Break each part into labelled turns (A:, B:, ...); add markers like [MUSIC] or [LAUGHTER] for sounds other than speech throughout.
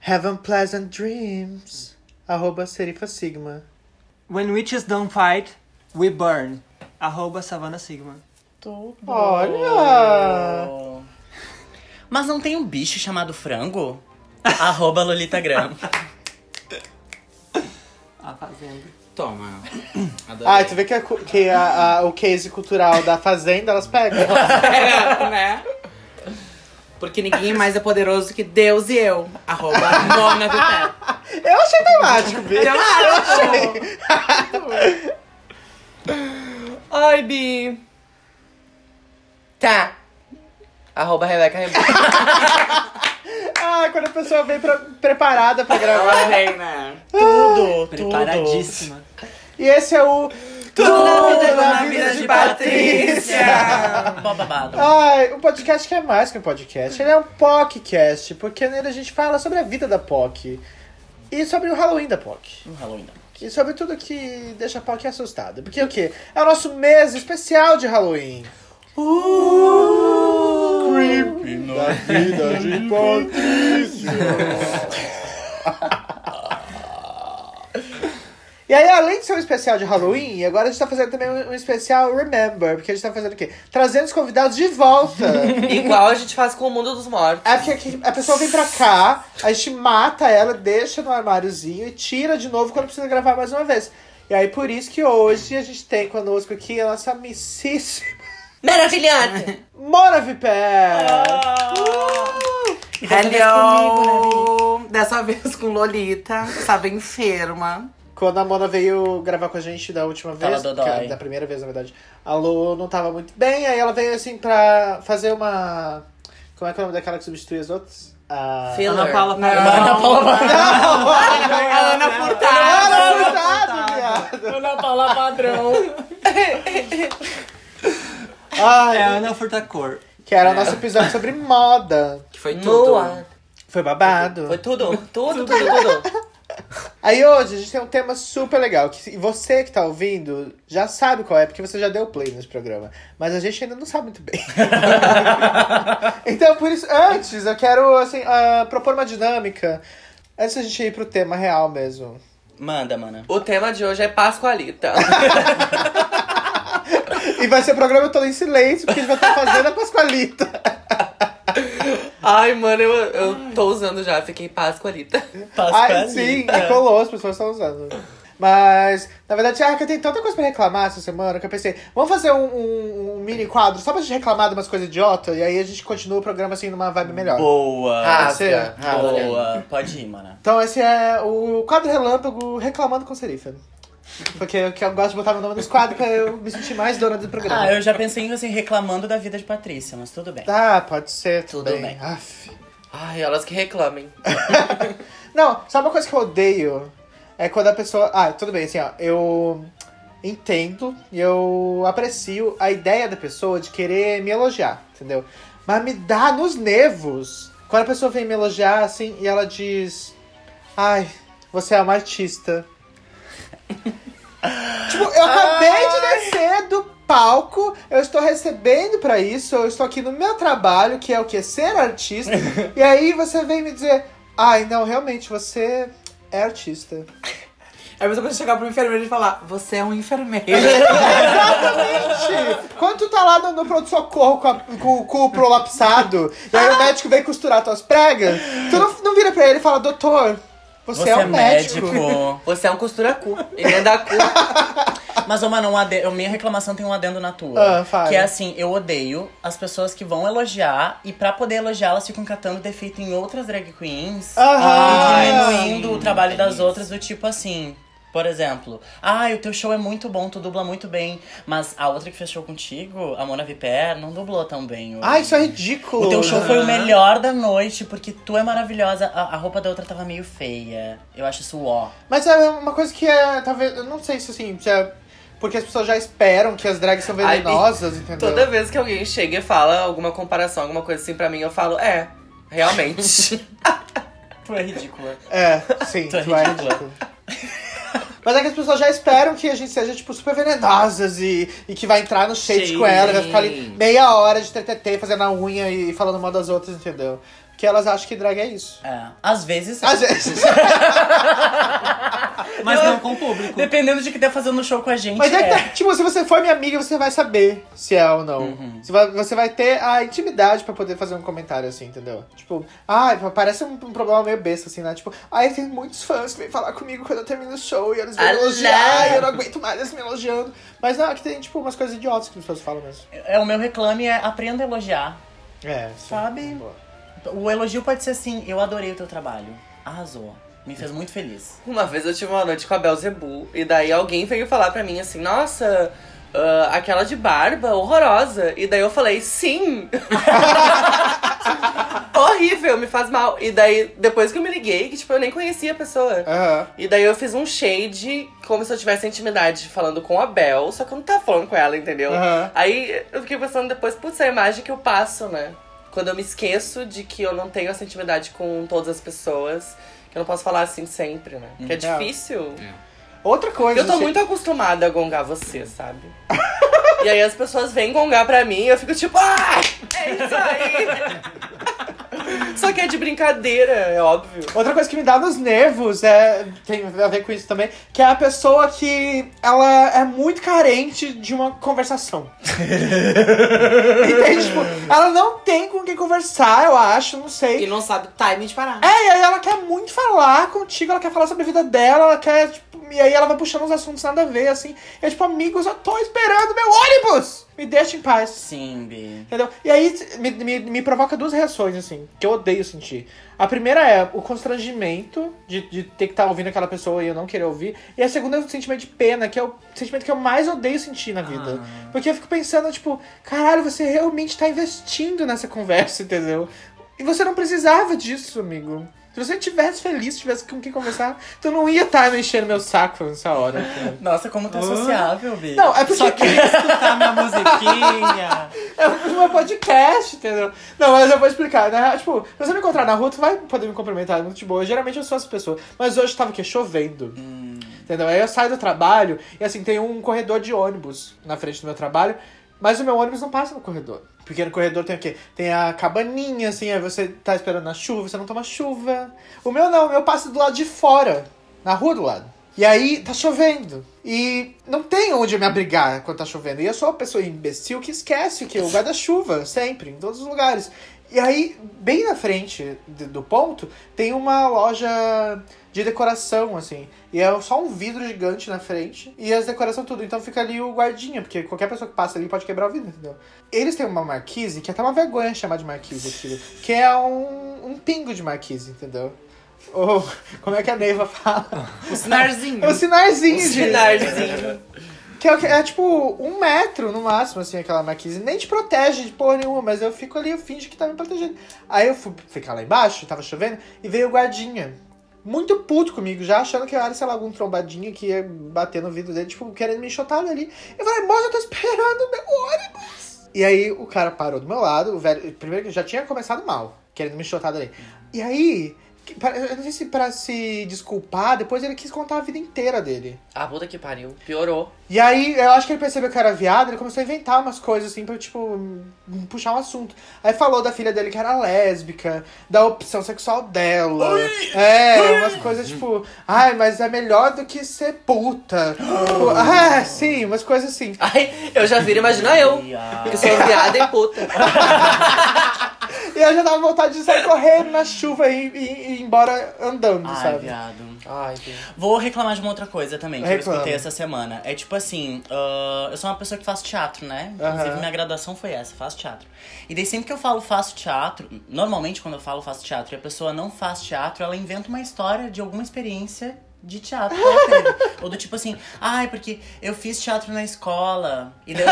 A: Having pleasant dreams. Arroba Serifa Sigma.
B: When witches don't fight, we burn. Arroba Savana Sigma.
C: Tô
A: Olha!
C: bom.
D: Mas não tem um bicho chamado frango? [LAUGHS] Arroba Lolitagram.
B: A Fazenda.
C: Toma. Adorei.
A: Ai, tu vê que, a cu- que a- a- o case cultural da Fazenda, elas
D: [LAUGHS]
A: pegam.
C: [LAUGHS] É, né? Porque ninguém mais é poderoso que Deus e eu. Arroba Mona do Pé.
A: Eu achei temático, Bi.
C: Eu
A: achei.
C: Oi, Bi.
D: tá. Arroba Rebeca Rebeca.
A: Ah, quando a pessoa vem pra- preparada pra gravar.
C: vem, né?
D: Tudo,
B: Preparadíssima.
A: E esse é o... Tudo
D: na vida de
C: Patrícia. Ah.
D: tudo. Mó babado.
A: Ai, o podcast que é mais que um podcast. Ele é um podcast, porque nele a gente fala sobre a vida da POC. E sobre o Halloween da POC.
D: Um Halloween. não.
A: E sobre tudo que deixa a POC assustada. Porque o quê? É o nosso mês especial de Halloween. Uh, creepy na vida de Patrícia. E aí, além de ser um especial de Halloween, agora a gente tá fazendo também um um especial Remember, porque a gente tá fazendo o quê? Trazendo os convidados de volta.
D: Igual a gente faz com o mundo dos mortos.
A: É porque aqui- a pessoa vem pra cá, a gente mata ela, deixa no armáriozinho e tira de novo quando precisa gravar mais uma vez. E aí, por isso que hoje a gente tem conosco aqui a nossa amicíssima
D: Maravilhante!
A: Mora Vipé!
C: E dessa vez comigo, né, Bi? Dessa vez com Lolita, estava enferma.
A: Quando a Mona veio gravar com a gente da última
D: Fala,
A: vez,
D: Dodói.
A: que é da primeira vez, na verdade, a Lu não tava muito bem, aí ela veio assim pra fazer uma. Como é que é o nome daquela que substitui as outras? A. [LAUGHS]
D: Filler.
B: Ana Paula
C: Não.
B: Ana Paula
A: Não!
C: Ana Furtado.
A: Ana Furtado, viado!
D: Ana Paula Padrão.
A: Ai,
B: É a Ana Furtacor.
A: Que era o nosso episódio sobre moda.
C: Que foi tudo.
D: Nua.
A: Foi babado.
D: Foi tudo, tudo, tudo, tudo.
A: Aí hoje a gente tem um tema super legal. Que se- você que tá ouvindo já sabe qual é, porque você já deu play nesse programa. Mas a gente ainda não sabe muito bem. então, por isso, antes eu quero assim, ah, propor uma dinâmica. Antes da gente ir pro tema real mesmo.
D: Manda, mana.
E: O tema de hoje é Pascoalita.
A: E vai ser o programa todo em silêncio, porque a gente vai estar fazendo a Pascoalita.
E: Ai, mano, eu, eu tô usando já, fiquei Pascoalita.
A: Ai, sim, e colou, as pessoas estão usando. Mas, na verdade, ah, que eu tenho tanta coisa pra reclamar essa semana que eu pensei, vamos fazer um, um- um mini quadro só pra gente reclamar de umas coisas idiota e aí a gente continua o programa assim numa vibe melhor.
D: Boa.
A: Rasga, rasga.
D: Boa. Pode ir, mana.
A: Então, esse é o quadro relâmpago Reclamando com Serifa. Porque eu, que eu gosto de botar meu nome nos quadros pra eu me sentir mais dona do programa.
D: Ah, eu já pensei em assim, reclamando da vida de Patrícia, mas tudo bem.
A: Tá, pode ser.
D: Tudo bem.
A: Aff.
E: Ai, elas que reclamem.
A: Não, sabe uma coisa que eu odeio? É quando a pessoa. Ah, tudo bem, assim, ó. Eu entendo e eu aprecio a ideia da pessoa de querer me elogiar, entendeu? Mas me dá nos nervos quando a pessoa vem me elogiar, assim, e ela diz: Ai, você é uma artista. tipo, eu acabei de descer do palco, eu estou recebendo pra isso, eu estou aqui no meu trabalho, que é o que? Ser artista. e aí você vem me dizer: Ai, não, realmente, você é artista.
C: Aí você pode chegar pro enfermeiro e falar, você é um enfermeiro.
A: Exatamente! Quando tu tá lá no, no pronto-socorro com, a- com o cu prolapsado, e
E: [LAUGHS]
A: aí o médico vem costurar tuas pregas, tu não, não vira pra ele e fala, doutor, você, é um médico.
E: Você é um costura-cu. Ele é da cu.
B: [LAUGHS]
D: Mas, ô, mano, um ade... a minha reclamação tem um adendo na tua.
A: Ah, fala.
D: que é assim, eu odeio as pessoas que vão elogiar e pra poder elogiar, elas ficam catando defeito em outras drag queens.
A: Aham.
D: E diminuindo
B: Sim,
D: o trabalho
B: tem
D: das
B: isso.
D: outras do tipo assim. Por exemplo, ah, o teu show é muito bom, tu dubla muito bem. Mas a outra que fechou contigo, a Mona Viper, não dublou tão bem. hoje.
A: Ai, isso é ridículo.
D: O teu show
A: né?
D: foi o melhor da noite, porque tu é maravilhosa. A, a roupa da outra tava meio feia. Eu acho isso ó.
A: Mas é uma coisa que é, talvez, eu não sei se assim, se é porque as pessoas já esperam que as drags são
E: Ai,
A: venenosas, entendeu?
E: Toda vez que alguém chega e fala alguma comparação, alguma coisa assim pra mim, eu falo, é, realmente.
D: Tu é ridícula.
A: É, sim,
D: Tu é
A: tu é
D: ridícula.
A: ridículo. Mas é que as pessoas já esperam que a gente seja, tipo, super venenosas e, e que vai entrar no shade
E: Sim.
A: com ela, vai ficar ali meia hora de TTT fazendo a unha e falando mal das outras, entendeu? que elas acham que drag é
D: [LAUGHS]
A: isso.
D: É. Às vezes.
A: Às vezes.
B: Mas não com o público.
D: Dependendo de que tá fazendo show com a gente.
A: Mas é que
D: é.
A: tá, tipo, se você for minha amiga, você vai saber se é ou não.
E: Uhum.
A: Você, vai, você vai ter a intimidade pra poder fazer um comentário assim, entendeu? Tipo, ai, parece um, um problema meio besta, assim, né? Tipo, ai, tem muitos fãs que vêm falar comigo quando eu termino o show e eles me
D: Alá!
A: elogiar e eu não aguento mais eles me elogiando. Mas não, é que tem, tipo, umas coisas idiotas que as pessoas falam mesmo.
D: É, o meu reclame é aprenda a elogiar.
A: É, sim.
D: Sabe?
A: Boa.
D: O elogio pode ser assim, eu adorei o teu trabalho. Arrasou. Me fez muito feliz.
E: Uma vez eu tive uma noite com a Belzebu e daí alguém veio falar pra mim assim, nossa, ah, aquela de barba, horrorosa. E daí eu falei, sim! [LAUGHS] Horrível, me faz mal. E daí, depois que eu me liguei, que tipo, eu nem conhecia a pessoa.
A: Aham.
E: E daí eu fiz um shade, como se eu tivesse intimidade falando com a Bel, só que eu não tava falando com ela, entendeu?
A: Aham.
E: Aí eu fiquei pensando depois, putz, é a imagem que eu passo, né? Quando eu me esqueço de que eu não tenho essa intimidade com todas as pessoas, que eu não posso falar assim sempre, né? Que é difícil.
A: Outra coisa.
E: Eu tô
A: assim,
E: muito acostumada a gongar você, sabe? [LAUGHS] e aí as pessoas vêm gongar pra mim e eu fico tipo, ah! É isso aí! [LAUGHS] Só que é de brincadeira, é óbvio.
A: Outra coisa que me dá nos nervos é. Tem a ver com isso também, que é a pessoa que ela é muito carente de uma conversação. Entende? Tipo, ela não tem com quem conversar, eu acho, não
C: E
A: sei.
C: não sabe o timing de parar.
A: É, e aí ela quer muito falar contigo, ela quer falar sobre a vida dela, ela quer, tipo, e aí ela vai puxando uns assuntos nada a ver, assim. Eu, tipo, amigo, eu só tô esperando meu ônibus! Me deixa em paz.
D: Sim, Bi.
A: Entendeu? E aí me, me, me provoca duas reações, assim, que eu odeio sentir. A primeira é o constrangimento de, de ter que estar ouvindo aquela pessoa e eu não querer ouvir. E a segunda é o sentimento de pena, que é o sentimento que eu mais odeio sentir na vida. Porque eu fico pensando, tipo, caralho, você realmente tá investindo nessa conversa, [LAUGHS] entendeu? E você não precisava disso, amigo. Se você tivesse feliz, tivesse com quem conversar, tu não ia estar me enchendo meu saco nessa hora. entendeu?
D: Nossa, como tá sociável, Bi.
A: Não, é porque.
B: Só queria escutar minha musiquinha.
A: É o meu podcast, entendeu? Não, mas eu vou explicar, né? Tipo, se você me encontrar na rua, tu vai poder me cumprimentar, é muito de boa. Geralmente eu sou essa pessoa. Mas hoje tava o quê? Chovendo. Entendeu? Aí eu saio do trabalho e assim, tem um corredor de ônibus na frente do meu trabalho, mas o meu ônibus não passa no corredor. Porque no corredor tem o quê? Tem a cabaninha, assim, aí você tá esperando na chuva, você não toma chuva. O meu não, o meu passa do lado de fora, na rua do lado. E aí tá chovendo. E não tem onde eu me abrigar quando tá chovendo. E eu sou uma pessoa imbecil que esquece que o guarda-chuva, sempre, em todos os lugares. E aí, bem na frente de- do ponto, tem uma loja de decoração, assim. E é só um vidro gigante na frente e as decorações tudo. Então fica ali o guardinha, porque qualquer pessoa que passa ali pode quebrar o vidro, entendeu? Eles têm uma marquise, que é até uma vergonha chamar de marquise aquilo, que é um, um pingo de marquise, entendeu? Ou, como é que a Neiva fala?
C: O sinarzinho.
A: É um sinarzinho de...
E: Sinarzinho.
A: Que é, o que- é, tipo um metro no máximo, assim, aquela marquise. Nem te protege de porra nenhuma, mas eu fico ali, eu finge que tá me protegendo. Aí eu fui ficar lá embaixo, tava chovendo, e veio o guardinha. Muito puto comigo, já achando que eu era, sei lá, algum trombadinho que ia bater no vidro dele, tipo, querendo me enxotar ali. Eu falei, moça, eu tô esperando o meu ônibus. E aí o cara parou do meu lado, o velho. Primeiro que já tinha começado mal, querendo me enxotar dali. E aí. que- pra- Eu não sei se pra se desculpar, depois ele quis contar a vida inteira dele.
E: Ah, puta que pariu. Piorou.
A: E aí, eu acho que ele percebeu que eu era viado, ele começou a inventar umas coisas, assim, pra, tipo, m- puxar um assunto. Aí falou da filha dele que era lésbica, da opção sexual dela. É, umas coisas, tipo, ai, mas é melhor do que ser puta.
E: [GASPS]
A: Tipo, ah, sim, umas coisas assim.
E: Ai, eu já viro, imagina eu.
D: Ia.
E: Que sou viada e puta.
A: E eu já dava vontade de sair correndo na chuva e, e- e ir embora andando,
D: Ai,
A: sabe?
D: viado.
E: Ai, Deus.
D: Vou reclamar de uma outra coisa também que
A: Reclama.
D: eu escutei essa semana. É tipo assim, ah, eu sou uma pessoa que faço teatro, né? Inclusive,
A: Aham.
D: minha graduação foi essa, faço teatro. E daí sempre que eu falo faço teatro, normalmente quando eu falo faço teatro e a pessoa não faz teatro, ela inventa uma história de alguma experiência de teatro. que ela teve. Ou do tipo assim, ai, porque eu fiz teatro na escola. E daí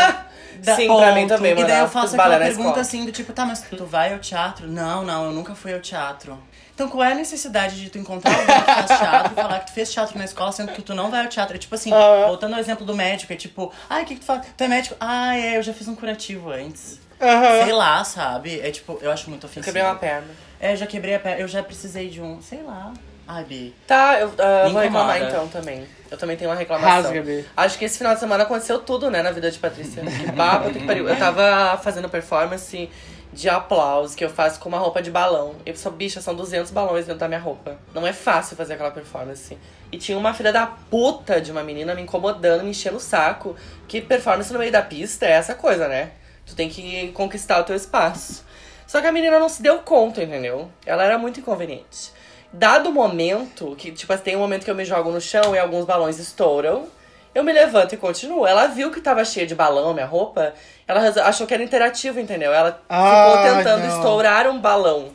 D: eu-
E: Sim, pra mim também,
D: E daí
E: mandava
D: eu faço
E: bala
D: aquela
E: na
D: pergunta
E: escola.
D: assim, do tipo, tá, mas tu vai ao teatro? Não, não, eu nunca fui ao teatro. Então qual é a necessidade de tu encontrar alguém que faz teatro e falar que tu fez teatro na escola, sendo que tu não vai ao teatro? É tipo assim, voltando ao exemplo do médico, é tipo, ai, o que, que tu faz? Tu é médico? Ah, é, eu já fiz um curativo antes.
A: Aham.
D: Sei lá, sabe? É tipo, eu acho muito ofensivo.
E: Quebrei uma perna.
D: É, eu já quebrei a perna, eu já precisei de um, sei lá. Ai, Bi.
E: Tá, eu ah,
D: Me
E: vou reclamar
D: incomoda.
E: então também. Eu também tenho uma reclamação.
A: Rasga, Bi.
E: Acho que esse final de semana aconteceu tudo, né, na vida de Patrícia. que baba, que pariu. Eu tava fazendo performance de aplausos que eu faço com uma roupa de balão. Eu sou bicha, são 200 balões dentro da minha roupa. Não é fácil fazer aquela performance. E tinha uma filha da puta de uma menina me incomodando, me enchendo o saco. Que performance no meio da pista é essa coisa, né? Tu tem que conquistar o teu espaço. Só que a menina não se deu conta, entendeu? Ela era muito inconveniente. Dado o momento, que tipo, tem um momento que eu me jogo no chão e alguns balões estouram. Eu me levanto e continuo. Ela viu que tava cheia de balão, minha roupa. Ela resol- achou que era interativo, entendeu? Ela
A: Ah,
E: ficou tentando
A: não.
E: estourar um balão.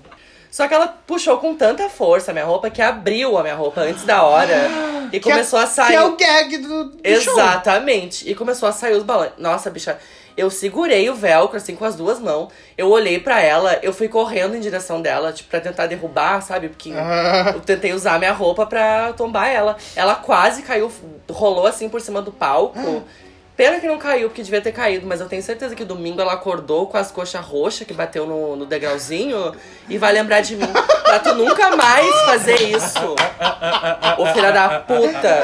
E: Só que ela puxou com tanta força a minha roupa que abriu a minha roupa antes da hora. e
A: Que é-
E: começou a sair.
A: Que é o gag do, do [LAUGHS] show.
E: Exatamente. E começou a sair os balões. Nossa, bicha, eu segurei o velcro, assim, com as duas mãos. Eu olhei pra ela, eu fui correndo em direção dela, tipo, pra tentar derrubar, sabe? Porque
A: Ah.
E: eu tentei usar minha roupa pra tombar ela. Ela quase caiu, rolou assim por cima do palco.
A: Ah.
E: Pena que não caiu, porque devia ter caído, mas eu tenho certeza que domingo ela acordou com as coxas roxas que bateu no, no degrauzinho e vai lembrar de mim. Pra tu nunca mais fazer isso. Ô filha da puta!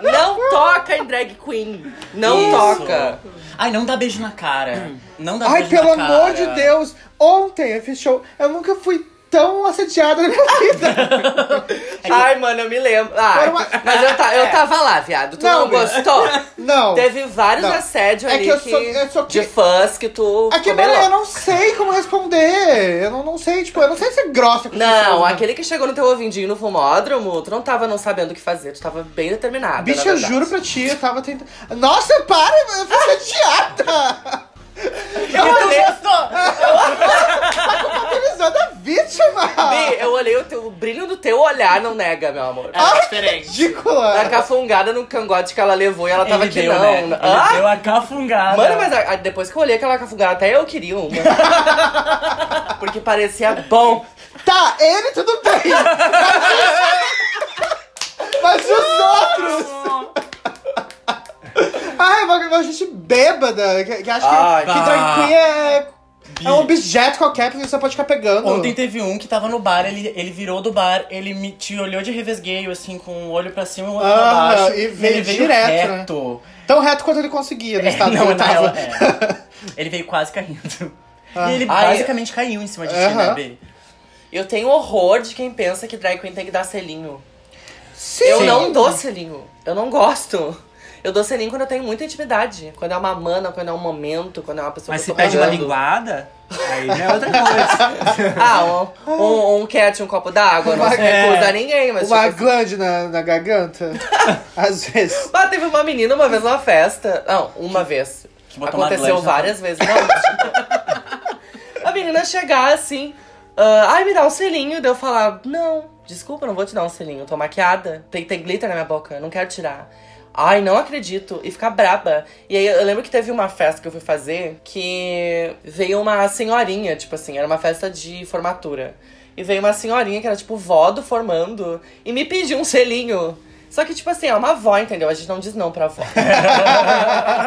E: Não toca em drag queen! Não
D: Isso.
E: toca!
D: Ai, não dá beijo na cara. Não dá um
A: Ai,
D: beijo na
A: pelo
D: cara.
A: amor de Deus! Ontem eu fiz show, eu nunca fui tão assediada na minha [LAUGHS] vida.
E: Ai, mano, eu me lembro.
A: É Era
E: Ah,
A: uma- É.
E: mas eu, ta- eu tava lá, viado. Tu
A: Não,
E: não,
A: meu.
E: gostou?
A: Não.
E: Teve vários
A: Não.
E: assédios
A: É
E: ali
A: que eu sou- eu sou
E: de
A: que-
E: fãs que tu.
A: É que,
E: ficou bem
A: mano, eu
E: louco.
A: não sei como responder. Eu não, não sei, tipo, eu não sei ser grossa com as pessoas,
E: Não, é
A: né?
E: aquele que chegou no teu ovindinho no fumódromo, tu não tava não sabendo o que fazer, tu tava bem determinada.
A: Bicho,
E: na
A: eu
E: verdade.
A: juro pra ti, eu tava tentando. Nossa, para, eu fui assediada! [LAUGHS]
E: Eu É olhei,
A: Culpabilizando a vítima!
E: Bi, eu olhei o, teu, o brilho do teu olhar, não nega, meu amor.
A: Ah.
D: É diferente.
E: Da
A: Ridícula!
E: cafungada no cangote que ela levou e ela tava
D: Ele
E: aqui,
D: deu,
E: não.
D: né? Ele
E: Ah,
D: deu a cafungada.
E: Mano, mas a- a- depois que eu olhei aquela cafungada, até eu
A: [LAUGHS]
E: queria uma. Porque parecia bom.
A: Tá, ele tudo
E: [LAUGHS]
A: bem! Mas os outros! Ai, uma, uma gente bêbada, que, que acha
E: Ai,
A: que, que
D: pá.
A: drag queen é, é um objeto qualquer que você pode ficar pegando.
D: Ontem teve um que tava no bar, ele, ele virou do bar, ele me te olhou de revesgueio, assim, com um olho pra cima e um olho pra
A: Ah,
D: baixo.
A: e veio
D: ele veio
A: direto, né?
D: reto.
A: Tão reto quanto ele conseguia no estado
D: não,
A: que ele
D: na
A: tava.
D: real, é. Ele veio quase caindo. E ele
E: Ai,
D: basicamente caiu em cima de ti, né,
A: Ah. Aham.
D: B?
E: Eu tenho horror de quem pensa que drag queen tem que dar selinho.
A: Sim.
E: Eu não dou selinho. Eu não gosto. Eu dou selinho quando eu tenho muita intimidade. Quando é uma mana, quando é um momento, quando é uma pessoa
B: Mas
E: que
B: se
E: eu tô
B: pede uma
E: pagando.
B: linguada, aí já é outra coisa.
E: Ah, um, um, um cat, um copo d'água, não
A: Uma- é.
E: se recusa a ninguém, mas
A: Uma
E: tipo,
A: glande na, na
E: [LAUGHS]
A: garganta. Às vezes.
E: Ah, teve uma menina uma vez numa festa. Não, uma vez.
D: que botou uma
E: Aconteceu
D: glande na
E: várias vezes. Não, tipo, [LAUGHS] a menina chegar assim. ah, Ai, me dá um selinho. Deu falar, não, desculpa, não vou te dar um selinho. eu Tô maquiada. Tem, tem glitter na minha boca, eu não quero tirar. Ai, não acredito. E ficar braba. E aí eu lembro que teve uma festa que eu fui fazer que veio uma senhorinha, tipo assim, era uma festa de formatura. E veio uma senhorinha que era tipo vó do formando e me pediu um selinho. Só que, tipo assim, é uma avó, entendeu? A gente não diz não pra
A: [LAUGHS]
E: avó.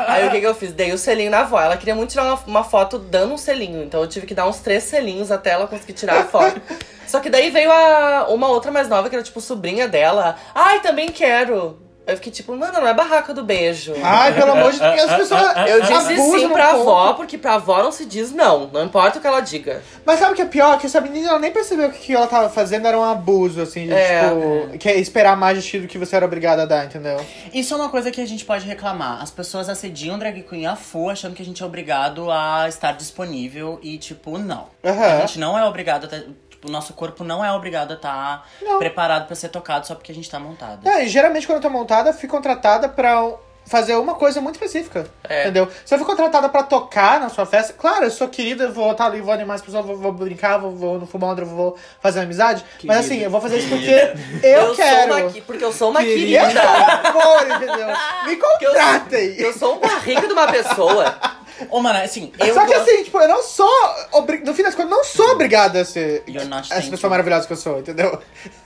E: Aí o que, que eu fiz? Dei o selinho na avó. Ela queria muito tirar uma, uma foto dando um selinho. Então eu tive que dar uns três selinhos até ela conseguir tirar a foto. Só que daí veio a, uma outra mais nova, que era tipo sobrinha dela. Ai, também quero. Eu fiquei tipo, mano, não é barraca do beijo.
A: Ai, pelo amor de Deus, as pessoas.
E: [LAUGHS] Eu disse
A: abusam
E: sim
A: Ah, no
E: pra
A: ponto.
E: avó, porque pra avó não se diz não. Não importa o que ela diga.
A: Mas sabe o que é pior? Que essa menina ela nem percebeu que o que ela tava fazendo era um abuso, assim, de,
E: É.
A: tipo, que é esperar mais de ti do que você era obrigada a dar, entendeu?
D: Isso é uma coisa que a gente pode reclamar. As pessoas assediam drag queen a full, achando que a gente é obrigado a estar disponível e, tipo, não.
A: Aham.
D: A gente não é obrigado a tá- tipo, o nosso corpo não é obrigado a estar
A: Não.
D: preparado pra ser tocado só porque a gente tá montado.
A: É, e geralmente quando eu tô montada, eu fui contratada pra um, fazer uma coisa muito específica.
E: É.
A: Entendeu? Se eu fui contratada pra tocar na sua festa, claro, eu sou querida, eu vou estar ali, vou animar as pessoas, vou, vou brincar, vou, vou no fumódromo, vou fazer amizade. Mas assim, eu vou fazer isso porque eu, quero.
E: Sou uma, qui- porque eu sou uma
A: E eu
E: querida.
A: quero amor,
E: [LAUGHS]
A: entendeu? Me
E: Que eu-
A: contratem!
E: Eu sou uma rica de uma pessoa.
D: Ô, mano, assim, eu.
A: Só que
D: gosto-
A: assim, tipo, eu não sou. obri- No fim das contas, eu não
E: Hum.
A: sou obrigada a ser
D: You're not
A: essa
D: thank
A: pessoa
D: you.
A: maravilhosa que eu sou, entendeu?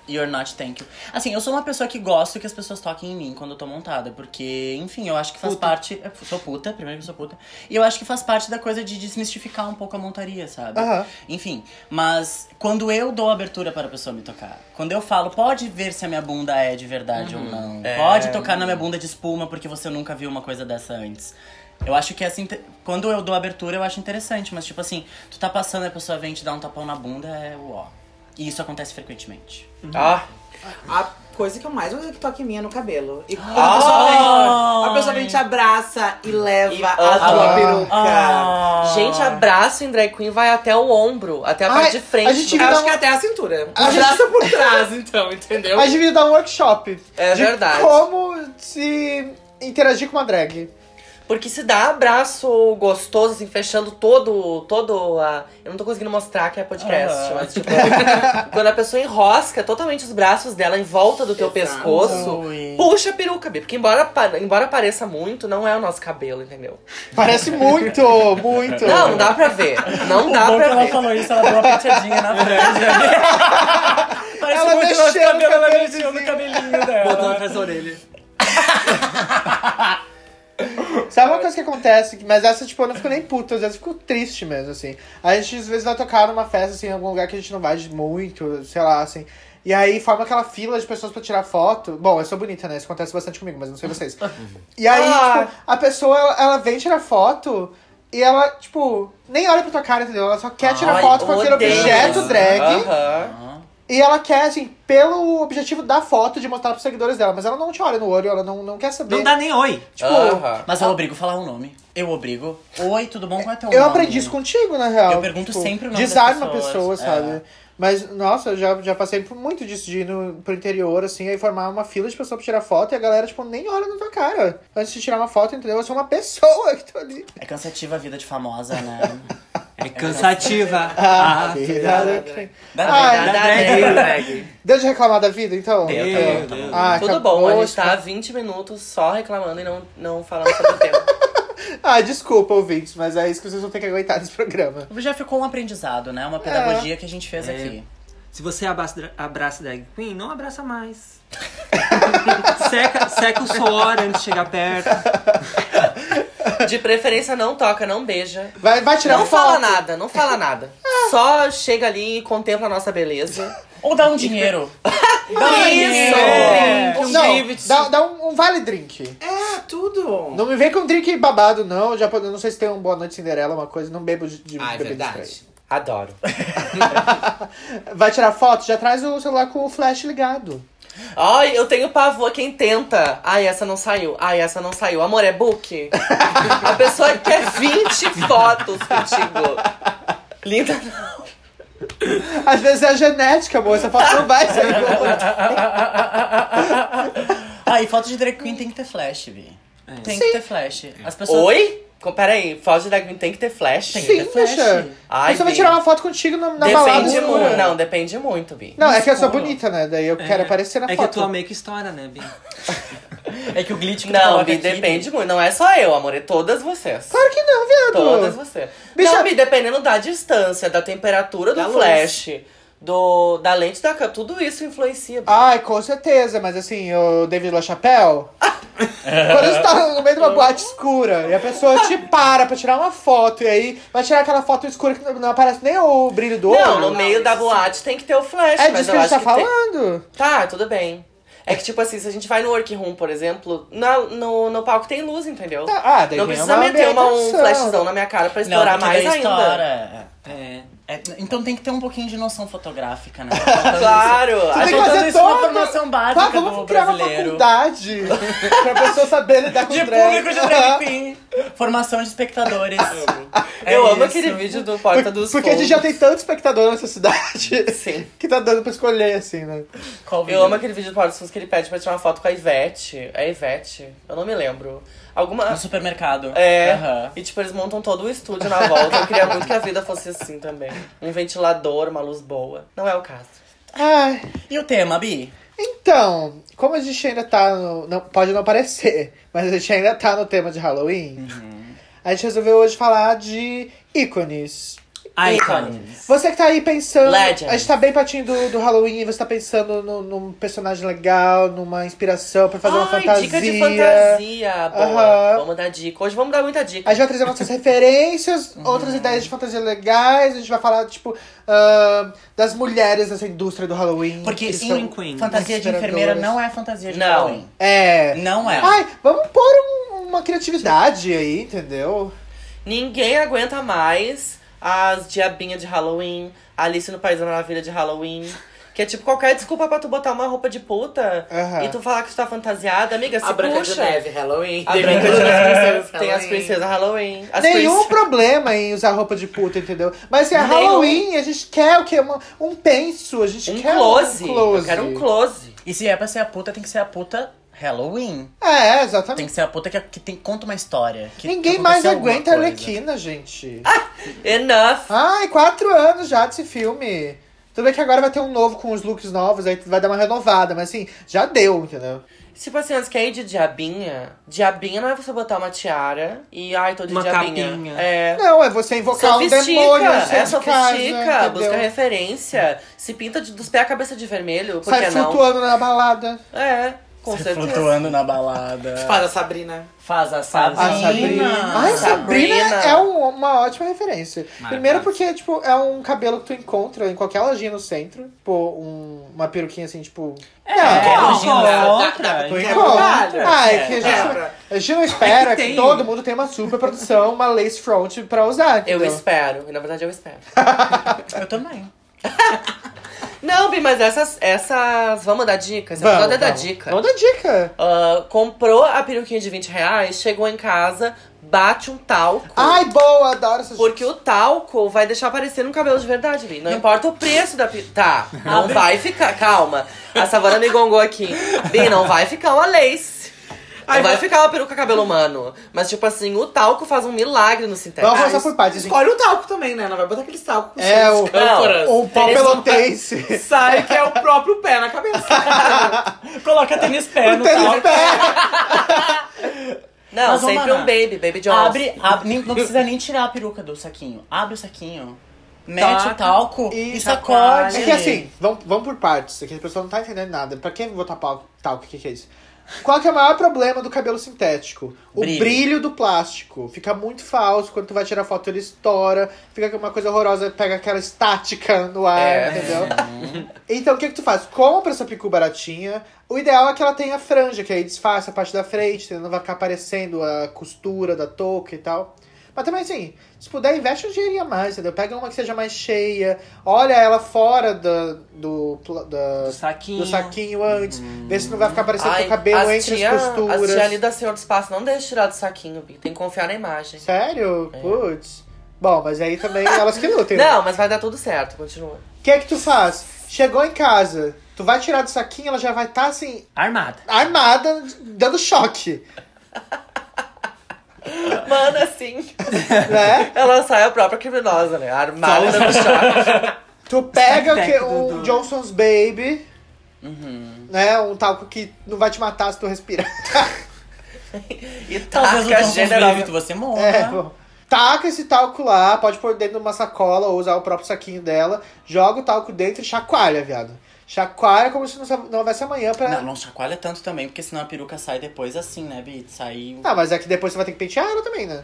D: You're not thank you. Assim, eu sou uma pessoa que gosto que as pessoas toquem em mim quando eu tô montada. Porque, enfim, eu acho que faz parte. Eu sou puta, primeiro que eu sou puta. E eu acho que faz parte da coisa de desmistificar um pouco a montaria, sabe?
A: Aham.
D: Enfim, mas quando eu dou abertura para a pessoa me tocar, quando eu falo, pode ver se a minha bunda é de verdade ou não. Pode tocar na minha bunda de espuma porque você nunca viu uma coisa dessa antes. Eu acho que assim, te- quando eu dou abertura, eu acho interessante, mas tipo assim, tu tá passando e a pessoa vem te dar um tapão na bunda, é o ó. E isso acontece frequentemente.
E: Ah,
C: A coisa que eu mais uso é que toque minha no cabelo. E quando
E: Ah!
C: a pessoa vem, a pessoa vem e te abraça e leva
E: E-
C: a
E: Ah.
C: tua peruca.
D: Ah.
E: gente, abraço em drag queen vai até o ombro, até a
A: Ai,
E: parte de frente.
A: a gente
C: Eu
A: Então-
C: acho que até a cintura.
A: A gente-
C: Abraça por trás, então, entendeu?
A: A gente devia dar um workshop.
E: É
A: de
E: verdade.
A: Como se interagir com uma drag.
E: Porque se dá abraço gostoso, assim, fechando todo, todo a... Eu não tô conseguindo mostrar que é podcast,
D: Aham.
E: mas tipo... [LAUGHS] quando a pessoa enrosca totalmente os braços dela em volta do teu
C: Exato.
E: pescoço,
D: Ui.
E: puxa a peruca, Bi. Porque embora, pa- embora pareça muito, não é o nosso cabelo, entendeu?
A: Parece muito, muito.
E: Não, não dá pra ver. Não
D: O
E: dá
D: bom é que
E: pra
D: ela
E: ver.
D: falou isso, ela deu uma penteadinha na franja. Parece
A: Ela
D: muito nosso
A: mexeu no
D: cabelo, ela
A: cabelinho.
D: mexeu no cabelinho dela.
B: Botou atrás da orelha.
A: Sabe uma coisa que acontece? Mas essa, tipo, eu não fico nem puta, às vezes eu fico triste mesmo, assim. A gente, às vezes, vai tocar numa festa, assim, em algum lugar que a gente não vai de muito, sei lá, assim. E aí forma aquela fila de pessoas pra tirar foto. Bom, eu sou bonita, né? Isso acontece bastante comigo, mas não sei vocês. E aí,
E: Ah.
A: tipo, a pessoa, ela, ela vem tirar foto e ela, tipo, nem olha pra tua cara, entendeu? Ela só quer tirar
E: Ai,
A: foto com aquele
E: odeio
A: objeto
E: isso.
A: drag.
E: Aham.
D: Aham.
A: E ela quer, assim, pelo objetivo da foto, de mostrar pros seguidores dela. Mas ela não te olha no olho, ela não, não quer saber.
B: Não dá nem oi.
A: Tipo,
E: Aham.
D: Mas eu obrigo a falar o nome. Eu obrigo. Oi, tudo bom? Qual é teu
A: Eu
D: nome?
A: aprendi isso contigo, na real.
D: Eu pergunto sempre o nome das
A: Desarma a pessoa,
D: pessoas,
A: sabe?
D: é.
A: Mas, nossa, eu já, já passei por muito disso de ir no, pro interior, assim, aí formar uma fila de pessoas pra tirar foto e a galera, tipo, nem olha na tua cara. Antes de tirar uma foto, entendeu? Eu sou uma pessoa que tô ali.
D: É cansativa a vida de famosa, [LAUGHS] né?
C: [LAUGHS]
B: É cansativa.
A: Ah,
B: Ah,
A: vida que-
D: Da
A: Ai,
D: verdade.
B: drag.
A: Deu de reclamar da vida, então?
D: Deu,
A: Deu.
D: tá bom, tá
B: bom.
A: Ah,
E: Tudo
A: acabou,
E: bom, a gente
A: acho que-
E: tá há 20 minutos só reclamando e não, não falando sobre o tema.
A: Ah, desculpa, ouvintes, mas é isso que vocês vão ter que aguentar nesse programa.
D: Já ficou um aprendizado, né? Uma pedagogia que a gente fez
B: É.
D: aqui.
B: Se você abraça, abraça drag queen, não
C: [LAUGHS]
B: abraça mais. seca, seca o suor antes de chegar perto.
E: De preferência, não toca, não beija.
A: Vai, vai tirar
E: Não
A: foto.
E: fala nada, não fala nada. Só chega ali e contempla a nossa beleza.
D: Ou dá um [LAUGHS] dinheiro. dá um
E: Isso!
D: dinheiro.
E: Um
A: É. Não,
E: gift.
A: dá, dá um, um vale drink.
C: É, tudo.
A: Não me vem com drink babado, não. Eu Já, eu não sei se tem um Boa Noite Cinderela, uma coisa. Não bebo de, de
C: Ah, é
A: bebida
C: verdade.
A: estranha.
E: Adoro.
A: [LAUGHS] Vai tirar foto? Já traz o celular com o flash ligado.
E: Ai, eu tenho pavor quem tenta. Ai, essa não saiu. Ai, essa não saiu. Amor, é book? a pessoa quer 20 fotos contigo. Linda não.
A: Às vezes é a genética, amor. Essa foto não vai sair boa.
D: Ah, e foto de drag queen tem que ter flash, Vi. Tem que ter flash. As pessoas.
E: Oi? Co- Peraí, foto de drag queen tem que ter flash?
D: Tem.
A: Sim,
D: flash.
A: bicha.
E: Ai,
A: Você vai
E: Bi.
A: tirar uma foto contigo na, na balada.
E: Depende
A: escura.
E: muito. Não, depende muito, Bi.
A: Não, é que eu sou
D: Escuro.
A: bonita, né? Daí eu quero aparecer na
B: é que a
A: foto.
B: tua make estoura, né, Bia?
D: É que o glitch que tu
E: Não,
D: coloca
E: Bi,
D: aqui,
E: depende muito. Não é só eu, amor, é todas vocês.
A: Claro que não, viado.
E: Todas você.
A: Bicha-
E: Não, Bi, dependendo da distância, da temperatura do
C: Da luz.
E: flash, do, da lente da câmera, tudo isso influencia. Bi.
A: Ai, com certeza, mas assim, o David
D: [LAUGHS]
A: LaChapelle. quando você tá no meio de uma boate escura e a pessoa te para pra tirar uma foto, e aí vai tirar aquela foto escura que não aparece nem o brilho do
E: Não,
A: olho.
E: no meio da boate tem que ter o flash,
A: É
E: mas
A: disso
E: eu
A: que a gente
E: acho
A: tá
E: que
A: falando.
E: tem- Tá, tudo bem. É que, tipo assim, se a gente vai no workroom, por exemplo, na- no, no palco tem luz, entendeu?
A: Ah, daí
E: não
A: tem
E: precisa
A: uma
E: meter uma, um
A: ambientação.
E: flashzão na minha cara pra
D: Não,
E: estourar
D: porque
E: mais
D: daí
E: ainda.
D: estoura.
B: É.
D: É, então tem que ter um pouquinho de noção fotográfica, né?
E: [LAUGHS] Claro! a
A: Você tem
E: gente-
A: que fazer
D: Juntando Tá isso uma
A: toda-
D: formação básica
A: Tá, vamos
D: do
A: criar uma
D: brasileiro.
A: faculdade pra pessoa saber lidar com
D: De
A: drag.
D: público
A: [LAUGHS]
D: de drag queen. Formação de espectadores. É
E: eu amo
D: isso.
E: aquele vídeo do Porta dos
A: Porque a gente já
E: Fundos.
A: tem tanto espectador nessa cidade
E: Sim.
A: [LAUGHS] que tá dando pra escolher, assim, né?
D: Qual vídeo?
E: Eu amo aquele vídeo do Paulo Souza que ele pede pra tirar uma foto com a Ivete. É a Ivete? Eu não me lembro. Alguma.
D: No supermercado.
E: É.
D: Aham.
E: E tipo, eles montam todo o estúdio na volta. Eu queria muito que a vida fosse assim também. Um ventilador, uma luz boa. Não é o caso.
A: Ai.
D: E o tema, Bi?
A: Então, como a gente ainda tá no. Não, pode não parecer, [LAUGHS] mas a gente ainda tá no tema de Halloween,
E: Uhum.
A: a gente resolveu hoje falar de ícones.
B: Icons.
A: Você que tá aí pensando.
E: Legends.
A: A gente tá bem pertinho do, do Halloween e você tá pensando no- num personagem legal, numa inspiração pra fazer uma
E: Ai,
A: fantasia.
E: dica de fantasia. Boa.
A: Aham.
E: Vamos dar dica. Hoje vamos dar muita dica.
A: A gente vai trazer
E: [LAUGHS]
A: nossas referências, outras
E: Uhum.
A: ideias de fantasia legais, a gente vai falar, tipo, ahn, das mulheres nessa indústria do Halloween.
D: Porque
A: que
D: em
A: são
B: queen.
D: fantasia de
A: inspiradoras.
D: enfermeira não é fantasia de
E: Não.
D: Halloween.
A: É.
D: Não é.
A: Ai, vamos pôr um, uma criatividade aí, entendeu?
E: Ninguém aguenta mais as diabinhas de Halloween, Alice no País da Maravilha de Halloween. Que é tipo qualquer desculpa pra tu botar uma roupa de puta
A: Aham.
E: e tu falar que tu tá fantasiada, amiga, se
C: A Branca
E: puxa.
C: de Neve, Halloween.
E: A Branca de Neve
C: Princesas
E: tem as
C: Halloween.
E: princesas Halloween. As
A: Nenhum
E: princ-
A: problema em usar roupa de puta, entendeu? Mas se é
E: Nenhum.
A: Halloween, a gente quer o quê? Uma- um penso, a gente
E: Um
A: quer
E: close.
A: um close.
E: Eu quero um close.
D: E se é pra ser a puta, tem que ser a puta Halloween.
A: É,
D: Tem
A: exatamente.
D: que ser a puta que, que tem, conta uma história. que
A: Ninguém
D: aconteceu
A: mais
D: alguma
A: aguenta a
D: coisa.
A: Arlequina, gente.
E: Ah! Enough.
A: Ai, quatro anos já desse filme. Tudo bem que agora vai ter um novo com os looks novos, aí vai dar uma renovada, mas assim, já deu, entendeu?
E: Tipo assim, antes que aí de diabinha, diabinha não é você botar uma tiara e ai, tô de
B: Uma
E: diabinha.
B: capinha.
E: É.
A: Não, é você invocar um
E: Sofistica,
A: demônio.
E: é
A: dentro de casa,
E: sofistica,
A: entendeu?
E: busca referência, se pinta de- dos pés à cabeça de vermelho, por
A: Sai
E: que não?
A: flutuando na balada.
E: É, com
D: Sai
E: certeza.
D: Flutuando na balada.
C: Faz a Sabrina.
D: Faz a
A: A Sabrina. Ai, a Sabrina,
E: Sabrina.
A: é um- uma ótima referência. Primeiro porque, tipo, é um cabelo que tu encontra em qualquer lojinha no centro. Tipo, um- uma peruquinha assim, tipo...
D: É,
A: não,
D: hoje não é outra.
A: tu
C: quebra
A: encontra.
C: galho.
A: Ah, é que a gente,
C: Quebra.
A: a gente não espera
B: É que
A: que,
B: tem.
A: todo mundo tenha uma super produção, uma lace front pra usar,
E: Eu
A: entendeu?
E: espero, e na verdade eu espero.
D: Eu também.
E: Não, Bi, mas essas, essas. Vamos dar dica? Esse
A: Vamos,
E: episódio é da
A: vamos.
E: dica.
A: Vamos dar dica.
E: Ah, comprou a peruquinha de 20 reais, chegou em casa, bate um talco.
A: Ai, boa, adoro essas
E: Porque o talco vai deixar parecendo um cabelo de verdade, Bi. Não importa o preço da peruca. Tá, não vai ficar. Calma. A Savana me gongou aqui. Bi, não vai ficar uma lace.
C: Ai,
E: Não vai
C: vou-
E: ficar uma peruca cabelo humano. Mas, tipo assim, o talco faz um milagre no sintético.
A: Vamos começar por partes. gente.
C: Escolhe o talco também, né? Não vai botar aquele talco com
A: É,
C: seus
A: o-
C: cânforas.
A: O pau
C: Eles vão-
A: pelotense.
C: Sai que é o próprio pé na cabeça.
D: Coloca tênis pé no
A: Tênis pé.
E: Não,
D: Mas, ô,
E: sempre
D: Maná,
E: um baby, baby Johnson.
D: Abre, abre nem- não precisa nem tirar a peruca do saquinho. Abre o saquinho, mete
B: Taca.
D: o talco
A: E
D: e,
B: chacoalha.
D: sacode.
A: É que assim, vamos, vamos por partes, que a pessoa não tá entendendo nada. Pra quem botar pau, talco, o que, que é isso? Qual que é o maior problema do cabelo sintético? O brilho.
D: Brilho.
A: do plástico. Fica muito falso, quando tu vai tirar foto ele estoura, fica uma coisa horrorosa, pega aquela estática no ar,
E: É.
A: entendeu? Então o que que tu faz? Compra essa picu baratinha. O ideal é que ela tenha franja, que aí disfarça a parte da frente, entendeu? não vai ficar aparecendo a costura da touca e tal. Mas também assim, se puder, investe um dinheirinho a mais, entendeu? Pega uma que seja mais cheia, olha ela fora da, do, pla- da-
B: Do saquinho.
A: do saquinho antes, vê se não vai ficar parecendo que
E: Ai,
A: o cabelo
E: as
A: entre
E: tia,
A: as costuras.
E: As tia ali da Senhor do Espaço não deixa tirar do saquinho, Bi. Tem que confiar na imagem.
A: Sério? Putz. Bom, mas aí também elas que lutem. né?
E: Não, mas vai dar tudo certo, continua.
A: O que é que tu faz? Chegou em casa, tu vai tirar do saquinho, ela já vai estar assim,
B: Armada.
A: armada, dando choque,
E: Mano, assim,
A: né?
E: ela sai a própria criminosa, né? Armada do choque.
A: Tu pega o
B: Snack
A: que,
B: do-
A: um
B: do-
A: Johnson's Baby, né? Um talco que não vai te matar se tu respirar.
E: E
D: Talvez o
E: taca
D: Tom
E: general.
D: Vive você morra.
A: É, bom. Taca esse talco lá, pode pôr dentro de uma sacola ou usar o próprio saquinho dela, joga o talco dentro e chacoalha, viado. Chacoalha como se não, sa- não houvesse amanhã pra.
D: Não, não chacoalha tanto também, porque senão a peruca sai depois assim, né, Bi? Saiu.
A: Ah, mas é que depois você vai ter que pentear ela também, né?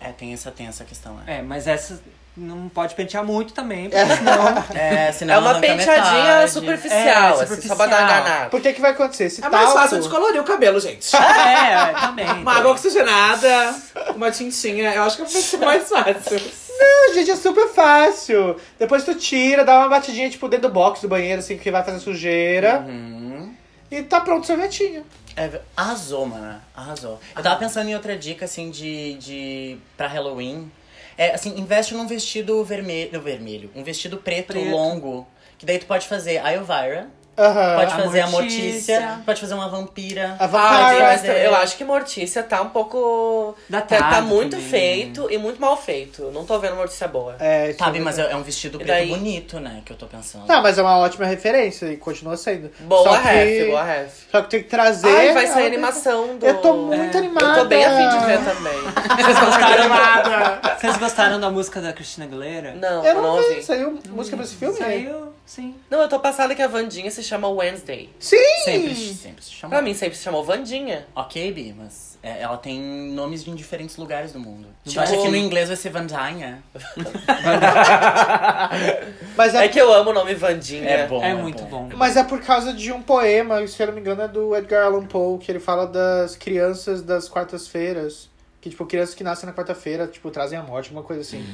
D: É, tem essa, tem essa questão, né?
B: É, mas essa não pode pentear muito também, porque senão...
D: É, senão
E: É uma
D: arranca
E: penteadinha
D: metade.
E: superficial,
B: É,
E: assim, só
B: superficial.
E: pra dar enganado.
A: Por que que vai acontecer? Esse
C: É
A: talco.
C: mais fácil descolorir o cabelo, gente.
B: é, também.
C: Uma água oxigenada, uma tintinha. Eu acho que vai ser mais fácil.
A: Não, gente, é super fácil. Depois tu tira, dá uma batidinha, tipo, dentro do box do banheiro, assim, que vai fazer sujeira.
D: Uhum.
A: E tá pronto o sorvetinho.
D: É, ve- arrasou, mano. Arrasou. Eu tava pensando em outra dica, assim, de. de pra Halloween. É, assim, investe num vestido vermelho. Vermelho. Um vestido preto,
B: Preto.
D: longo. Que daí tu pode fazer a Elvira,
A: Aham.
D: pode
B: a
D: fazer a
B: Mortícia.
D: Mortícia, pode fazer uma vampira.
A: Ah, A
E: Ai,
A: vampira.
E: Ah, mas é- eu acho que Mortícia tá um pouco.
B: Datado
E: tá, tá muito
B: também.
E: feito e muito mal feito. Não tô vendo Mortícia boa.
A: É, isso
D: Sabe,
A: é
D: mas é é um vestido
E: E
D: preto
E: daí-
D: bonito, né? Que eu tô pensando.
A: Não, mas é uma ótima referência e continua sendo.
E: Boa
A: É. só que...
E: ref, boa ref.
A: Só que tem que trazer.
E: Ai, vai sair
A: ela-
E: animação do.
A: Eu tô muito animada.
E: É. Eu tô bem afim de ver também.
B: Vocês gostaram, Vocês gostaram da música da Cristina Aguilera?
E: Não,
A: Eu
E: eu
A: não,
E: não
A: vi.
E: ouvi.
A: Saiu música pra esse filme?
B: Saiu.
C: [LAUGHS]
B: Sim.
E: Não, eu tô passada que a Vandinha se chama Wednesday.
A: Sim!
D: Sempre, sempre se chamou.
E: Pra mim, sempre se chamou Vandinha.
D: Ok, Bi, mas é, ela tem nomes de em diferentes lugares do mundo. Tu
E: Tipo-
D: acha que no inglês vai ser Vandinha?
A: Mas é,
E: É que eu amo o nome Vandinha.
D: É bom.
B: é, muito bom.
A: mas é por causa de um poema, se eu não me engano, é do Edgar Allan Poe, que ele fala das crianças das quartas-feiras. Que, tipo, crianças que nascem na quarta-feira, tipo, trazem a morte, alguma coisa assim.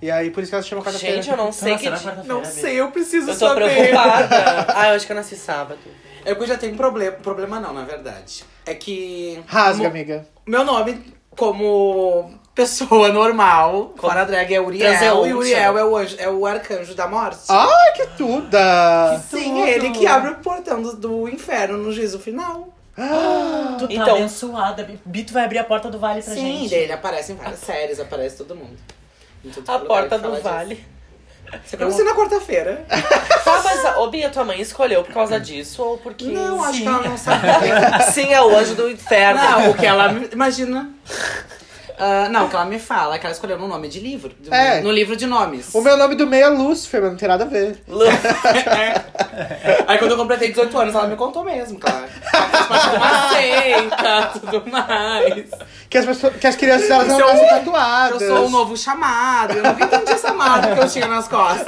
A: E aí, por isso que ela se chama quarta-feira.
E: Gente, eu não sei
D: Nossa,
E: que
D: na
E: dia.
D: quarta-feira,
C: Não
D: Bi.
C: sei, eu preciso
E: Eu tô
C: saber.
E: preocupada. ah, eu acho que eu nasci sábado.
C: É porque eu já tenho problema. Problema não, na verdade. É que.
A: Rasga,
C: mo-
A: amiga.
C: Meu nome, como pessoa normal, fora drag, é Uriel.
E: Transeunte.
C: E Uriel é o, anjo, é o arcanjo da morte.
A: Ai, que tuda!
C: Sim, é
D: tudo!
C: ele que abre o portão do, do inferno no juízo final.
D: Tu tá
E: Então-
D: abençoada, Bi. Bi, tu vai abrir a porta do vale pra
C: Sim,
D: gente.
C: daí ele aparece em várias séries, aparece todo mundo. Em todo
E: A
C: lugar
E: porta
C: ele fala
E: do
C: disso.
E: vale.
C: Você conheceu na quarta-feira?
E: Tá, mas a, ô, Bia, tua mãe escolheu por causa disso ou porque.
C: Não, acho
E: Sim.
C: que ela não sabe.
E: [LAUGHS] Sim, é o anjo do inferno.
C: Não, o que ela. me- Imagina. Ah, não, o que ela me fala é que ela escolheu no nome de livro. do-
A: É.
C: No livro de nomes.
A: O meu nome do meio é Lúcifer, mas não tem nada a ver.
C: Aí quando eu completei 18 anos, ela me contou mesmo, claro. Ela fez parte de uma seita, tudo mais.
A: Que as, pessoas, que as crianças elas não
C: Seu-
A: nascem tatuadas.
C: Eu sou o novo chamado. Eu nunca entendi essa marca que eu tinha nas costas.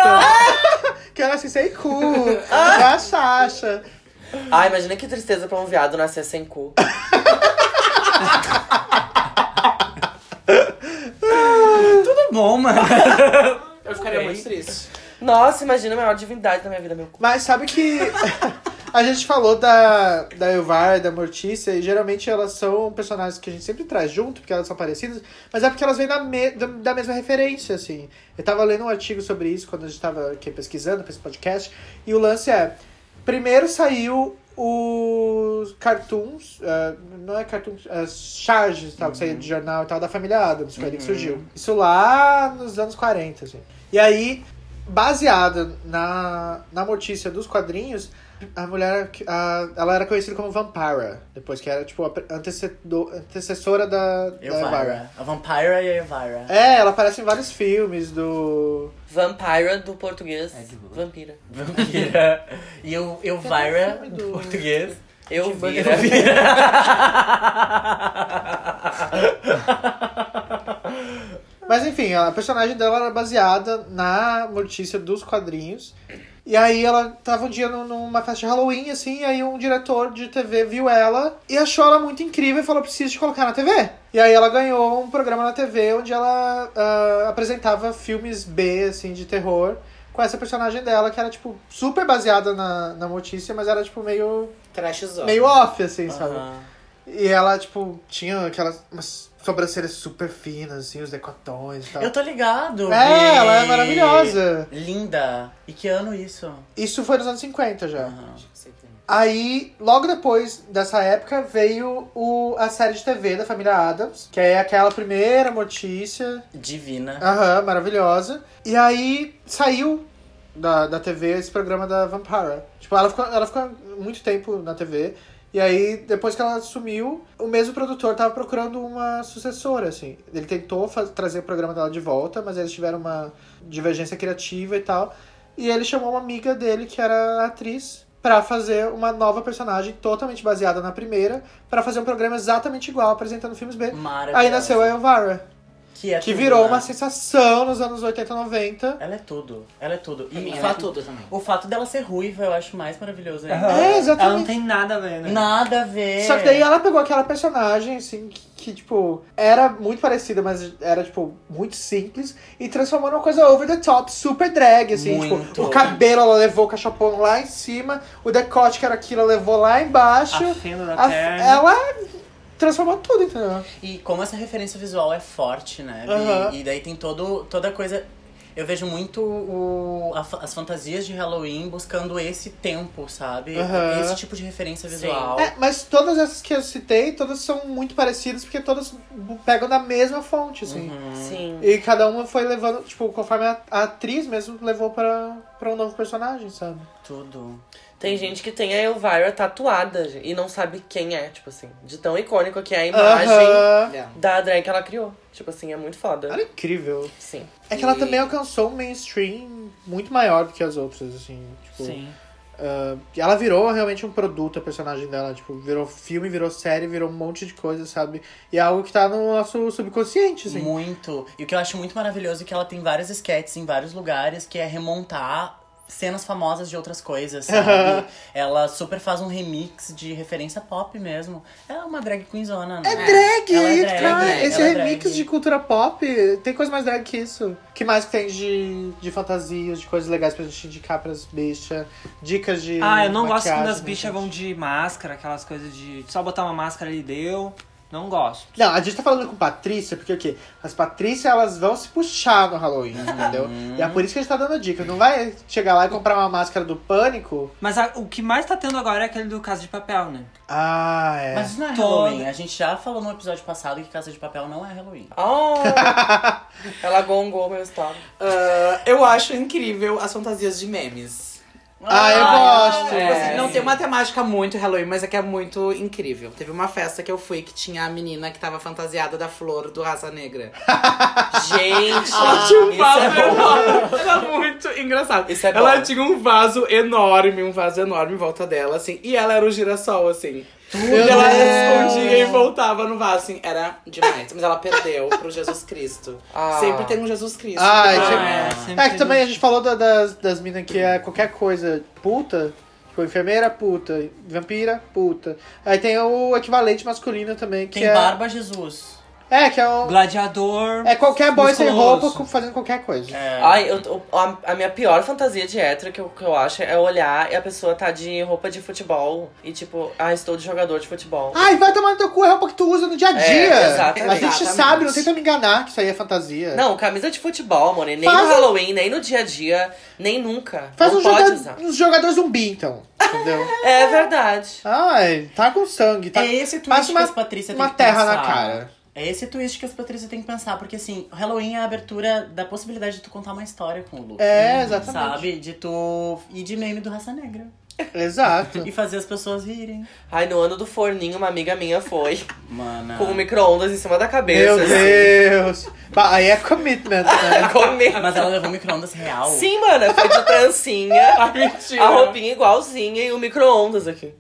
A: Que eu nasci sem é assim, cu. Ah. a Sasha.
E: Ai, imagina que tristeza pra um viado nascer sem cu.
D: Tudo bom, mano.
C: Eu ficaria muito triste.
E: Nossa, imagina a maior divindade da minha vida, meu cu.
A: Mas sabe que [LAUGHS] a gente falou da, da Elvar e da Mortícia, e geralmente elas são personagens que a gente sempre traz junto, porque elas são parecidas, mas é porque elas vêm da, me- da- da mesma referência, assim. Eu tava lendo um artigo sobre isso quando a gente tava aqui pesquisando pra esse podcast, e o lance é: primeiro saiu os cartoons, eh, não é cartoons, as charges e tal, que saía de jornal e tal, da família Adams, que foi ali que surgiu. Isso lá nos anos 40, assim. E aí, baseada na, na notícia dos quadrinhos, a mulher, a- ela era conhecida como Vampira, depois que era, tipo, a pre- antecedo- antecessora da, da Elvira.
D: Elvira. A Vampira e a Elvira.
A: Então É, ela aparece em vários filmes do...
E: Vampira do português.
D: É de boa.
E: Vampira.
D: Vampira. E eu, Elvira,
A: filme
D: em
A: do-
D: português.
E: Eu vi.
A: Mas enfim, a personagem dela era baseada na notícia dos quadrinhos. E aí ela tava um dia num- numa festa de Halloween, assim, e aí um diretor de TV viu ela e achou ela muito incrível e falou, preciso te colocar na TV. E aí ela ganhou um programa na TV onde ela ah, apresentava filmes B, assim, de terror, com essa personagem dela, que era, tipo, super baseada na, na notícia, mas era, tipo, meio,
C: Trashzão.
A: meio off, assim, sabe?
D: Aham.
A: E ela, tipo, tinha aquelas umas sobrancelhas super finas, assim, os decotões e tal.
D: Eu tô ligado.
A: É,
D: Bi.
A: ela é maravilhosa.
D: Linda. E que ano isso?
A: Isso foi nos anos 50 já.
D: Aham.
A: Aí, logo depois dessa época, veio o, a série de TV da família Adams, que é aquela primeira notícia.
D: Divina.
A: Aham, maravilhosa. E aí saiu da, da TV esse programa da Vampira. Tipo, ela ficou, ela ficou muito tempo na TV. E aí, depois que ela sumiu, o mesmo produtor tava procurando uma sucessora, assim. Ele tentou faz- trazer o programa dela de volta, mas eles tiveram uma divergência criativa e tal. E ele chamou uma amiga dele, que era atriz, pra fazer uma nova personagem totalmente baseada na primeira, pra fazer um programa exatamente igual, apresentando filmes B.
D: Maravilhosa.
A: Aí nasceu a Elvira.
D: Que, é
A: Que
D: tudo,
A: virou
D: né?
A: uma sensação nos anos 80, 90.
D: Ela é tudo. Ela é tudo.
C: Pra
D: E
C: mim,
D: o
C: ela é
D: fato,
C: tudo também.
D: o fato dela ser ruiva eu acho mais maravilhoso ainda.
A: É,
B: Ela não
A: exatamente.
B: tem nada a ver, né?
D: Nada a ver.
A: Só que daí ela pegou aquela personagem, assim, que, que, tipo, era muito parecida, mas era, tipo, muito simples. E transformou numa coisa over the top, super drag, assim.
D: Muito.
A: Tipo, o cabelo ela levou o cachapão lá em cima. O decote, que era aquilo, ela levou lá embaixo.
B: A fenda da
A: A- é
B: perna.
A: ela transformou tudo, entendeu?
D: E como essa referência visual é forte, né? Bi?
A: Aham.
D: E daí tem todo, toda coisa. Eu vejo muito o- a fa- as fantasias de Halloween buscando esse tempo, sabe?
A: Aham.
D: Esse tipo de referência
E: Sim.
D: visual.
A: É, mas todas essas que eu citei, todas são muito parecidas, porque todas pegam da mesma fonte, assim.
E: Sim.
A: E cada uma foi levando, tipo, conforme a, a atriz mesmo levou pra, pra um novo personagem, sabe?
D: Tudo.
E: Tem gente que tem a Elvira tatuada gente, e não sabe quem é, tipo assim. De tão icônico que é a imagem
A: Aham.
D: É.
E: da drag que ela criou. Tipo assim, é muito foda.
A: Ela é incrível.
E: Sim.
A: É que ela
D: E-
A: também alcançou um mainstream muito maior do que as outras, assim. Tipo,
D: Sim.
A: ah, ela virou realmente um produto, a personagem dela. Tipo, virou filme, virou série, virou um monte de coisa, sabe? E é algo que tá no nosso subconsciente, assim.
D: Muito. E o que eu acho muito maravilhoso é que ela tem várias sketches em vários lugares, que é remontar cenas famosas de outras coisas, sabe? ela super faz um remix de referência pop mesmo. Ela é uma drag queenzona, né?
A: É drag!
D: Ela é
A: aí que
D: drag,
A: tá.
D: ela é
A: Esse
D: drag.
A: remix de cultura pop, tem coisa mais drag que isso. que mais que tem de, de fantasias, de coisas legais pra gente indicar pras bichas? Dicas de.
B: Ah, eu não gosto
A: maquiagem,
B: quando as
A: né,
B: bichas
A: gente?
B: vão de máscara, aquelas coisas de só botar uma máscara e deu. Não gosto.
A: Não, a gente tá falando com Patrícia, porque o quê? As Patrícias, elas vão se puxar no Halloween, entendeu? E é por isso que a gente tá dando dica. Não vai chegar lá e comprar uma máscara do pânico.
B: Mas a- o que mais tá tendo agora é aquele do Casa de Papel, né?
A: Ah, é.
D: Mas isso não é
B: Toda-
D: Halloween. A gente já falou no episódio passado que Casa de Papel não é Halloween.
A: [LAUGHS]
E: Oh! ela gongou meu estado.
C: Ah, eu acho incrível as fantasias de memes.
A: Ah, eu gosto.
C: Tipo assim,
E: É.
C: não tem uma temática muito Halloween, mas é que é muito incrível. Teve uma festa que eu fui que tinha a menina que tava fantasiada da flor do Raça Negra.
E: Gente!
C: Ela
A: Ah.
C: tinha um
E: isso
C: vaso
E: é bom.
C: enorme. Era muito engraçado.
E: Isso é bom.
C: ela tinha um vaso enorme, um vaso enorme em volta dela, assim. E ela era o girassol, assim.
A: Meu
C: ela
A: Deus.
C: escondia e voltava no vaso, assim. Era demais. Mas ela perdeu pro Jesus Cristo.
E: Ah.
C: Sempre tem um Jesus Cristo.
A: Ai,
C: Ah,
A: gente.
C: é.
B: sempre
A: É que
B: tem
A: também a gente falou da- das, das minas que é qualquer coisa puta. Tipo, enfermeira puta, vampira puta. Aí tem o equivalente masculino também, que
D: Tem
A: é.
D: Barba Jesus.
A: É, que é um.
B: Gladiador.
A: É qualquer boy sem
B: Musculoso.
A: roupa co- fazendo qualquer coisa.
D: É.
E: Ai, eu, eu- a, a minha pior fantasia de hétero que eu, que eu acho é olhar e a pessoa tá de roupa de futebol e tipo, ah, estou de jogador de futebol.
A: Ai, vai tomar no teu cu, é roupa que tu usa no dia a dia.
E: É, exatamente.
A: a gente sabe, não tenta me enganar que isso aí é fantasia.
E: Não, camisa de futebol, amor. Nem
A: Faz
E: no
A: um-
E: Halloween, nem no dia a dia, nem nunca.
A: Faz
E: não
A: um,
E: pode
A: joga-
E: usar.
A: um jogador zumbi, então. Entendeu?
E: É verdade.
A: Ai, tá com sangue. Tá...
D: É esse twist
A: Passa uma-
D: que as Patrícia
A: uma
D: tem que
A: terra na
D: pensar.
A: cara.
D: É esse twist que as Patrícia tem que pensar, porque assim, Halloween é a abertura da possibilidade de tu contar uma história com o Luke.
A: É, exatamente.
D: Sabe? De tu ir de meme do Raça Negra. [LAUGHS]
A: Exato.
D: E fazer as pessoas rirem.
E: Ai, no ano do forninho, uma amiga
C: [LAUGHS]
E: minha foi
D: Mana.
E: com o micro-ondas em cima da cabeça.
A: Meu Deus. Bah, aí é commitment, né?
E: [LAUGHS] assim,
C: Ah,
E: comendo.
C: é
D: Mas ela levou um micro-ondas real.
E: Sim, mana, foi de
C: [LAUGHS]
E: trancinha.
C: Ai, Ah, mentira.
E: A roupinha igualzinha e o micro-ondas aqui.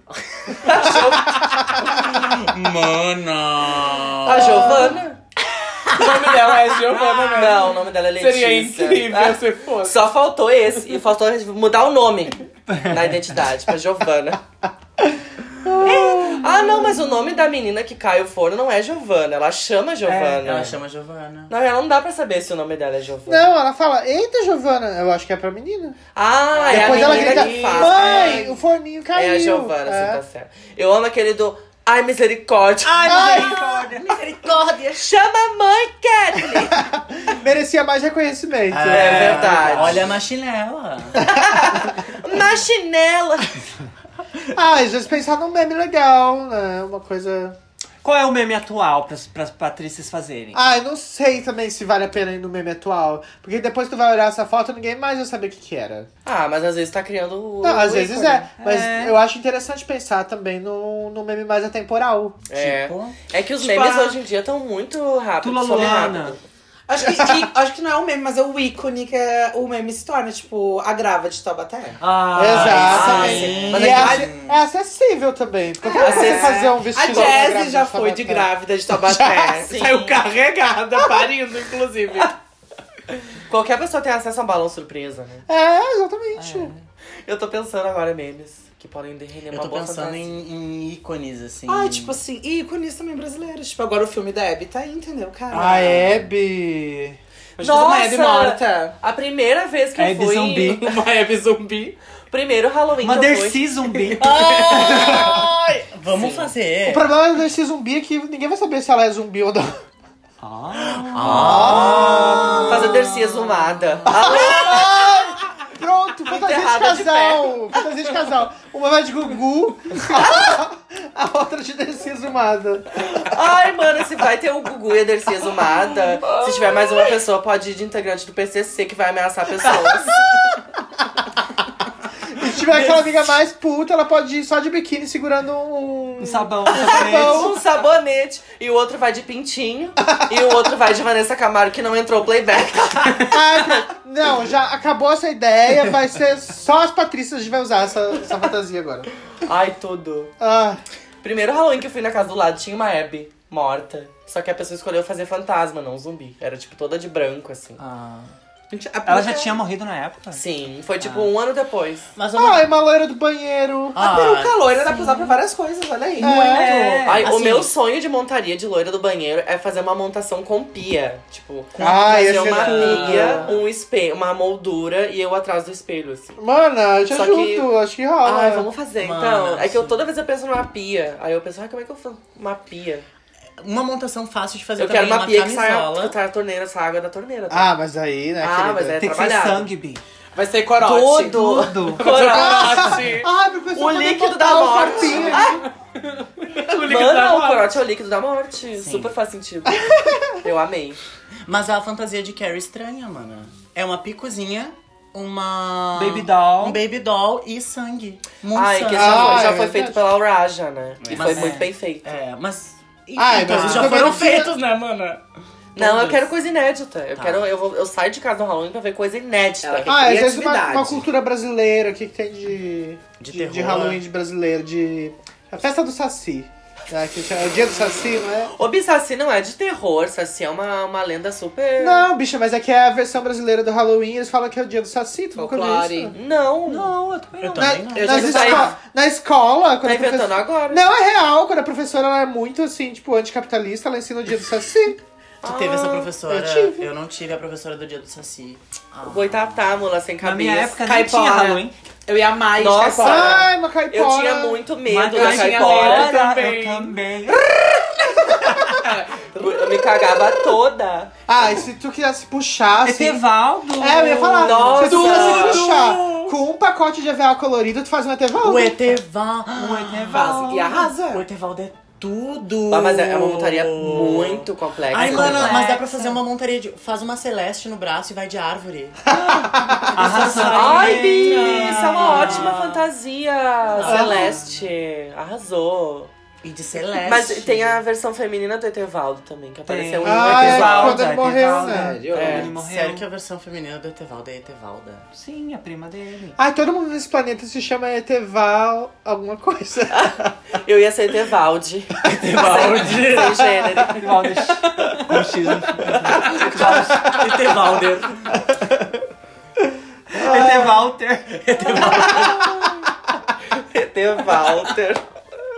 D: Mana!
E: A Giovana?
C: Ah. O nome dela é Giovanna mesmo.
E: Não, o nome dela é Letícia. Ah,
C: Seria incrível se fosse.
E: Só faltou esse. E faltou tipo, mudar o nome na identidade pra Giovana. ah, não, mas o nome da menina que cai o forno não é Giovana. Ela chama Giovana.
D: Ela chama Giovana.
E: Não, ela não dá pra saber se o nome dela é Giovana.
A: Não, ela fala, eita, Giovana, eu acho que é pra menina.
E: Ah, é a
A: Depois
E: menina
A: ela grita,
E: que faz.
A: mãe,
E: é.
A: o forninho caiu.
E: É a Giovana,
A: É.
E: assim, tá certo. Eu amo aquele do Ai, misericórdia.
A: Ai,
E: tá
A: [LAUGHS]
D: Misericórdia!
E: Chama a mãe, Kathleen.
A: merecia mais reconhecimento. né?
E: É verdade.
D: Olha a machinela.
E: Machinela.
A: Ai, às vezes pensar num meme legal, né? Uma coisa...
B: Qual é o meme atual pras, pras Patrícias fazerem?
A: Ah, eu não sei também se vale a pena ir no meme atual. Porque depois que tu vai olhar essa foto, ninguém mais vai saber o que, que era.
E: Ah, mas às vezes tá criando o.
A: Não, às vezes
E: ícone.
A: é. Mas eu acho interessante pensar também no, no meme mais atemporal.
E: É.
D: Tipo,
E: É que os
B: Tipo,
E: memes
B: ah,
E: hoje em dia estão muito rápidos.
B: Tula
E: são
A: Ah,
B: Lolana.
E: rápidos.
C: Acho que, e- acho que não é um meme, mas é o ícone que é- o meme se torna, tipo, a grava de Taubaté.
B: Ah,
A: Exatamente.
D: sim.
A: E
E: Mas
A: é,
E: é que-
A: ac- é acessível também.
E: É.
A: Qualquer coisa você
E: Acess-
A: fazer um
C: A
A: vestido.
C: Jazzy já
A: autografado né?
C: foi de
A: pra-
C: grávida de Taubaté.
E: sim.
C: Saiu carregada, parindo, inclusive.
E: Qualquer pessoa tem acesso a um balão surpresa, né?
A: É, exatamente.
E: Eu tô pensando agora em memes que podem derreter
D: eu
E: uma
D: tô
E: boa
D: pensando
E: fantasia.
D: em, em ícones, assim.
C: Ai, tipo assim, ícones também brasileiros. Tipo, agora o filme da Abby tá aí, entendeu,
F: É.
C: cara?
A: A
D: Ah, é.
A: Hebe.
C: Hoje fez uma
E: Nossa!
C: Abby morta.
E: A primeira vez que
B: É
E: eu fui.
B: zumbi.
C: Uma Abby zumbi.
E: Primeiro Halloween
B: Uma
E: que eu fui.
B: Dercy zumbi.
D: Ai, vamos
A: O
D: fazer.
A: problema desse zumbi é que ninguém vai saber se ela é zumbi ou não.
B: Ah.
E: Fazer Dercy Ah, exumada.
A: Pronto, fantasia de
E: Enterrada de
A: casal. fantasia de casal. Uma vai de Gugu, a outra de Dercy Zumada.
E: Ai, mano, se vai ter o Gugu e a Dercy exumada. Se tiver mais uma pessoa, pode ir de integrante do PCC que vai ameaçar pessoas.
A: E tipo, tiver aquela amiga mais puta, ela pode ir só de biquíni segurando um.
B: Um sabão, um
A: [LAUGHS]
B: sabonete.
E: Um sabonete. E o outro vai de pintinho. e o outro vai de Vanessa Camargo, que não entrou playback.
A: Ai, cara, não, já acabou essa ideia, vai ser só as patrícias que vai usar essa, essa fantasia agora.
E: Ai, tudo.
A: Ah,
E: Primeiro Halloween que eu fui na casa do lado, tinha uma Abby morta. Só que a pessoa escolheu fazer fantasma, não zumbi. Era, tipo, toda de branco, assim.
B: Ah,
C: Gente, a
B: ela
C: peruca-
B: já tinha morrido na época?
E: Sim, foi, tipo, um ano depois.
D: Mas vamos...
A: ai, uma loira do banheiro.
D: Ah,
C: A peruca loira dá pra usar pra várias coisas, olha aí.
B: É.
A: Ah,
E: Ai, o
D: assim-
E: meu sonho de montaria de loira do banheiro é fazer uma montação com pia. Tipo, com
A: Ah,
E: fazer
A: eu
E: uma
A: sei-
E: pia, um espelho, uma moldura e eu atrás do espelho, assim.
A: Mano, eu te
E: Só
A: ajudo,
E: que-
A: acho que rola.
E: Ai, vamos fazer,
D: Mano,
E: então. É que eu
D: sim.
E: toda vez eu penso numa pia. Aí eu penso, ai, como é que eu faço uma pia?
D: Uma montação fácil de fazer
E: Eu
D: também,
E: quero uma, pia que saia,
D: camisola.
E: que saia a torneira, saia a água da torneira. tá?
A: Ah, mas aí, né,
E: Ah,
A: querida?
E: mas é-
B: Tem que ser
E: Trabalhado.
B: sangue, bicho.
C: Vai ser corote.
E: [LAUGHS] Tudo!
B: Tudo.
E: [LAUGHS] Corote!
A: Ai, pro pessoal
E: O
A: poder
E: líquido
A: botar
E: da
A: o
E: morte.
A: um
E: Ah,
A: corpinho.
E: Mano, o corote é o líquido da morte.
D: Sim.
E: Super faz sentido.
D: [LAUGHS]
E: Eu amei.
D: Mas a fantasia de Carrie estranha, mano. É uma picozinha, uma...
B: Baby doll.
D: Um baby doll e sangue. Muito
E: Ai,
D: sangue.
E: que já,
A: Ah, é
E: foi, já foi
A: verdade.
E: feito pela Auraja, né? E
D: Mas
E: foi
D: é.
E: muito bem feito.
D: É, mas... Enfim,
A: Ai,
E: então,
A: mas
D: todos
A: isso
D: já
A: também
D: foram
A: não tinha-
D: feitos, né, mana?
E: Não, eu
D: Todos.
E: quero coisa inédita. Eu
D: Tá.
E: quero, eu, vou, eu saio de casa no Halloween pra ver coisa inédita.
C: Ela quer-
A: Ah, às vezes uma,
C: criatividade.
A: uma cultura brasileira, o que, que tem de. de,
D: De
A: de
D: terror.
A: Halloween de brasileiro, de. A festa do Saci. Né, que chama- é o dia do Saci, não é?
E: O Bissaci não é de terror, Saci é uma, uma lenda super.
A: Não, bicha, mas é que é a versão brasileira do Halloween, eles falam que é o dia do Saci, tu nunca ouviu
C: Folclore.
A: isso?
E: Não.
B: Não, eu também
D: Eu
B: não.
A: Na,
D: também não.
C: Eu já
A: nas
C: não
A: esco-
E: sabia.
A: na escola, quando
E: Tá
A: a profe-
E: inventando agora.
A: Não, é real, quando a professora ela é muito assim, tipo, anticapitalista, ela ensina o dia do Saci.
D: Tu teve essa professora?
A: eu tive.
D: não tive a professora do dia do Saci. Ah.
E: Boitatá, mula sem cabeça.
B: Na minha época nem
C: Caipora.
B: tinha Halloween.
C: Eu ia mais
E: Nossa.
C: Caipora.
A: Ai, uma caipora.
E: Eu tinha muito medo
B: Mas
E: da
B: eu tinha
E: caipora.
B: medo,
C: também.
B: Eu também.
E: Eu me cagava toda.
A: Ah, e se tu quisesse puxar, assim...
B: Etevaldo.
A: É, eu ia falar.
E: Nossa.
A: Se tu quisesse puxar com um pacote de EVA colorido, tu faz um Etevaldo.
D: O Eteval. [GASPS] O
C: Faz- E arrasa.
D: Eteval. O Etevaldo é tudo.
E: Ah, Mas é uma montaria muito complexa.
D: Ai, mano,
B: complexa.
D: mas dá pra fazer uma montaria de. Faz uma celeste no braço e vai de árvore.
B: Arrasando.
E: Ai, Bi, isso é uma
B: Ah,
E: ótima fantasia. Celeste, arrasou.
D: E de celeste.
E: Mas tem a versão feminina do Etevaldo também, que apareceu em um
A: Ah, é,
E: episódio.
A: quando ele morreu, né?
C: Sério?
E: É.
B: Ele morreu.
D: Sério que a versão feminina do Etevaldo é Etevalda.
B: Sim, a prima dele.
A: Ai, todo mundo nesse planeta se chama Eteval alguma coisa.
E: Eu ia
B: [LAUGHS]
E: ser Etevalde. Etevalde. Sem gênero.
B: Etevaldo. Com X.
D: Etevalder.
B: Etevalter.
E: Etevalter.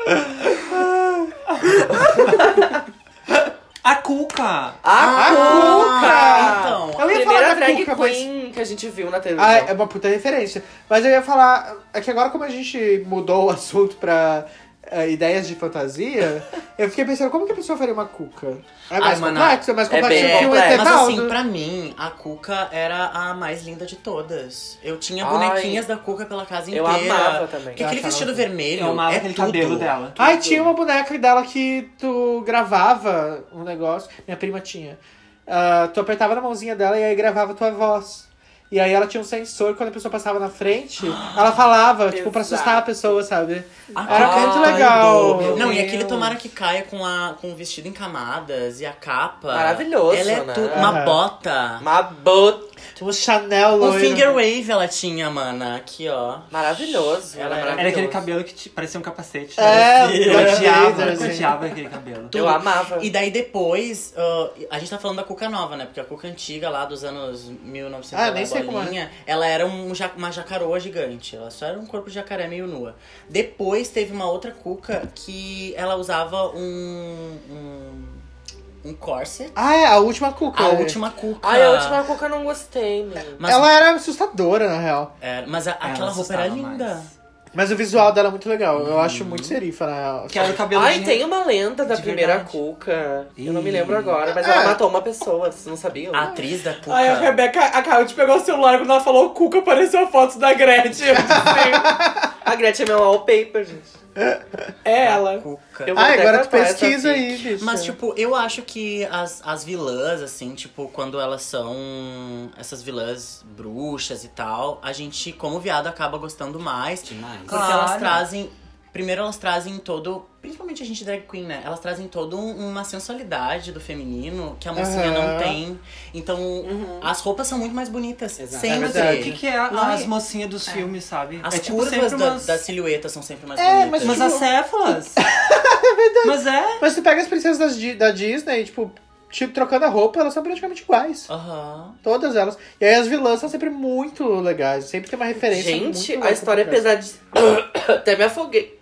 B: [LAUGHS] A Cuca.
E: A
A: Ah,
E: Cuca!
D: Ah, Então.
A: Eu ia
E: Primeira
A: falar da
E: drag
A: Cuca, mas...
E: queen que a gente viu na televisão.
A: Ah, é uma puta referência. Mas eu ia falar... É que agora como a gente mudou o assunto pra... eh, ideias de fantasia, eu fiquei pensando, como que a pessoa faria uma cuca? É mais
D: mano,
A: complexo? É mais
E: é
A: complexo
E: bem
A: que um
E: complexo.
D: Mas
A: Etevaldo?
D: assim, pra mim, a Cuca era a mais linda de todas. Eu tinha
E: Ai.
D: bonequinhas da Cuca pela casa
E: Eu
D: inteira.
E: amava também.
D: Porque
A: Eu
D: aquele
A: achava-
D: vestido vermelho.
B: Eu amava
D: é
B: aquele
D: tudo.
B: cabelo dela.
A: Ai, tinha uma boneca dela que tu gravava um negócio. Minha prima tinha. Ah, tu apertava na mãozinha dela e aí gravava tua voz. E aí ela tinha um sensor, quando a pessoa passava na frente, ela falava, tipo, pra
E: Exato.
A: assustar a pessoa, sabe?
D: Ah,
A: Era
D: cara,
A: muito
D: tudo.
A: legal. Meu
D: Não, e
A: Deus.
D: aquele tomara que caia com, a, com o vestido em camadas e a capa.
E: Maravilhoso,
D: Ela é
E: né?
D: tudo. Uma
A: Aham.
D: bota.
E: Uma bota.
A: O Chanel
D: Um
A: loiro.
D: finger wave ela tinha, mana. Aqui, ó.
E: Maravilhoso. né?
D: Ela
E: Ela
D: era
B: Era aquele
E: maravilhosa.
B: cabelo que te- parecia um capacete.
A: É,
B: né?
A: um
B: eu odiava,
A: blazer, assim.
B: eu odiava aquele cabelo.
E: Eu amava.
D: E daí depois, ah, a gente tá falando da Cuca Nova, né? Porque a Cuca antiga, lá dos anos 1900,
A: Ah,
D: lá,
A: nem sei como é.
D: bolinha, ela era um ja- uma jacaroa gigante. Ela só era um corpo de jacaré meio nua. Depois teve uma outra Cuca que ela usava um. um, um corset.
A: Ah, é, a última cuca.
D: A
A: né?
D: última Cuca.
E: Ai, a última cuca eu não gostei, menino.
D: Mas,
A: Ela era assustadora, na real.
D: é, mas a-
B: Ela
D: aquela roupa era
B: assustava mais.
D: linda.
A: Mas o visual dela é muito legal. Eu acho muito serifa, na real.
B: Que era o cabelo
E: Ai,
B: de-
E: tem uma lenda da
B: de
E: primeira
B: verdade.
E: Cuca. Eu não me
B: Ih.
E: lembro agora, mas ela
A: É.
E: matou uma pessoa, vocês não sabiam?
D: A atriz da Cuca.
C: Ai, a Rebeca, a Carol te pegou o celular quando ela falou Cuca, apareceu a foto da Gretchen. Eu disse,
E: [LAUGHS] A Gretchen é meu wallpaper, gente.
B: Tá.
E: É ela.
D: Cuca.
E: Eu vou
A: Ah,
E: até
A: agora tu
E: catar essa
A: pesquisa
E: fic.
A: aí, bicho.
D: Mas, tipo, eu acho que as, as vilãs, assim, tipo, quando elas são essas vilãs bruxas e tal, a gente, como viado, acaba gostando mais.
C: Demais.
D: Porque elas
E: Claro.
D: trazem. Primeiro, elas trazem todo. Principalmente a gente drag queen, né? Elas trazem toda um- uma sensualidade do feminino que a mocinha
A: Aham.
D: não tem. Então, as roupas são muito mais bonitas.
C: Exato.
A: É
D: Sempre.
B: O Uhum. que,
A: verdade.
B: que é a-
D: Ai.
B: as mocinhas dos filmes, sabe?
D: As
B: é
D: curvas
B: sempre
D: da,
B: umas-
D: da silhueta são sempre mais
A: É,
D: bonitas.
B: Mas
A: Tipo-
B: as
D: [LAUGHS]
B: céfalas. é verdade. Mas é.
A: Mas tu pega as princesas das Di- da Disney, tipo, tipo, trocando a roupa, elas são praticamente iguais.
D: Aham.
A: Todas elas. E aí as vilãs são sempre muito legais. Sempre tem uma referência. muito
E: Gente,
A: louca
E: a
A: por
E: história é
A: trás.
E: pesadíssima. [COUGHS] Até me afoguei.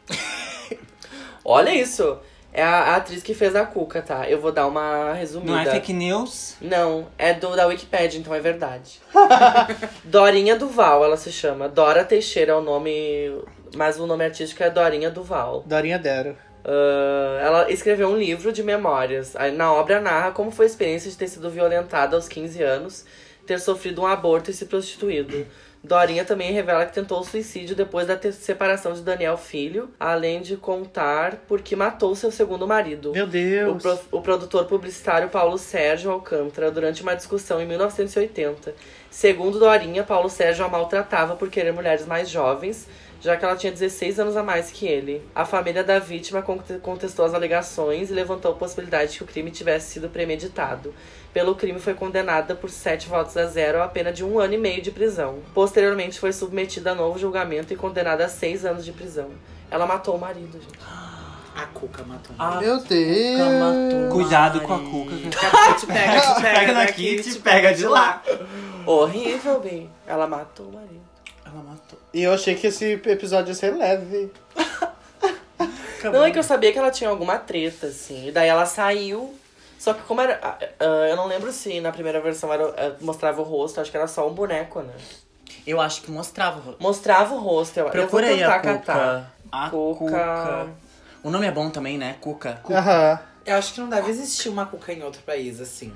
E: Olha isso. É a, a atriz que fez a Cuca, tá? Eu vou dar uma resumida.
B: Não é fake news?
E: Não, é do, da Wikipédia, então é verdade. [LAUGHS] Dorinha Duval, ela se chama. Dora Teixeira é o nome, mas o nome artístico é Dorinha Duval.
A: Dorinha Dero.
E: Ah, ela escreveu um livro de memórias. Aí, Na obra narra como foi a experiência de ter sido violentada aos 15 anos, ter sofrido um aborto e se prostituído. Dorinha também revela que tentou suicídio depois da te- separação de Daniel Filho, além de contar por que matou seu segundo marido.
A: Meu
E: O,
A: Deus.
E: pro- o produtor publicitário Paulo Sérgio Alcântara, durante uma discussão em 1980. Segundo Dorinha, Paulo Sérgio a maltratava por querer mulheres mais jovens, já que ela tinha 16 anos a mais que ele. A família da vítima conte- contestou as alegações e levantou a possibilidade de que o crime tivesse sido premeditado. Pelo crime foi condenada por sete votos a zero a pena de um ano e meio de prisão. Posteriormente foi submetida a novo julgamento e condenada a seis anos de prisão. Ela matou o marido, gente.
C: A Cuca matou. um
D: Ah,
A: Meu
D: Cuca
A: Deus.
B: Hum.
D: matou
B: Cuidado com a
D: Mari.
B: cuca. que-
C: Te pega, te pega, daqui,
B: tipo-
C: te pega de lá.
E: Horrível, bem. Ela matou o marido.
D: Ela matou.
A: E eu achei que esse episódio ia ser leve.
E: Não, é que eu sabia que ela tinha alguma treta, assim. E daí ela saiu. Só que como era. ah, ah, eu não lembro se na primeira versão era, ah, mostrava o rosto, acho que era só um boneco, né?
D: Eu acho que mostrava o rosto.
E: Mostrava o rosto. Eu, eu vou
D: Procura aí a
E: tentar
D: Cuca.
E: catar.
D: A
E: Cuca.
D: Cuca. O nome é bom também, né? Cuca.
A: Aham.
C: Eu acho que não deve existir uma Cuca em outro país, assim.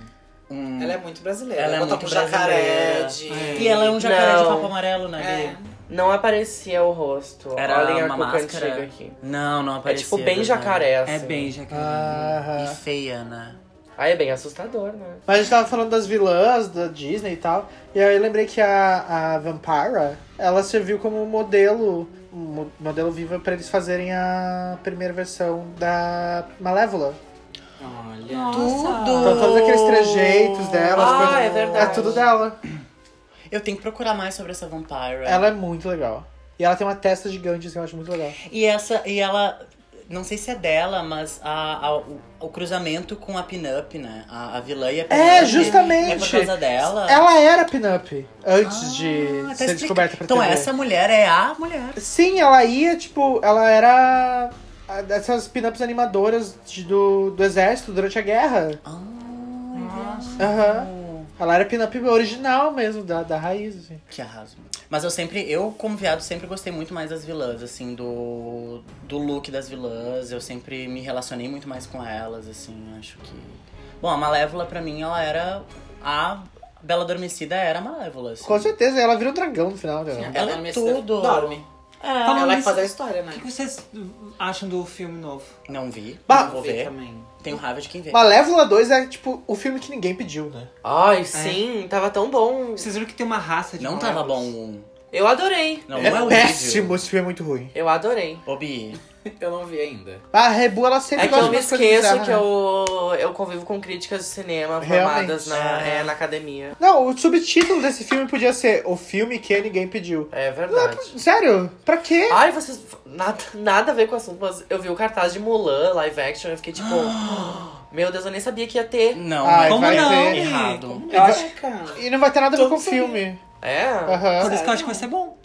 D: Hum.
C: Ela é muito brasileira.
D: Ela é
C: Botar
D: muito
C: um jacaré
D: brasileira.
C: de...
D: E ela é um jacaré
E: Não.
D: de papo amarelo, né?
C: É.
D: Gui?
E: Não aparecia o rosto.
D: Era
E: Olhem a
D: uma
E: Cuca
D: máscara.
E: antiga aqui.
D: Não, não
E: É
D: apareceu. né?
E: tipo bem jacaré, assim.
B: É bem, jacaré.
A: Aham.
D: E feia, né?
E: Aí é bem assustador, né?
A: Mas a gente tava falando das vilãs da Disney e tal. E aí eu lembrei que a, a Vampira, ela serviu como modelo, um mo- modelo viva pra eles fazerem a primeira versão da Malévola.
C: Olha.
D: Tudo!
A: Então todos aqueles trejeitos dela, as
E: Ah,
A: coisas-
E: é
A: é
E: verdade.
A: tudo dela.
D: Eu tenho que procurar mais sobre essa vampira.
A: Ela é muito legal. E ela tem uma testa gigante, assim, eu acho muito legal.
D: E essa. E ela. Não sei se é dela, mas a, a- o, o cruzamento com a Pinup, né? A, a vilã e a Pinup.
A: É,
D: É por
A: justamente.
D: causa dela.
A: Ela era pinup antes
D: Ah,
A: de
D: tá
A: ser
D: explicado.
A: descoberta pra
D: Então
A: TV.
D: essa mulher é a mulher.
A: Sim, ela ia, tipo, ela era a- dessas pinups animadoras de- do, do exército durante a guerra.
D: Ah,
A: Aham. Ela era pinup original mesmo, da, da raiz, assim.
D: Que arraso. Mas eu sempre, eu como viado, sempre gostei muito mais das vilãs, assim, do, do look das vilãs. Eu sempre me relacionei muito mais com elas, assim, acho que. Bom, a Malévola pra mim, ela era. A Bela Adormecida era a Malévola, assim.
A: Com certeza, ela vira um dragão no final, né?
D: Ela é tudo.
C: Dorme.
D: É.
B: Falando
C: Ela que
B: nisso,
C: faz a história, né?
B: O que vocês acham do filme novo?
D: Não vi.
A: Bah,
D: não vou
C: Vê
D: ver.
C: também.
D: Tenho raiva de quem vê.
A: Malévola 2 é, tipo, o filme que ninguém pediu, né?
D: É.
E: Ai, sim, tava tão bom.
B: Vocês viram que tem uma raça de
D: Não
B: malévolas?
D: tava bom um.
E: Eu adorei.
D: Não,
A: é
D: não é horrível.
A: péssimo, esse filme é muito ruim.
E: Eu adorei.
D: Obi,
C: Eu não vi ainda.
A: A Rebu, ela sempre
E: É que
A: gosta
E: eu me
A: de umas coisas
E: esqueço
A: bizarras,
E: que
A: né?
E: eu, eu convivo com críticas de cinema formadas
A: Realmente.
E: na,
D: É.
E: é, na academia.
A: Não, o subtítulo desse filme podia ser O Filme que Ninguém Pediu.
E: É verdade.
A: Sério? Pra quê?
E: Ai, vocês. Nada, nada a ver com o assunto, mas eu vi o cartaz de Mulan, live action,
A: [GASPS]
E: eu fiquei tipo. Meu Deus, eu nem sabia que ia ter.
D: não.
A: Ai,
D: não.
B: Como
A: vai
B: não?
A: ver.
B: Gui?
D: Errado.
B: Como não?
A: Eu acho-
C: Caraca.
A: E não vai ter nada a ver
C: Todo
A: com o
C: mundo
A: filme.
E: É?
A: Aham.
B: Por isso que eu acho que vai ser bom.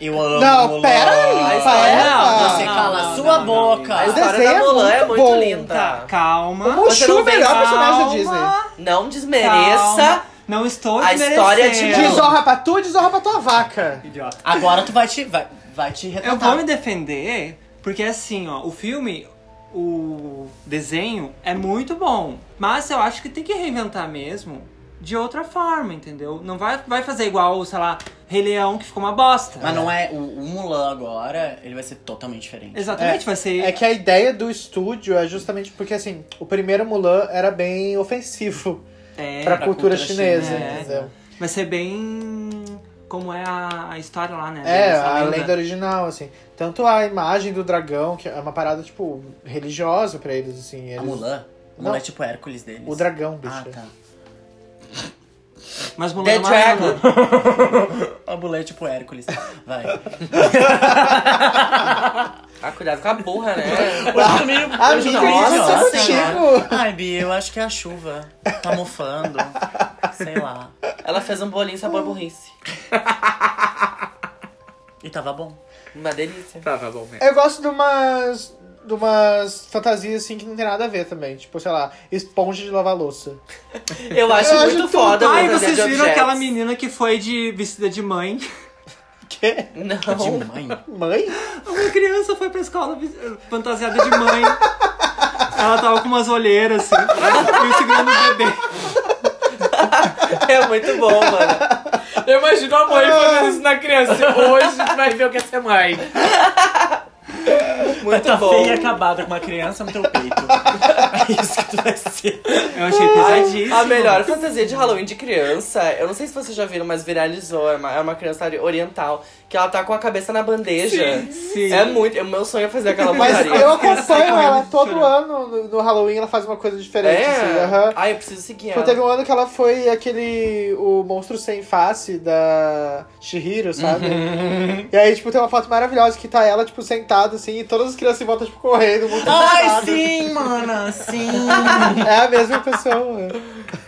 D: Eu amo.
A: Não, pera
E: Ai,
A: aí,
E: é,
B: não,
A: para.
D: é, Você
B: não,
D: cala
B: não,
D: a sua
B: não,
D: boca.
E: A
A: não.
E: história
A: desenho é
E: da Mulan é
A: muito
E: muito,
A: bom.
E: linda.
D: Tá.
B: Calma.
A: O Mushu
E: Você
A: é
E: não
A: o
E: vem
A: melhor
E: falar.
A: personagem da Disney.
B: Calma.
E: Não desmereça.
B: Calma. Não estou
E: A história
B: desmerecendo.
E: de
A: Diz zorra pra tu, diz zorra pra tua vaca.
B: Idiota.
D: Agora tu vai te, vai, vai te
A: Então
B: Eu
A: tá.
D: retratar.
B: vou me defender, porque assim, ó, o filme, o desenho é muito bom. Mas eu acho que tem que reinventar mesmo. de outra forma, entendeu? Não vai, vai fazer igual, sei lá, Rei Leão, que ficou uma bosta.
D: Mas não é. O, o Mulan agora, ele vai ser totalmente diferente.
B: Exatamente, vai ser.
A: É que a ideia do estúdio é justamente porque, assim, o primeiro Mulan era bem ofensivo
B: É,
A: pra,
D: pra
A: cultura,
D: cultura
A: chinesa,
E: é.
B: chinesa.
A: entendeu?
B: vai ser bem. Como é a, a história lá, né?
A: É,
B: Essa
A: a lenda original, assim. Tanto a imagem do dragão, que é uma parada, tipo, religiosa pra eles, assim.
D: A
A: Eles...
D: Mulan? O
A: Não.
D: Mulan é tipo Hércules deles.
A: O dragão, é bicho.
D: Ah, tá.
B: Mas Mulan
E: The
B: é uma lenda.
E: Dragon.
A: [LAUGHS]
D: A Mulan é tipo Hércules. Vai.
E: Ah, cuidado com a
A: [LAUGHS]
E: burra, né?
D: Hoje tô meio.
A: Ah,
D: hoje
A: amiga,
D: tô meio
A: isso é
D: idiota,
A: contigo.
D: né? Ai, Bi, eu acho que é a chuva. Tá mofando. Sei lá.
E: Ela fez um bolinho sabor burrice.
D: E tava bom.
E: Uma delícia.
C: Tá, tá bom mesmo.
A: Eu gosto de umas. de umas fantasias assim que não tem nada a ver também. Tipo, sei lá, esponja de lavar louça. [LAUGHS]
E: Eu acho
A: Eu acho
E: muito
A: tudo-
E: foda.
B: Ai,
E: fantasia
B: vocês
E: de
B: viram
E: objetos.
B: aquela menina que foi de vestida de mãe?
A: Quê?
D: De
E: Não.
D: mãe.
A: Mãe?
B: Uma criança foi pra escola vis- fantasiada de mãe. Ela tava com umas olheiras, assim, e segurando o bebê.
E: É muito bom, mano.
C: Eu imagino a mãe fazendo isso na criança. Hoje a gente vai ver o que é ser mãe.
E: Muito
D: Tá
E: bom.
D: feia e acabada com uma criança então no teu peito. É isso que tu vai ser.
B: Eu achei pesadíssimo.
E: A melhor fantasia de Halloween de criança, eu não sei se vocês já viram, mas viralizou. É uma, é uma criança oriental que ela tá com a cabeça na bandeja.
B: sim.
E: É muito. O meu sonho é fazer aquela
A: Mas
E: putaria.
A: eu acompanho
B: correndo
A: ela
B: de
A: todo
B: chorar.
A: ano. No, no Halloween ela faz uma coisa diferente. Assim,
E: É?
A: aham.
E: Ai, eu preciso seguir
A: Tipo,
E: ela.
A: teve um ano que ela foi aquele. O monstro sem face da Shihiro, sabe? E aí, tipo, tem uma foto maravilhosa que tá ela, tipo, sentada assim, e todas as crianças em volta, tipo, correndo, muito
D: Ai,
A: assustadas.
D: sim, mana, sim.
A: É a mesma pessoa.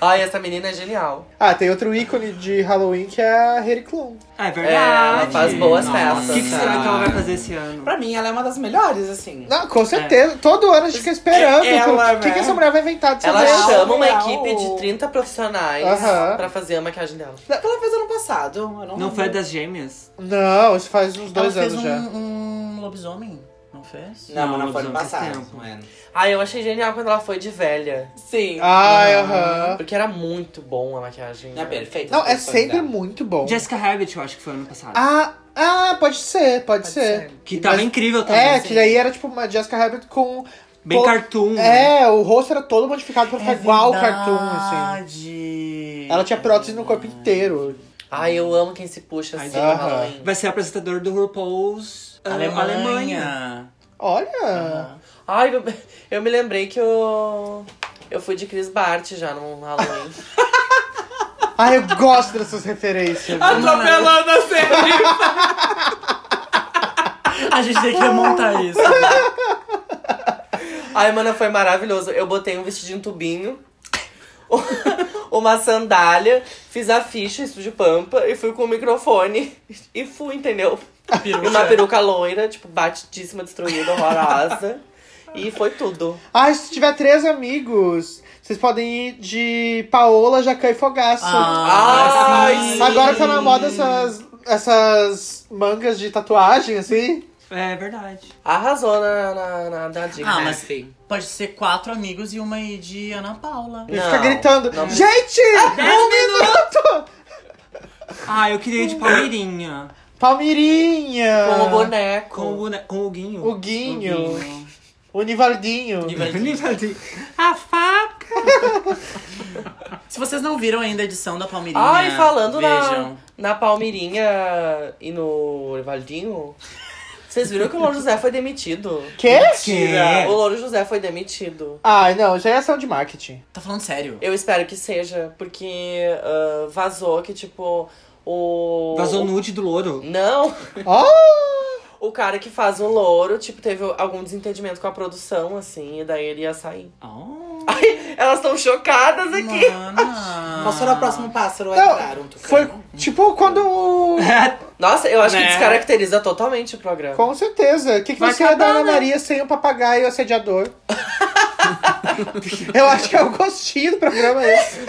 E: Ai, essa menina é genial.
A: Ah, tem outro ícone de Halloween que é a Harry Clown.
B: Ah, É
E: É,
B: verdade.
E: ela faz boas festas.
B: O que, que será
E: tá?
B: que ela vai fazer esse ano?
C: Pra mim, ela é uma das melhores, assim.
A: Não, com certeza. Todo ano a gente fica esperando.
C: É ela,
A: o que, que
C: né?
A: essa mulher vai inventar dessa
E: Ela
A: vez?
C: real,
E: chama uma
C: real.
E: equipe de 30 profissionais
A: Aham.
E: pra fazer a maquiagem dela.
C: O que ela fez ano passado? Eu não,
B: Não
C: lembro.
B: foi a das gêmeas?
A: Não, isso faz uns dois
D: Ela
A: anos
D: fez um,
A: já.
D: um lobisomem, não fez?
C: Não, mas não é. foi
B: Não,
C: ano
B: faz
C: passado.
B: tempo.
C: mano.
E: Ai, eu achei genial quando ela foi de velha.
C: Sim.
A: Ai, aham.
E: Porque era muito bom a maquiagem.
C: É perfeita.
A: Não,
C: as
A: é
C: pessoas
A: sempre
C: dela.
A: muito bom.
B: Jessica Rabbit, eu acho que foi ano passado.
A: Ah, ah, pode ser, pode, ser.
B: que tava
A: mas-
B: incrível também.
A: É,
B: assim.
A: que daí era tipo uma Jessica Rabbit com.
B: Bem
A: Pô,
B: cartoon. né?
A: É, o rosto era todo modificado
D: É
A: pra ficar É igual o cartoon, assim.
D: assim.
A: Ela tinha prótese no corpo inteiro.
E: Ai, eu amo quem se puxa assim no
A: Aham.
E: Halloween.
B: Vai ser apresentador do RuPaul's ah,
D: Alemanha.
B: Alemanha.
A: Olha!
E: Ai, eu, eu me lembrei que eu. Eu fui de Chris Bart já no Halloween.
A: Ai, eu gosto dessas
C: [LAUGHS]
A: referências.
C: Atropelando a série.
D: A gente tem que remontar isso.
E: Ai, mano, foi maravilhoso. Eu botei um vestidinho tubinho, [LAUGHS] uma sandália, fiz a ficha, isso de pampa, e fui com o microfone. E fui, entendeu? E uma peruca loira, tipo, batidíssima, destruída, horrorosa. E foi tudo.
A: Ai, se tiver três amigos, vocês podem ir de Paola, Jacan e Fogaço.
E: Ah,
C: Ah,
E: Ai,
B: sim.
A: Agora que tá na moda essas, essas mangas de tatuagem, assim.
B: É verdade.
E: Arrasou na, na, na- na dica.
D: Ah, mas
C: sim.
D: pode ser quatro amigos e uma aí de Ana Paula.
A: E
E: Não,
A: fica gritando,
E: não.
A: gente, um minuto!
B: Ah, eu queria ir de Palmeirinha.
A: Palmirinha!
E: Com o boneco.
B: Com o, bone- com o Guinho.
A: O Guinho.
B: O Guinho.
A: O Nivaldinho.
B: A faca.
D: Se vocês não viram ainda a edição da Palmeirinha,
E: Ai, falando
D: vejam.
E: na, na Palmeirinha e no Rivaldinho, vocês viram que o Louro José foi demitido.
A: Quê?
B: É.
E: O Louro José foi demitido.
A: Ai, não, já é ação de marketing.
D: Tá falando sério.
E: Eu espero que seja, porque ah, vazou que, tipo, o.
B: Vazou
E: o...
B: nude do louro.
E: Não!
A: Oh!
E: O cara que faz o louro, tipo, teve algum desentendimento com a produção, assim, e daí ele ia sair.
B: Oh.
E: Ai, elas estão chocadas aqui!
D: Mana.
C: Qual será o próximo pássaro? É
A: Não,
C: claro, um tucano.
A: Foi tipo quando.
E: [LAUGHS]
A: o-
E: Nossa, eu acho que
C: Né?
E: descaracteriza totalmente o programa.
A: Com certeza. O que, que
B: Vai
A: você ia dar
B: acabar,
A: Ana
E: né?
A: Maria sem o papagaio
E: [LAUGHS]
A: assediador? Eu acho que é o gostinho do programa é esse.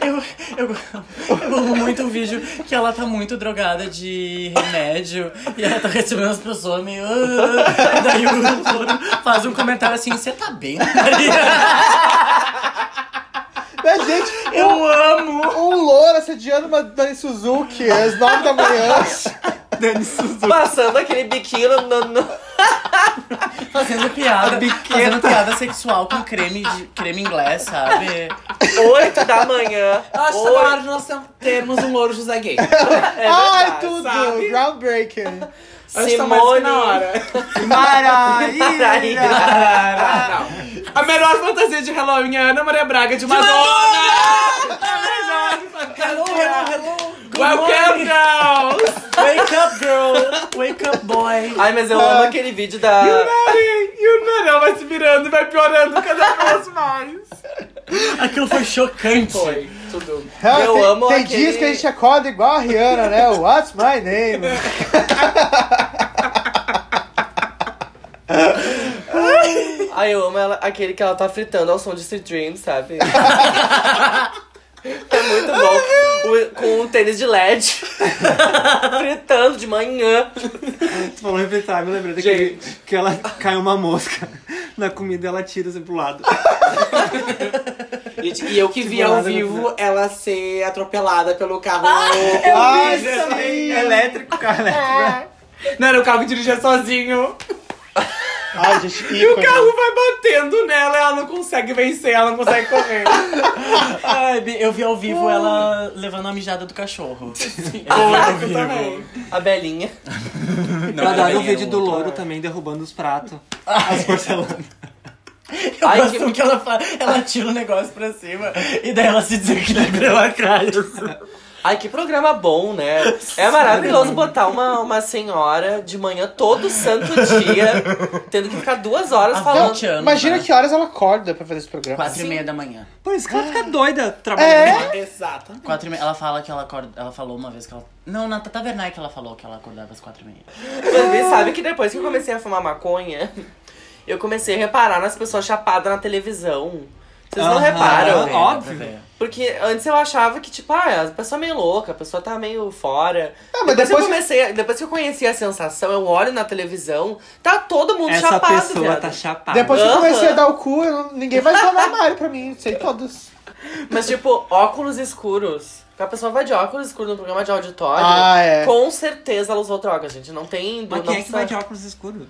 D: Eu, eu, eu amo muito o vídeo que ela tá muito drogada de remédio e ela tá recebendo as pessoas meio. "Ah", e daí o louro faz um comentário assim: Você tá bem, Maria?
A: Mas, gente,
E: Eu amo!
A: um louro assediando uma Dani Suzuki é às nove da manhã.
B: Dani Suzuki.
E: Passando aquele biquíni no, no-
D: Fazendo piada,
B: biqueta.
D: fazendo piada sexual com creme, de, creme inglês, sabe?
E: 8 da manhã.
C: Eu acho que tá
E: Oi.
C: na hora de nós termos um louro José Gay.
E: [LAUGHS] É
A: Ai,
E: verdade,
A: tudo!
E: sabe?
A: Groundbreaking.
C: Acho que tá mais do que na hora.
B: Maraíra.
C: Não. A melhor fantasia de Halloween é Ana Maria Braga de Madonna!
D: Hello, hello, hello!
C: Welcome, girls!
D: Wake up, girl! Wake up, boy!
E: Ai, mas eu
C: Ah.
E: amo aquele vídeo da.
C: E o Nanel vai se virando e vai piorando cada vez mais.
D: Aquilo foi chocante.
C: Foi, tudo.
A: Ah,
E: Eu
A: tem,
E: amo
A: Tem
E: aquele-
A: dias que a gente acorda igual a Rihanna, né? What's my
E: [LAUGHS]
A: name?
E: Ai, eu amo ela, aquele que ela tá fritando ao som de Sweet
C: [LAUGHS]
E: Dream, sabe? É muito bom. O- com um tênis de LED. [LAUGHS] fritando de manhã.
B: Tu falou em fritar, me lembrei daquele que ela cai uma mosca na comida e ela tira assim pro lado.
C: Gente, E eu que vi
B: Tipo,
C: ao
B: lá no-
C: vivo ela ser atropelada pelo carro.
A: Ai,
C: é assim,
B: Sim.
A: sim!
B: Elétrico, cara.
E: É.
B: elétrico.
C: Não era o carro que dirigia sozinho.
A: Ai, gente, ícone.
C: E o carro vai batendo nela, ela não consegue vencer, ela não consegue
B: [LAUGHS]
C: correr.
D: Ai, Bi, eu vi ao vivo ela levando a mijada do cachorro.
C: Eu também.
E: A Belinha.
D: era
B: Mandaram um
D: bem
B: vídeo do louro também derrubando os pratos. [LAUGHS] As porcelanas.
D: Eu
E: Ai,
D: gosto
E: que-
D: que, ela, fa- ela tira o negócio pra cima e daí ela se desequilibra ela cai.
E: Ai, que programa bom, né? É maravilhoso botar uma, uma senhora de manhã todo santo dia, tendo que ficar duas horas
D: Há
A: Não,
D: 20
E: Tá falando.
D: Tá anos,
A: imagina
D: né?
A: que horas ela acorda pra fazer esse programa.
D: Quatro e meia da manhã.
B: Por isso que ela
E: Ah.
B: fica é, doida
E: É?
B: trabalhando. lá.
C: Exato.
D: Quatro e meia. Ela fala que ela acorda. Ela falou uma vez que ela. Não, na Tata Werneck que ela falou que ela acordava às quatro e meia.
E: Mas você sabe que depois que eu comecei a fumar maconha, eu comecei a reparar nas pessoas chapadas na televisão. Vocês não
B: Aham.
E: reparam?
B: Ah, óbvio.
E: Porque antes eu achava que, tipo, ah, a pessoa é meio louca, a pessoa tá meio fora.
A: Ah, mas
E: depois,
A: depois-
E: eu comecei, a- depois que eu conheci a sensação, eu olho na televisão, tá todo mundo
B: Essa
E: chapado,
B: pessoa
E: viado.
B: tá chapada.
A: Depois que eu
E: ah, Aham.
A: comecei a dar o cu, eu não- ninguém vai dar no [LAUGHS] armário pra mim, sei todos.
E: Mas, tipo, óculos escuros. A pessoa vai de óculos escuros no programa de auditório.
A: Ah, é.
E: Com certeza ela usou droga, gente. Não tem dúvida.
B: Mas
E: não
B: quem é que
E: precisa-
B: vai de óculos escuros?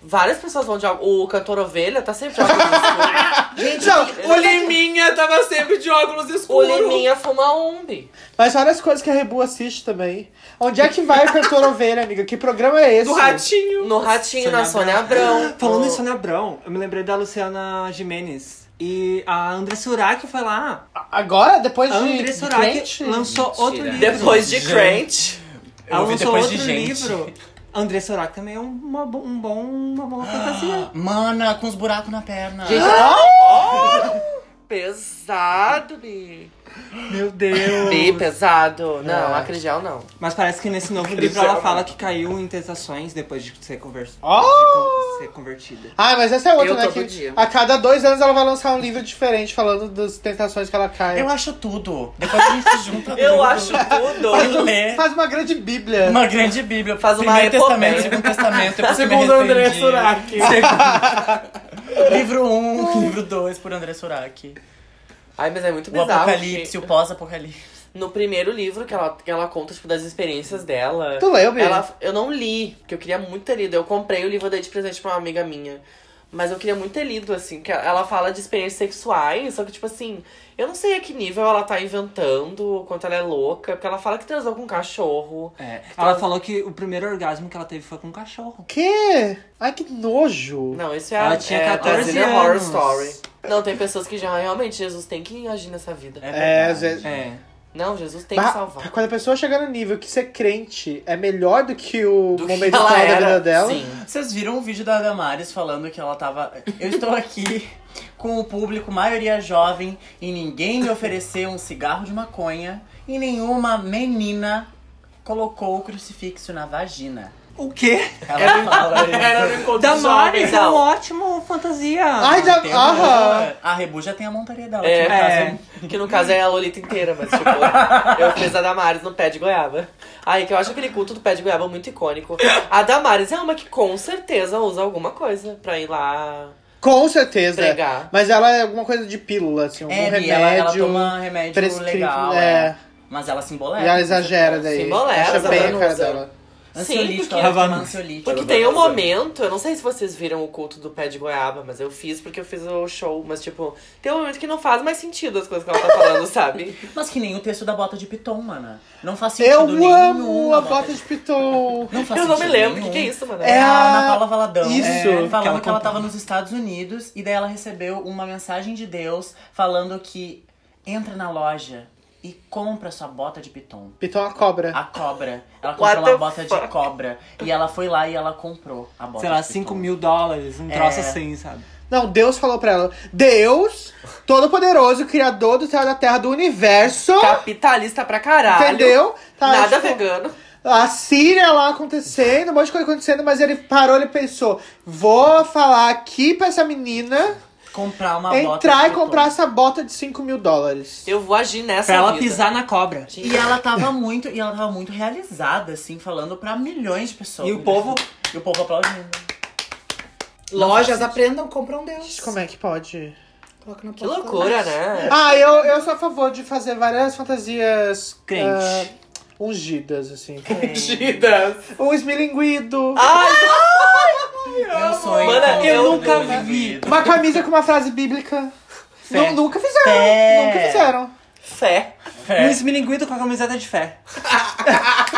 E: Várias pessoas vão de óculos. O cantor Ovelha tá sempre de
B: [LAUGHS]
E: óculos escuros.
A: Gente, não,
C: O Liminha tava sempre de óculos
E: O
C: escuros.
E: Liminha fuma umbi.
A: mas olha as coisas que a Rebu assiste também. Onde é que vai o cantor ovelha, amiga? Que programa é esse?
C: Do ratinho.
E: No Ratinho, na
D: Sônia
E: Sônia Abrão.
B: Falando em
E: no-
B: Sônia Abrão, eu me lembrei da Luciana Jimenez. E a André Surak foi lá.
A: Agora, depois
B: A André
A: de, de crente?
B: Surak lançou outro livro.
E: Depois de Crente.
D: Eu
B: Ela
D: ouvi
B: lançou
D: depois de
B: outro
D: gente.
B: livro. André Surak também é uma, bo- um bom, uma
D: Ah.
B: boa fantasia.
D: Mana, com os buracos na perna.
E: Pesado, Bi. É.
B: Meu Deus.
E: Bi, pesado. Não, a Crigel não.
B: Mas parece que nesse novo livro ela fala que caiu em tentações depois de ser, conver...
A: Oh!
B: de con- ser convertida.
A: Ah, mas essa é outra,
C: Eu
A: né?
C: todo
A: Que
C: dia.
A: a cada dois anos ela vai lançar um livro diferente falando das tentações que ela cai.
D: Eu acho tudo. Depois a gente junta
E: Eu
D: tudo.
E: acho [LAUGHS]
D: Vai
E: tudo.
D: ler.
A: Faz uma grande bíblia.
D: Uma grande bíblia.
E: Faz uma
D: Primeiro
E: epopeia.
D: testamento, segundo testamento. depois que eu me
C: Segundo André
D: arrependi.
C: Surak.
D: Segundo- livro 1, um, [LAUGHS] livro 2 por André Surak.
E: Ai, mas é muito
D: O
E: bizarro.
D: Apocalipse,
E: porque
D: o pós-apocalipse.
E: No primeiro livro que ela, que ela conta, tipo, das experiências dela.
A: Tu leu, Bia?
E: Ela, eu não li, porque eu queria muito ter lido. Eu comprei o livro, eu dei de presente pra uma amiga minha. Mas eu queria muito ter lido, assim, que ela fala de experiências sexuais, só que, tipo assim, eu não sei a que nível ela tá inventando, o quanto ela é louca, porque ela fala que transou com um cachorro.
B: É. Ela falou que o primeiro orgasmo que ela teve foi com um cachorro.
A: Que? Ai, que nojo.
E: Não, isso é
B: Ela
E: a,
B: tinha
E: é a
B: 14
E: Brasília
B: anos.
E: Horror Story. Não, tem pessoas que já realmente Jesus tem que agir nessa vida.
A: É,
D: verdade.
A: às vezes-
B: É.
E: Não, Jesus tem que
A: Bah,
E: salvar.
A: Quando a pessoa chegar no nível que ser crente é melhor do que o
E: Do que
A: momento
E: ela
A: atual da
E: era,
A: vida dela.
E: Sim.
D: Vocês viram o vídeo da Damares falando que ela tava. Eu estou aqui [LAUGHS] com o público, maioria jovem, e ninguém me ofereceu um cigarro de maconha e nenhuma menina colocou o crucifixo na vagina.
B: O quê?
D: Ela fala isso.
C: Era no encontro de
B: Damares
C: jovens.
B: é um
E: Não.
B: ótimo fantasia.
A: Ai, da...
D: Tem
A: Aham.
D: A Rebu já tem a montaria dela. tipo, um que
E: É,
D: no caso
B: é.
E: Que no caso é a Lolita inteira, mas tipo, eu fiz a Damares no pé de goiaba. Aí que eu acho aquele culto do pé de goiaba muito icônico. A Damares é uma que com certeza usa alguma coisa pra ir lá
A: Com certeza.
E: Pregar.
A: Mas ela é alguma coisa de pílula, assim, algum
D: É, Bia,
A: remédio.
D: ela, ela toma remédio
A: prescri-
D: tipo legal, é.
A: é.
D: Mas ela se embolera.
A: E ela exagera né? daí.
E: Simboleza,
A: Acha
D: né?
A: bem a cara
E: Vanusa.
A: dela.
D: Ansiolítico,
E: Sim, porque-
D: ela toma
B: Havana.
D: ansiolítico.
E: Porque tem um momento, eu não sei se vocês viram o culto do pé de goiaba, mas eu fiz porque eu fiz o show, mas tipo, tem um momento que não faz mais sentido as coisas que ela tá falando, sabe?
D: Mas que nem o texto da bota de piton, mana. Não faz sentido nenhum.
A: Eu amo a
D: na
A: bota de piton.
D: Não faz
E: Eu não me
D: sentido
E: lembro o
D: nenhum.
E: que, que é isso, mano.
A: É
D: É a
A: a-
D: Ana Paula Valadão.
A: Isso.
D: é,
A: Que
D: falando que
B: ela
D: ela,
B: cantava.
D: tava nos Estados Unidos e daí ela recebeu uma mensagem de Deus falando que entra na loja e compra sua bota de piton.
A: Piton é uma cobra.
D: A cobra. Ela
E: What
D: comprou
E: the
D: uma bota
E: fuck?
D: de cobra. E ela foi lá e ela comprou a bota
B: Sei lá,
D: de
B: 5
D: piton.
B: mil dólares, um
D: É.
B: troço assim, sabe?
A: Não, Deus falou pra ela. Deus, todo-poderoso, criador do céu e da terra, do universo.
E: Capitalista pra caralho.
A: Entendeu? Tá,
E: Nada
A: tipo,
E: vegano.
A: A Síria lá acontecendo, um monte de coisa acontecendo, mas ele parou, ele pensou: vou falar aqui pra essa menina
D: Comprar uma bota de
A: entrar e
D: piton.
A: comprar essa bota de 5 mil dólares.
E: Eu vou agir nessa
B: Pra ela
E: vida.
B: pisar na cobra.
D: E ela tava muito, e ela tava muito realizada, assim, falando pra milhões de pessoas.
B: E o povo-
D: E o povo aplaudindo.
C: Lojas aprendam, compram Deus.
A: Como é que pode?
C: Coloca na
E: Que loucura, né?
A: Ah, eu, eu sou a favor de fazer várias fantasias
B: Crente.
A: ah, ungidas, assim.
E: Gidas.
A: Um esmilinguido.
B: Ah.
E: Ai,
D: Meu sonho.
E: Mana,
D: como
E: eu
D: todo
E: nunca
D: mundo
E: vi.
D: vivido.
A: Uma camisa com uma frase bíblica.
B: Fé.
A: Nu- nunca fizeram.
D: Fé.
A: Nunca fizeram.
E: fé.
D: É.
B: Um esmilinguido com a camiseta de fé.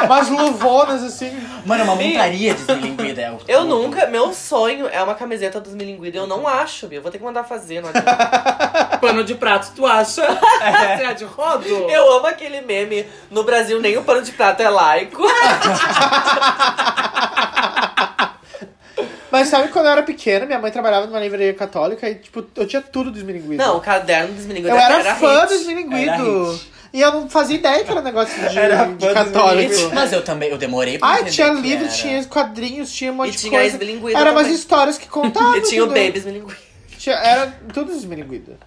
A: Umas luvonas, assim.
D: Mano, é uma montaria de desmilinguida. [LAUGHS] é o-
E: Eu nunca, meu sonho é uma camiseta dos milinguidos. Eu não acho, Bia. Eu vou ter que mandar fazer. Não
A: [LAUGHS]
E: adianta. né?
C: Pano de prato, tu
E: [LAUGHS]
C: acha? Você é de rodo?
E: eu amo aquele meme. No Brasil, nem o pano de prato
A: [LAUGHS]
E: é laico.
A: Mas sabe quando eu era pequena, minha mãe trabalhava numa livraria católica e, tipo, eu tinha tudo do esmilinguido.
E: Não, o caderno dos milinguidos
A: Eu era, fã
E: hit.
A: do
B: Era
A: esmilinguido. E eu não fazia ideia que era um negócio de,
B: Era
A: de
B: fã do
A: católico.
B: Esmilinguido.
D: Mas eu também, eu demorei pra
A: Ah,
D: entender
A: tinha
D: que
A: livro,
D: era.
A: tinha quadrinhos, tinha um monte
E: E
A: de
E: tinha
A: coisa.
E: esmilinguido
A: Era umas
E: também.
A: histórias
E: [LAUGHS]
A: que contavam.
E: E tinha o
A: tudo.
E: Babies milinguido.
A: Tinha- era tudo esmilinguido.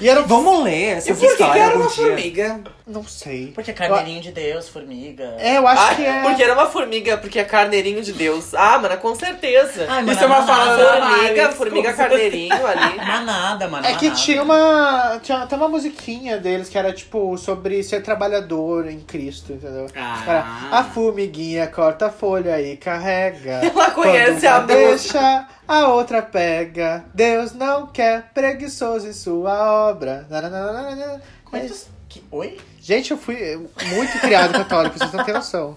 A: E era. um
B: Vamos ler essa
C: E por que que
B: história
C: era
B: algum
C: uma
B: dia.
C: formiga?
A: Não sei.
D: Porque é carneirinho de Deus, formiga.
A: É, eu acho
E: Ah,
A: que é.
E: Porque era uma formiga, porque é carneirinho de Deus. Ah, mana, com certeza.
D: Ai,
C: Isso é uma
A: Ah,
C: fala
D: manada.
C: da Mari,
E: formiga,
C: desculpa.
E: formiga
A: [LAUGHS]
E: carneirinho ali.
D: Manada, mano.
A: É
E: Ah,
A: que
D: manada.
E: tá.
A: tinha uma. Tinha até uma musiquinha deles que era tipo sobre ser trabalhador em Cristo, entendeu?
C: Ah.
A: Era, a formiguinha corta a folha e carrega.
E: Ela [LAUGHS] conhece
A: Quando uma
E: a música.
A: deixa, a outra pega. Deus não quer preguiçoso em sua obra. Nananana.
D: Quantos- que- Oi?
A: Gente, eu fui muito criado católico, vocês não têm noção.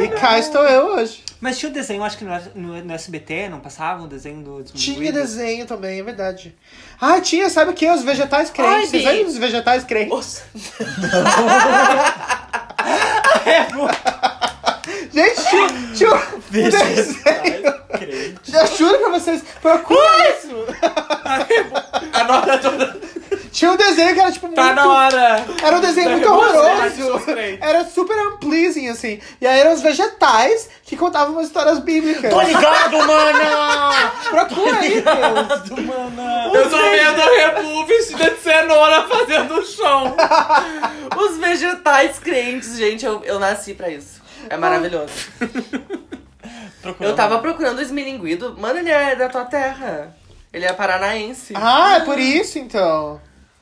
A: E cá estou eu hoje.
B: Mas tinha o desenho, acho que no, no- no SBT, não passava o desenho do
A: Tinha
B: esmilinguido?
A: desenho também, é verdade. Ah, tinha, sabe o que? Os vegetais
E: Ai,
A: crentes. Vocês
E: Bi.
A: lembram dos vegetais
C: Oh.
A: crentes?
E: Nossa,
A: Gente, tinha, tinha um [LAUGHS] desenho.
D: Creio.
A: Eu juro pra vocês, procura isso. Tá
B: Tá
E: a nota toda
A: Tinha um desenho que era tipo
C: Tá na
A: muito-
C: hora.
A: Era um desenho muito horroroso. Era super unpleasing, assim. E aí eram os vegetais que contavam umas histórias bíblicas.
D: Tô ligado, mana!
A: Procura aí, Deus.
D: Tô ligado, mana!
C: Eu tô vendo a Rebu vestida de cenoura fazendo um show.
E: Os vegetais crentes, gente, eu, eu nasci pra isso. É maravilhoso. Eu tava procurando o esmilinguido. Mano, ele é da tua terra. Ele é paranaense.
A: Ah, é por isso então.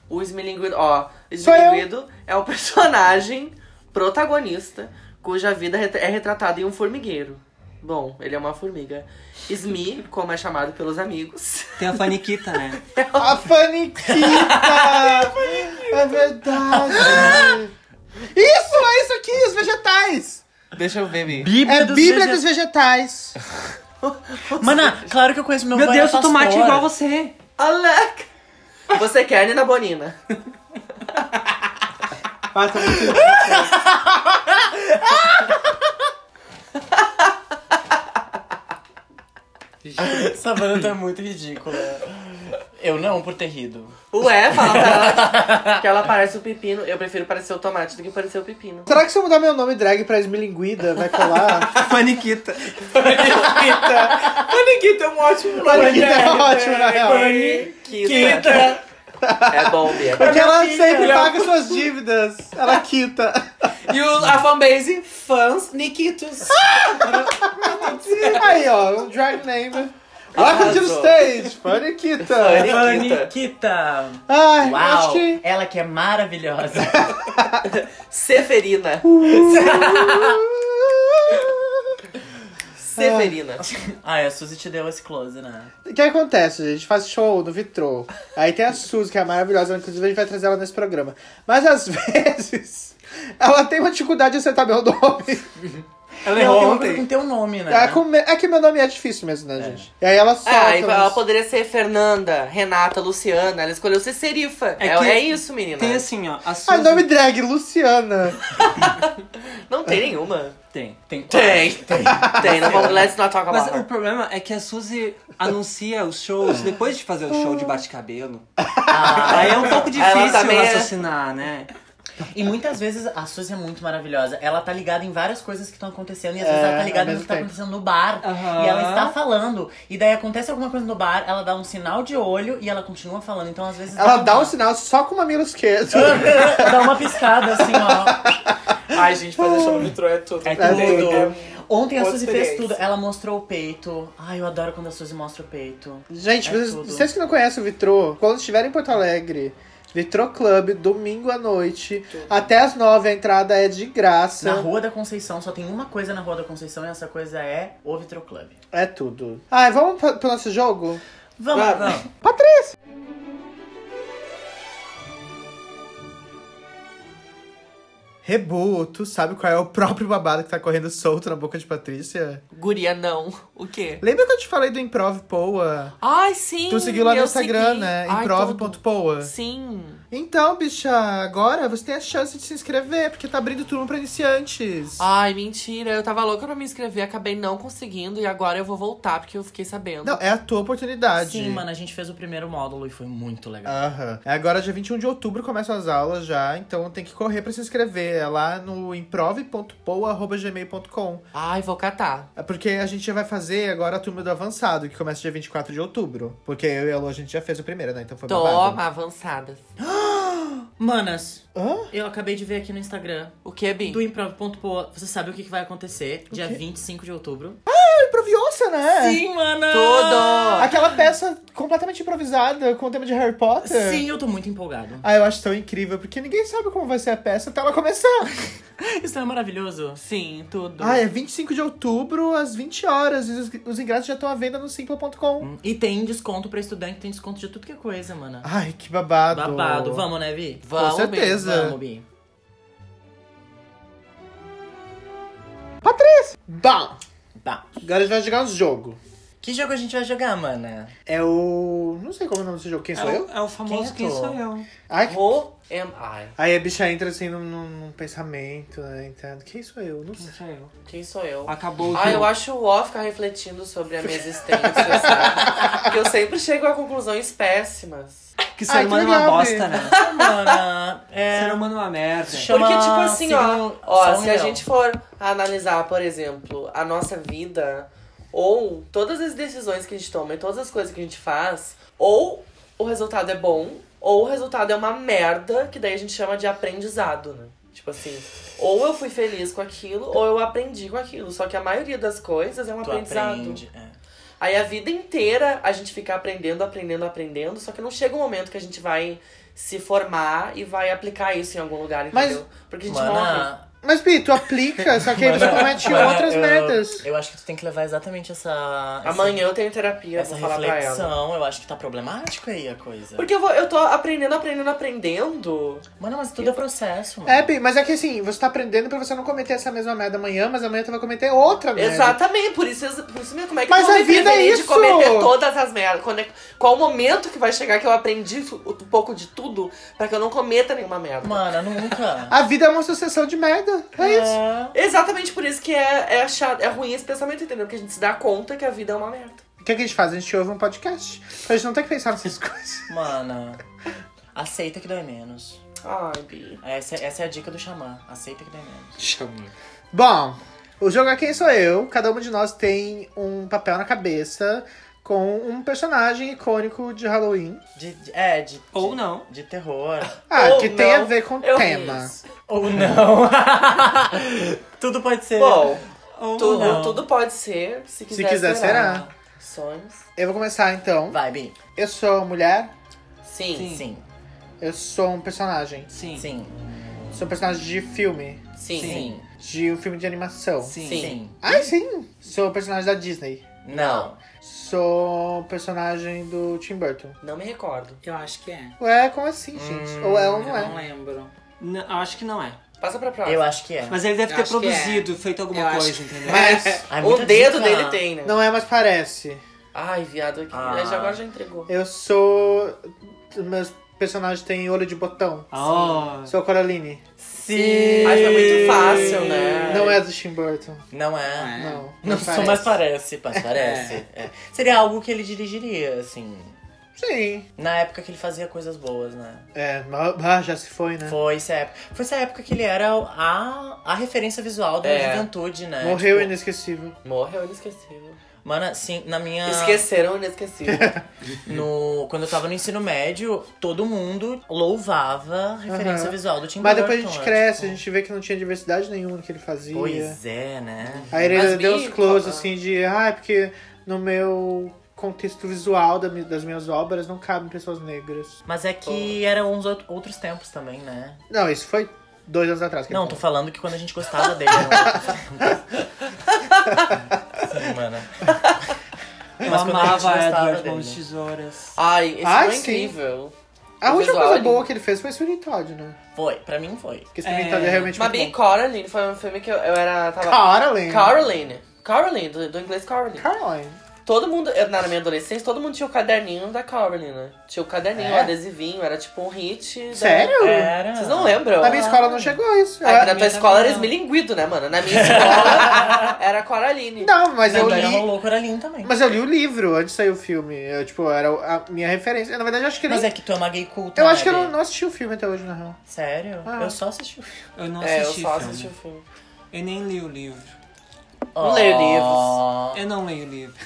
E: O esmilinguido, ó.
A: Sou eu.
E: Esmilinguido é um [LAUGHS] personagem protagonista cuja vida ret- é retratada em um formigueiro. Bom, ele é uma formiga. Smi, como é chamado pelos amigos. [LAUGHS]
B: Tem a Faniquita, né?
C: [LAUGHS]
A: A Faniquita! é verdade. Isso, é isso aqui, os vegetais.
E: Deixa eu ver, Mi.
D: Bíblia
A: É
D: dos
A: Bíblia
D: vege-
A: dos vegetais.
D: Mana, claro que eu conheço meu
B: Meu
D: avô
B: Deus, o
D: era
B: tomate é
D: pastor.
B: igual você.
E: Alec! Você quer Nina Bonina?
A: Ah, tá muito
D: [LAUGHS] Essa banda tá muito ridícula. Eu não, por ter rido.
E: Ué, fala pra [LAUGHS] ela que ela parece o pepino. Eu prefiro parecer o tomate do que parecer o pepino.
A: Será que se eu mudar meu nome drag pra esmilinguida, vai [LAUGHS] colar?
B: A Faniquita.
C: Paniquita é um ótimo nome.
A: Faniquita é [LAUGHS] ótimo, na real.
E: Quita. É bom, Bia.
A: Porque ela sempre
C: filha.
A: paga suas dívidas. Ela quita. [LAUGHS]
C: E o, a fanbase, fãs Nikitos.
A: Aí, ó, um drag name. Welcome to the stage. gente. Faniquita.
D: Aniquita!
A: Ai, acho
D: Uau!
A: que...
D: Ela que é maravilhosa. [LAUGHS]
E: Severina.
A: Ah,
E: Severina.
D: Ai, Ah, a Suzy te deu esse close, né?
A: O que acontece, gente? Faz show no Vitrô. Aí tem a Suzy, que é maravilhosa. Inclusive, a gente vai trazer ela nesse programa. Mas, às [LAUGHS] vezes, ela tem uma dificuldade de acertar meu nome.
B: Ela
D: Ela tem
B: errou
D: uma coisa
B: ontem.
D: com teu nome, né?
A: É, com- é que meu nome é difícil mesmo, né, gente? E aí ela solta.
E: Ah, e ela
A: uns-
E: poderia ser Fernanda, Renata, Luciana. Ela escolheu ser Serifa.
B: É
E: É,
B: que-
E: é isso, menina.
B: Tem assim, ó. A
A: Ah,
B: Suzy...
A: nome drag, Luciana.
E: Não tem [LAUGHS] nenhuma.
B: Tem.
D: Tem.
E: Tem. Tem. Não vamos, né? let's not talk
B: Mas
E: about
B: o
E: her.
B: problema é que a Suzy anuncia os shows depois de fazer o show de bate-cabelo.
D: Ah,
B: Aí é um pouco
E: Ela
B: difícil
E: tá meio-
B: raciocinar, né?
D: e muitas vezes a Suzy é muito maravilhosa. Ela tá ligada em várias coisas que estão acontecendo. E às vezes ela tá
A: É, ao
D: ligada no
A: mesmo
D: que tá
A: tempo.
D: acontecendo no bar.
B: Aham.
D: E ela está falando. E daí acontece alguma coisa no bar, ela dá um sinal de olho e ela continua falando. Então às vezes.
A: Ela dá um
D: uma-
A: sinal só com o mamilo esquerdo.
D: [LAUGHS]
A: [LAUGHS]
D: dá uma piscada assim, ó.
C: Ai, gente, fazer show no metrô é tudo.
D: É
A: tudo.
D: Ontem a
C: Outra
D: Suzy fez
C: experiência.
D: tudo. Ela mostrou o peito. Ai, eu adoro quando a Suzy mostra o peito.
A: Gente,
D: É
A: vocês,
D: tudo.
A: vocês que não conhecem o Vitrô, quando estiverem em Porto Alegre, Vitrô Club, domingo à noite, até às nove, a entrada é de graça.
D: Na Rua da Conceição, só tem uma coisa na Rua da Conceição e essa coisa é o Vitro Club.
A: É tudo. Ai, vamos pra- pro nosso jogo?
D: Vamos,
C: Vamos.
D: vamos.
A: Rebu, tu sabe qual é o próprio babado que tá correndo solto na boca de Patrícia?
E: Guria, não. O quê?
A: Lembra que eu te falei do Improv Poa?
E: Ai, sim.
A: Tu seguiu lá no
E: eu
A: Instagram,
E: segui.
A: né?
E: Ai, tudo.
A: Improv.poa.
E: Sim.
A: Então, bicha, agora você tem a chance de se inscrever, porque tá abrindo turma pra iniciantes.
E: Ai, mentira. Eu tava louca pra me inscrever, acabei não conseguindo e agora eu vou voltar porque eu fiquei sabendo.
D: Então
A: Não, é a tua oportunidade.
D: Sim, mano, a gente fez o primeiro módulo e foi muito legal.
A: Aham. É Agora, dia 21 de outubro, começam as aulas já, então tem que correr pra se inscrever. É lá no improv.poa.gmail.com.
E: Ai, vou catar.
A: É porque a gente já vai fazer agora a turma do avançado, que começa dia 24 de outubro. Porque eu e a Lu, a gente já fez o primeiro, né? Então foi babado.
E: Toma, avançadas.
D: Manas,
A: Hã?
D: eu acabei de ver aqui no Instagram
E: O que, Bi?
D: do improv.po. Você sabe o que que vai acontecer dia 25 de outubro?
A: Improviosa, Ah, né?
D: Sim, mana!
E: Tudo!
A: Aquela peça completamente improvisada, com o tema de Harry Potter.
D: Sim, eu tô muito empolgado.
A: Ah, eu acho tão incrível, porque ninguém sabe como vai ser a peça até ela começar.
D: Isso é maravilhoso.
E: Sim, tudo.
A: Ah, é 25 de outubro, às 20 horas. E os, os ingressos já estão à venda no Simpla.com.
D: Hum, E tem desconto pra estudante, tem desconto de tudo que é coisa, mana.
A: Ai, que babado.
D: Babado. Vamos, né, Vi?
E: Vamos, Bi.
A: certeza.
D: Vamos, Bi.
A: Bom,
D: Bah.
A: agora a gente vai jogar um jogo.
D: Que jogo a gente vai jogar, mana?
A: É o... Não sei como é o nome desse jogo. Quem sou
B: é,
A: eu?
B: O, é o famoso Quem,
D: Quem é tu?
B: Sou Eu.
A: Ai, que...
E: Who am I?
A: Aí a bicha entra assim num, num- num pensamento, né? Entendo. Quem sou eu? Não sei.
B: Quem sou eu.
E: Quem sou eu?
B: Acabou o
E: Ah,
B: jogo.
E: eu acho ó ficar refletindo sobre a minha existência, sabe? Porque eu sempre chego a conclusões péssimas.
B: Que
A: Ai,
B: ser
A: que
B: humano é uma
A: legal,
B: bosta,
A: Bi.
B: né?
D: [LAUGHS] mana, é...
B: Ser humano é uma merda.
D: Chama
E: Porque, tipo assim, ó,
D: signo-
E: ó
D: só um
E: se a
D: leão.
E: gente for analisar, por exemplo, a nossa vida, ou todas as decisões que a gente toma e todas as coisas que a gente faz, ou o resultado é bom, ou o resultado é uma merda, que daí a gente chama de aprendizado, né? Tipo assim, ou eu fui feliz com aquilo, ou eu aprendi com aquilo. Só que a maioria das coisas é um
D: Tu
E: aprendizado.
D: aprende. é.
E: Aí a vida inteira a gente fica aprendendo, aprendendo, aprendendo, só que não chega um momento que a gente vai se formar e vai aplicar isso em algum lugar,
A: Mas-
E: entendeu? Porque a gente morre.
D: Mana,
A: Mas, Bi, tu aplica, só que aí tu
D: Mana,
A: comete
D: mana,
A: outras
D: eu,
A: merdas.
D: Eu acho que tu tem que levar exatamente essa.
E: Amanhã eu tenho terapia,
D: essa,
E: vou
D: essa
E: falar pra ela.
D: reflexão. Eu acho que tá problemático aí a coisa.
E: Porque eu, vou, eu tô aprendendo, aprendendo, aprendendo.
D: Mano, mas tudo é processo, mano.
A: É, Bi, mas é que assim, você tá aprendendo pra você não cometer essa mesma merda amanhã, mas amanhã tu vai cometer outra merda.
E: Exatamente, por isso, por isso mesmo, como é que
A: É. Mas
E: eu
A: a
E: vou me
A: vida é
E: prevenir de
A: isso!
E: cometer todas as merdas? Quando é- qual o momento que vai chegar que eu aprendi su- um pouco de tudo pra que eu não cometa nenhuma merda?
D: Mana, nunca.
A: A vida é uma sucessão de merda. [LAUGHS] É isso.
D: É.
E: Exatamente por isso que é, é, chato, é ruim esse pensamento, entendeu? Porque a gente se dá conta que a vida é uma merda.
A: O que, é que a gente faz? A gente ouve um podcast. Pra gente não ter que pensar nessas [LAUGHS] coisas.
D: É, Mana. Aceita que dói menos.
E: Ai, Bi.
D: Essa, essa é a dica do xamã. Aceita que dói menos.
A: Bom, o jogo é Quem Sou Eu. Cada um de nós tem um papel na cabeça com um personagem icônico de Halloween.
D: De, de- é, de.
B: Ou
D: de-
B: não.
D: De terror.
A: Ah,
E: Ou
A: que tem a
E: não,
A: ver com o
E: eu
A: tema.
E: fiz.
D: Ou não. tudo pode ser.
E: Bom,
B: Ou
E: tudo,
B: não.
E: tudo pode ser, se quiser,
A: Se quiser, será.
E: Sonhos.
A: Eu vou começar então.
D: Vai, Bi.
A: Eu sou mulher,
E: Sim.
B: Sim.
D: Sim.
A: eu sou um personagem.
B: Sim.
D: Sim.
A: Sou um personagem de filme,
E: Sim.
D: Sim.
A: de um filme de animação.
B: Sim.
D: Sim.
A: Ai, sim! Sou um personagem da Disney.
D: Não.
A: Sou um personagem do Tim Burton.
E: Não me recordo.
C: Eu acho que é.
A: Ué, como assim, gente?
E: Hum,
A: ou é ou
C: Eu
A: não
C: não
A: é.
C: lembro.
B: N- acho que não é.
E: Passa pra próxima.
D: Eu acho que é.
B: Mas ele deve
C: Eu
B: ter
C: acho que
B: produzido, feito alguma
C: Eu acho
B: coisa,
C: que-
B: entendeu?
A: Mas
D: Ai,
E: o
D: muita
E: dedo
D: dica.
E: dele tem, né?
A: não é, mas parece.
E: Ai, viado. aqui.
D: Ah.
E: Já, agora já entregou.
A: Eu sou. Meus personagens têm olho de botão.
B: Ah, ó.
A: Sou a Coraline.
D: Sim.
E: Ai, foi muito fácil, né?
A: Não é do Tim Burton.
D: Não é.
C: É.
A: Não.
D: Não, só mas parece, mas parece. É. Seria algo que ele dirigiria, assim.
A: Sim.
D: Na época que ele fazia coisas boas, né?
A: É, mas ah, já se foi, né?
D: Foi essa época. Foi essa época que ele era a, a referência visual da
E: É.
D: juventude, né?
A: Morreu
D: Tipo,
A: inesquecível.
E: Morreu inesquecível.
D: Mano, assim, na minha.
E: Esqueceram o
A: [LAUGHS]
E: inesquecível.
D: No, quando eu tava no ensino médio, todo mundo louvava a referência
A: Aham.
D: visual do Tim
A: Mas
D: Burton,
A: depois a gente
D: né?
A: cresce, a
D: Tipo,
A: gente vê que não tinha diversidade nenhuma no que ele fazia.
D: Pois é, né?
A: Aí ele
E: Mas
A: deu
E: me-
A: uns close
E: ah.
A: assim de, ah, é porque no meu contexto visual da mi- das minhas obras não cabem pessoas negras.
D: Mas é que eram uns out- outros tempos também, né?
A: Não, isso foi dois anos atrás. Que
D: Não,
A: ele
D: tô
A: falou.
D: falando que quando a gente gostava dele. Não era
A: [LAUGHS]
D: outros tempos. Sim, mano.
B: Eu
D: Mas quando a gente
B: amava
D: gostava
B: Edward
D: dele,
B: Mãos
D: né?
B: de Tesouras.
E: Ai, esse
A: Ai,
E: foi
A: sim.
E: incrível.
A: A
E: o
A: última
E: visual,
A: coisa bodd,
E: ele-
A: boa que ele fez foi Sweeney Todd, né?
D: Foi, pra mim foi.
A: Porque Sweeney
B: É.
A: Todd é realmente
E: Mas
A: muito
E: bem,
A: bom.
E: Coraline foi um filme que eu, eu era... Tava...
A: Caroline.
E: Caroline. Caroline, do, do inglês Caroline.
A: Caroline.
E: Todo mundo, eu- na minha adolescência, todo mundo tinha o caderninho da Caroline, né? Tinha o caderninho,
A: É?
E: o adesivinho, era tipo um hit. da-
A: Sério?
D: Era.
E: Vocês não lembram?
A: Na minha escola não chegou isso.
E: Ah, que na
A: É.
E: tua escola era esmilinguido, né, mano? Na minha escola era Coraline.
A: Não, mas
D: Não,
A: eu
D: daí
A: li.
D: rolou Coraline também. Mas,
A: Mas eu li o livro antes de sair o filme. Eu, tipo, era a minha referência. Na verdade, eu acho que nem.
D: é que tu é uma gay culta.
A: Eu
D: né,
A: acho que eu
D: Bi?
A: não, não assisti o filme até hoje, na real.
D: Sério?
A: Ah.
D: Eu só assisti o filme.
B: Eu não
E: é, eu
B: assisti
E: só
B: filme.
E: assisti o filme.
B: Eu nem li o livro.
E: Não leio
D: Oh.
B: Eu não leio livros.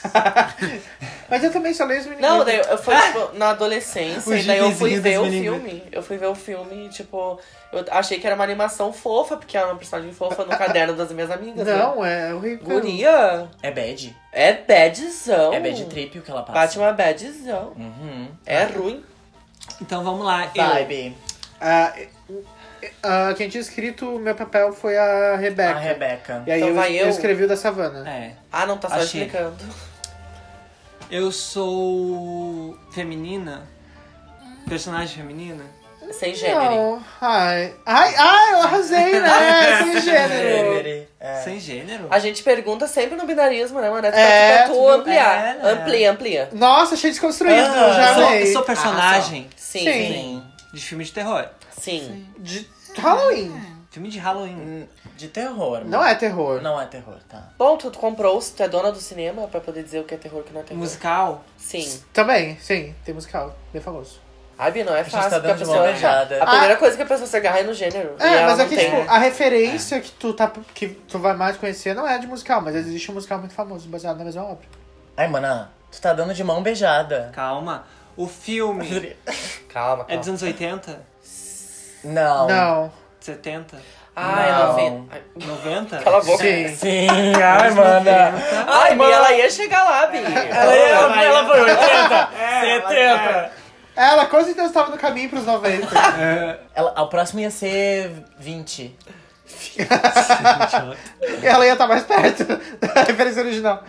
A: Mas eu também só leio os meninos.
E: Não, daí eu fui, tipo, na adolescência,
B: Os
E: e daí eu fui
B: gibizinhos
E: ver
B: dos
E: o
B: meninos.
E: filme. Eu fui ver o filme, e, tipo, eu achei que era uma animação fofa, porque era uma personagem fofa no caderno das minhas amigas. né?
A: Não, é horrível.
E: Guria,
D: É bad.
E: é badzão.
D: É bad trip o que ela passa.
E: Bate uma badzão.
D: Uhum.
E: É ruim.
B: Então vamos lá. Eu,
D: Vibe.
A: Ah, e- ah, quem tinha escrito o meu papel foi a Rebeca.
D: A Rebeca.
A: E aí
E: Então
A: eu,
E: vai
A: eu
E: eu.
A: escrevi o da Savana.
B: é,
E: Ah, não, tá só
B: Achei.
E: explicando.
B: eu sou feminina. Personagem feminina.
E: Sem gênero.
A: Não, ai. Ai, ai, eu arrasei, né? Sem gênero.
D: Gênero. É.
B: Sem gênero.
E: A gente pergunta sempre no binarismo, né, mano? É,
A: É,
E: pra tu
A: tudo-
E: ampliar.
B: é, né?
E: Amplia, amplia.
A: Nossa, achei desconstruído,
D: Ah,
A: já
B: sou,
A: amei.
B: sou personagem
E: Sim,
A: Sim.
E: sim.
D: Sim.
B: de filme de terror.
E: Sim.
A: De Halloween.
B: Filme de Halloween.
D: De terror.
A: Não é terror.
D: Não é terror, tá.
E: Bom, tu tu comprou, tu é dona do cinema pra poder dizer o que é terror e o que não é terror.
B: Musical.
E: Sim.
A: Também, sim, tem musical, bem famoso.
E: Abi, não é
D: gente
E: fácil.
D: tá
E: porque a
D: dando de
E: pessoa-
D: mão beijada.
E: A primeira coisa que a pessoa se agarra é no gênero. e
A: Ah. É,
E: ela
A: mas
E: não
A: é que,
E: tem. né? É.
A: tipo, a referência que tu tá. que tu vai mais conhecer não é de musical, mas existe um musical muito famoso, baseado na mesma obra.
D: Ai, mana, tu tá dando de mão beijada.
B: Calma. O filme
E: Calma,
B: é
E: calma.
B: dos anos 80,
D: Não.
A: Não.
B: 70,
E: Ai,
D: Não.
E: ela vem. Ai,
B: 90.
E: Cala a boca.
A: Sim.
D: Sim, ai, mana.
E: Ai, Bi, ela ia chegar lá, Bi.
D: Ela, ela, É, ela foi 80, 70.
A: Ela com certeza estava no caminho pros 90.
D: Ela,
E: [LAUGHS]
D: o próximo ia ser 20.
A: Ela ia estar mais perto da referência original.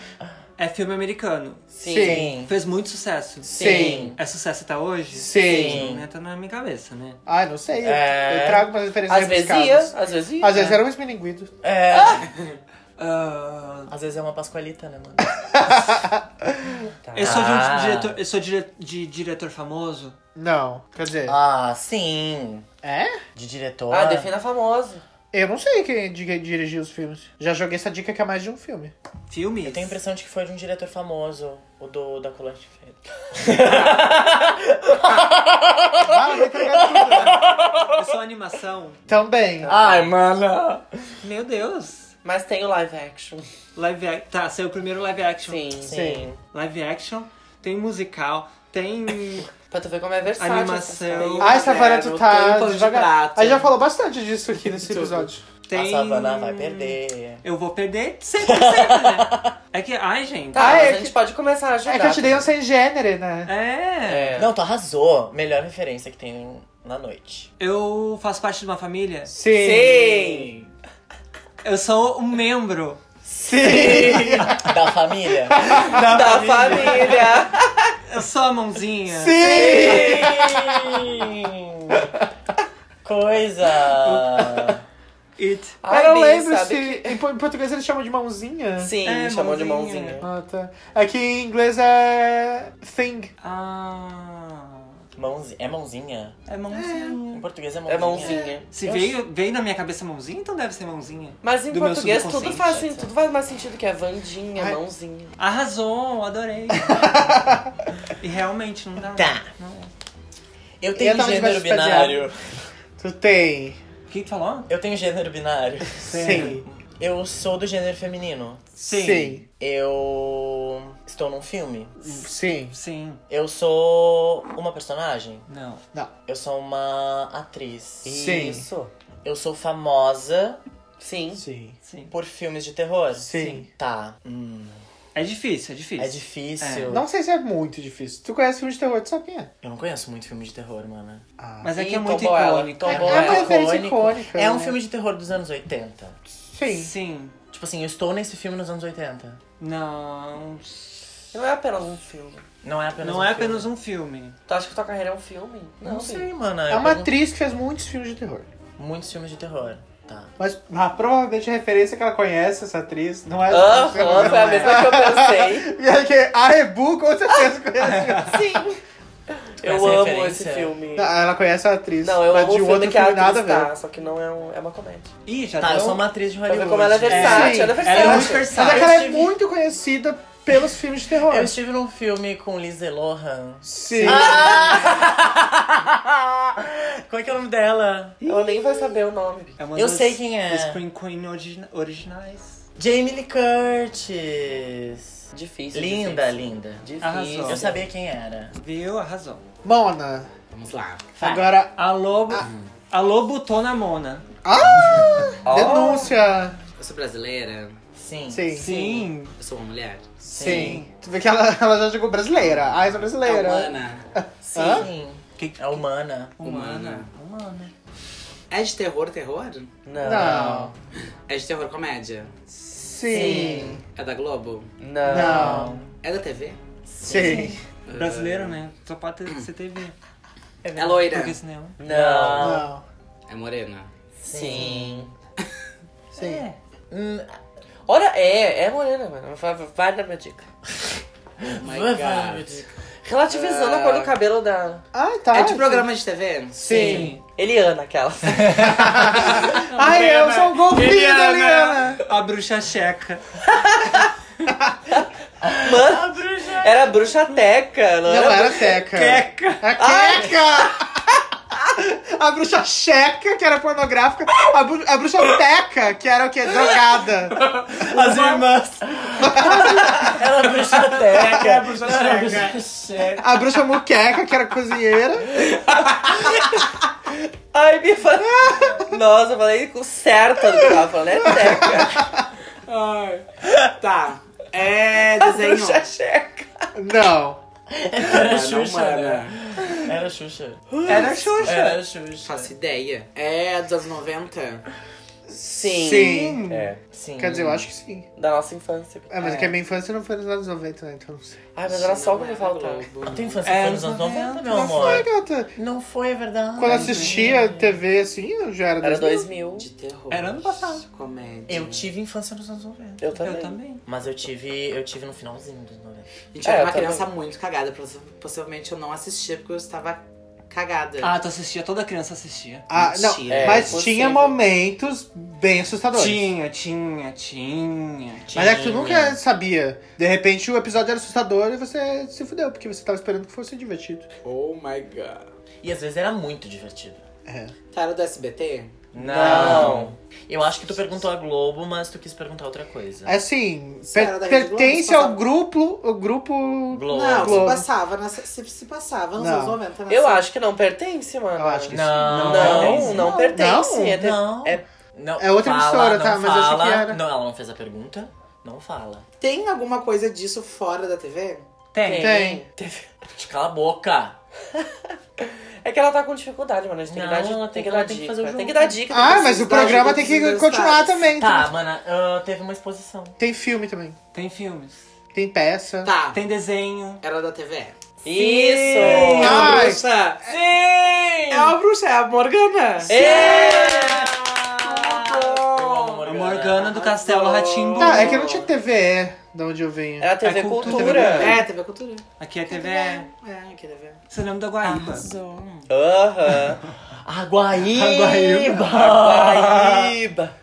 B: É filme americano.
E: Sim.
B: Fez muito sucesso.
A: Sim.
B: É sucesso até hoje?
A: Sim.
B: Não entra na minha cabeça, né?
A: Ai, não sei. eu-
D: É.
A: Eu trago umas referências
E: Às vezes ia, É.
A: rebuscadas.
E: às vezes ia.
A: Às vezes era um esmilinguido.
D: É.
B: Ah,
D: Às vezes é uma pascoalita, né, mano?
E: Ah,
B: eu sou de um
D: Ah.
B: diretor, eu sou dire- de diretor famoso.
A: Não, quer dizer.
D: Ah, sim.
A: É?
D: De diretor.
E: Ah, defina famoso.
A: Eu não sei quem di- quem dirigiu os filmes. Já joguei essa dica que é mais de um
E: [LAUGHS]
A: filme.
B: Filmes?
D: Eu tenho a impressão de que foi de um diretor famoso, o do da Colônia de Freitas.
E: Tá
A: Ah, vai pegar tudo.
B: Eu sou animação.
A: Também.
D: Ai, mano.
B: Meu Deus.
E: Mas tem o live action.
B: Live ac- Tá, saiu o primeiro live action.
E: Sim.
D: Sim.
B: Live action. Tem musical.
E: [LAUGHS]
B: Tem.
E: Pra tu ver como é versátil.
B: Animação.
E: essa série.
A: Ai, essa
E: É,
A: vareta
E: não
A: tá
E: tem pano de
A: devagar.
E: prato.
A: A gente já falou bastante disso aqui nesse
E: Tudo.
A: episódio.
B: Tem...
D: A Savana vai perder.
B: Eu vou perder sempre, sempre, né? É que, ai, gente.
E: Tá,
A: Ah,
E: mas
A: é
E: a gente
A: que-
E: pode começar a ajudar.
A: É que eu te dei um sem gênero, né?
B: É.
E: É.
D: Não, tu arrasou. Melhor referência que tem na noite.
B: Eu faço parte de uma família.
E: Sim!
B: Eu sou um membro.
A: Sim!
D: [LAUGHS] Da família.
E: Da, família!
B: Eu sou a mãozinha.
A: Sim!
D: Sim! Coisa!
E: [LAUGHS]
B: It.
A: Eu não
E: Ai, Bi,
A: lembro
E: sabe
A: se. Em po- em português eles chamam de mãozinha?
E: Sim,
B: É,
E: chamou de
B: mãozinha.
E: mãozinha.
A: Ah, tá. Aqui em inglês é. thing.
B: Ah.
D: Mãozinha. É mãozinha?
B: É mãozinha.
D: Em português é mãozinha.
E: É mãozinha.
B: Se
D: Eu
B: veio, veio na minha cabeça mãozinha, então deve ser mãozinha.
E: Mas em
B: Do meu
E: português tudo
B: subconsciente,
E: faz,
D: sabe?
E: tudo faz mais sentido que é Vandinha,
A: Ai.
E: mãozinha.
B: Arrasou,
E: [LAUGHS]
B: adorei. e realmente não dá.
D: Tá.
B: Não.
D: Eu tenho
A: Eu tava
D: gênero
A: debaixo de
D: binário.
A: Tu tem.
B: O que tu falou?
D: Eu tenho gênero binário.
A: Sim.
D: Eu sou do gênero feminino.
A: Sim.
D: Eu estou num filme.
A: Sim.
B: Sim.
D: Eu sou uma personagem.
B: Não.
D: Eu sou uma atriz.
A: Sim.
E: Isso.
D: Eu sou famosa
E: Sim.
A: Sim.
B: Sim.
D: por filmes de terror.
A: Sim.
D: Tá. Hum,
B: É difícil, é difícil.
D: é difícil.
A: Não sei se é muito difícil. Tu conhece filme de terror, tu sabia?
D: Eu não conheço muito filme de terror, mano.
A: Ah.
B: Mas é que
E: Ih,
B: é muito
E: tombou ela,
B: icônico.
E: tombou
A: é uma
E: ela.
A: referência
D: icônico.
A: icônica.
D: É um
A: né?
D: filme de terror dos anos 80.
A: Sim.
B: Sim.
D: Tipo assim, eu estou nesse filme nos anos 80.
B: Não.
E: Não é apenas um filme.
D: Não é apenas
B: Não
D: um
B: é
D: filme.
B: apenas um filme.
E: Tu acha que tua carreira é um filme?
D: Não,
E: Bi.
D: sei, mano.
A: É
D: Eu
A: uma
D: pego
A: atriz que fez muitos filmes de terror.
D: Muitos filmes de terror. Tá.
A: Mas ah, provavelmente a referência que ela conhece, essa atriz, não é.
E: Aham,
A: não
E: foi a
A: é.
E: mesma que eu pensei.
A: [LAUGHS] E é que a Rebu com certeza conhece.
E: [LAUGHS] Sim. Eu
D: Essa
E: amo
D: referência.
E: esse filme.
A: Não, ela conhece a atriz.
E: Não, eu
A: mas
E: amo
A: de
E: o filme
A: outro
E: que a
A: filme nada a
E: atriz
A: ver.
E: tá, só que não é, um, é uma comédia.
B: Ih, já
D: Tá, eu
B: deu.
D: sou uma atriz de
E: Pra ver
D: Hollywood.
E: como ela é versátil,
A: Sim,
E: ela é
B: ela é
E: versátil.
B: muito versátil.
A: Mas é que ela é
D: estive-
A: muito conhecida pelos filmes de terror.
D: Eu estive num filme com Lindsay Lohan.
A: Sim.
D: Como é que é o nome dela?
E: Ela nem vai saber o nome.
B: É uma
D: Eu
B: das
D: sei quem é.
B: Scream Queen origina- originais.
D: Jamie Lee Curtis.
F: é
E: Difícil.
D: Linda,
E: difícil.
D: linda.
B: Arrasou.
D: Eu sabia quem era.
B: Viu? Arrasou.
A: [LAUGHS] Mona.
E: Vamos lá.
D: Vai.
A: Agora.
B: Alô, alô Butona Mona.
A: Ah! Denúncia.
F: Eu sou brasileira,
D: Sim.
A: Sim.
B: Sim.
F: eu sou uma mulher.
A: Sim. Tu vê que ela, ela já jogou brasileira. Ah, eu sou brasileira.
F: É Humana.
D: Sim.
B: Que-
D: É humana.
F: Humana.
D: Humana.
F: É de terror, terror?
E: Não.
A: Não.
F: É de terror comédia?
A: Sim.
F: É da Globo?
E: Não.
A: Não.
F: É da TV?
A: Sim.
B: Brasileiro, né? Só pode ter CTV.
F: É loira?
B: Porque cinema.
E: Não.
A: Não.
F: É morena?
E: Sim.
A: Sim.
D: Hum,
E: Olha, é, é morena, mano. Vai, vai na minha dica.
F: Oh my
D: Vai, vai,
F: god.
D: vai.
E: Relativizando a cor do cabelo da
A: Ah, tá.
F: É de programa de TV?
A: Sim.
E: Eliana, aquela.
A: Ai, eu sou o golfinho da Eliana.
B: A bruxa [LAUGHS] checa.
E: Mano, era bruxa teca, não,
A: Não, é.
E: era?
A: era
B: É.
A: Teca.
B: Queca.
A: A Queca! A bruxa checa, que era pornográfica. A, bru- a bruxa teca, que era o quê? Drogada.
B: As irmãs.
D: Ela é bruxa
B: [LAUGHS]
D: teca.
B: É, bruxa checa.
A: A bruxa muqueca, que era cozinheira.
E: Ai, me fala. Nossa, eu falei com certa do que eu tava falando, é teca.
F: Tá. É desenho.
E: [LAUGHS] bruxa checa.
A: Não.
D: Era
F: Humana,
D: Xuxa, né?
F: humana.
D: Era Xuxa.
B: Era Xuxa.
D: Era Xuxa.
F: Faço ideia. É dos anos 90?
E: Sim.
A: Sim.
E: É.
D: Sim.
A: Quer dizer, eu acho que sim.
E: Da nossa infância.
A: É, mas é que a minha infância não foi nos anos 90, né? Então não sei.
E: Ai, mas era só o que me
F: Não
E: faltava.
F: é da
D: A
F: Globo.
D: tua infância
B: É,
D: foi nos anos 90, meu amor?
A: Ai, gata.
D: Não foi, é verdade.
A: Quando eu assistia TV assim, eu já era,
E: Era
A: 2000.
E: 2000.
F: De terror.
B: Era ano passado.
F: Comédia.
D: Eu tive infância nos anos 90.
E: Eu também.
B: Eu também.
D: Mas eu tive, eu tive no finalzinho dos 90.
F: Gente, eu era
E: É,
F: uma
E: eu
F: criança muito cagada. possi- Possivelmente eu não assistia porque eu estava cagada.
B: Ah, tu assistia, toda criança assistia.
A: Ah, não.
F: Mentira.
E: É,
A: mas
E: possível.
A: tinha momentos bem assustadores.
B: Tinha, tinha, tinha, tinha.
A: Mas é que tu nunca sabia. De repente o episódio era assustador e você se fudeu, porque você tava esperando que fosse divertido.
F: Oh my god.
D: E às vezes era muito divertido.
A: É.
F: Tá, era do SBT?
E: Não.
D: Eu acho que tu perguntou a Globo, mas tu quis perguntar outra coisa.
A: Assim,
F: Isso
A: per-
F: era da Rede Globo,
A: pertence
F: se
A: ao
F: passava-
A: grupo. O grupo.
D: Globo.
F: Não,
A: Globo.
F: se passava, nas- se, se passava nos
A: Não.
F: anos 90. né?
E: Eu acho que não pertence, mano.
A: Eu acho que
D: Não,
E: Não, não,
B: Não.
E: pertence.
A: Não.
E: É, te-
D: Não.
E: é
D: Não,
A: É outra
D: fala,
A: emissora,
D: não
A: tá? Mas eu achei
D: fala.
A: que era.
D: Não, ela não fez a pergunta. Não fala.
F: Tem alguma coisa disso fora da TV?
B: Tem.
A: Tem.
D: Te cala a boca.
E: É que ela tá com dificuldade, mano. A gente tem que
D: Não,
E: dar, di-
D: ela tem
E: tem que
D: que-
E: dar
D: ela tem que
E: dica.
D: fazer o jogo.
E: Tem que dar dica. tem
A: Ah,
E: que
A: mas o
E: precisar de
A: programa
E: todos
A: tem que
E: os
A: continuar
E: detalhes.
A: também. então.
D: Tá, mana, ah, teve uma exposição.
A: Tem filme também.
B: Tem filmes.
A: Tem peça.
F: Tá.
B: Tem desenho.
F: Era da TV.
E: Isso!
F: É uma
A: Ai.
F: bruxa.
E: Sim!
F: É uma bruxa, é a Morgana.
D: um
B: A É Morgana do Castelo Ratimbu.
A: Tá, é que não tinha TVE de onde eu venho.
E: É a TV
B: É cultura.
E: Cultura.
F: É, TV Cultura.
B: Aqui é TV.
F: É, aqui TV.
B: Você lembra da Guaíba?
E: Aham.
D: Aguaíba.
B: Aguaíba.
E: Paraíba.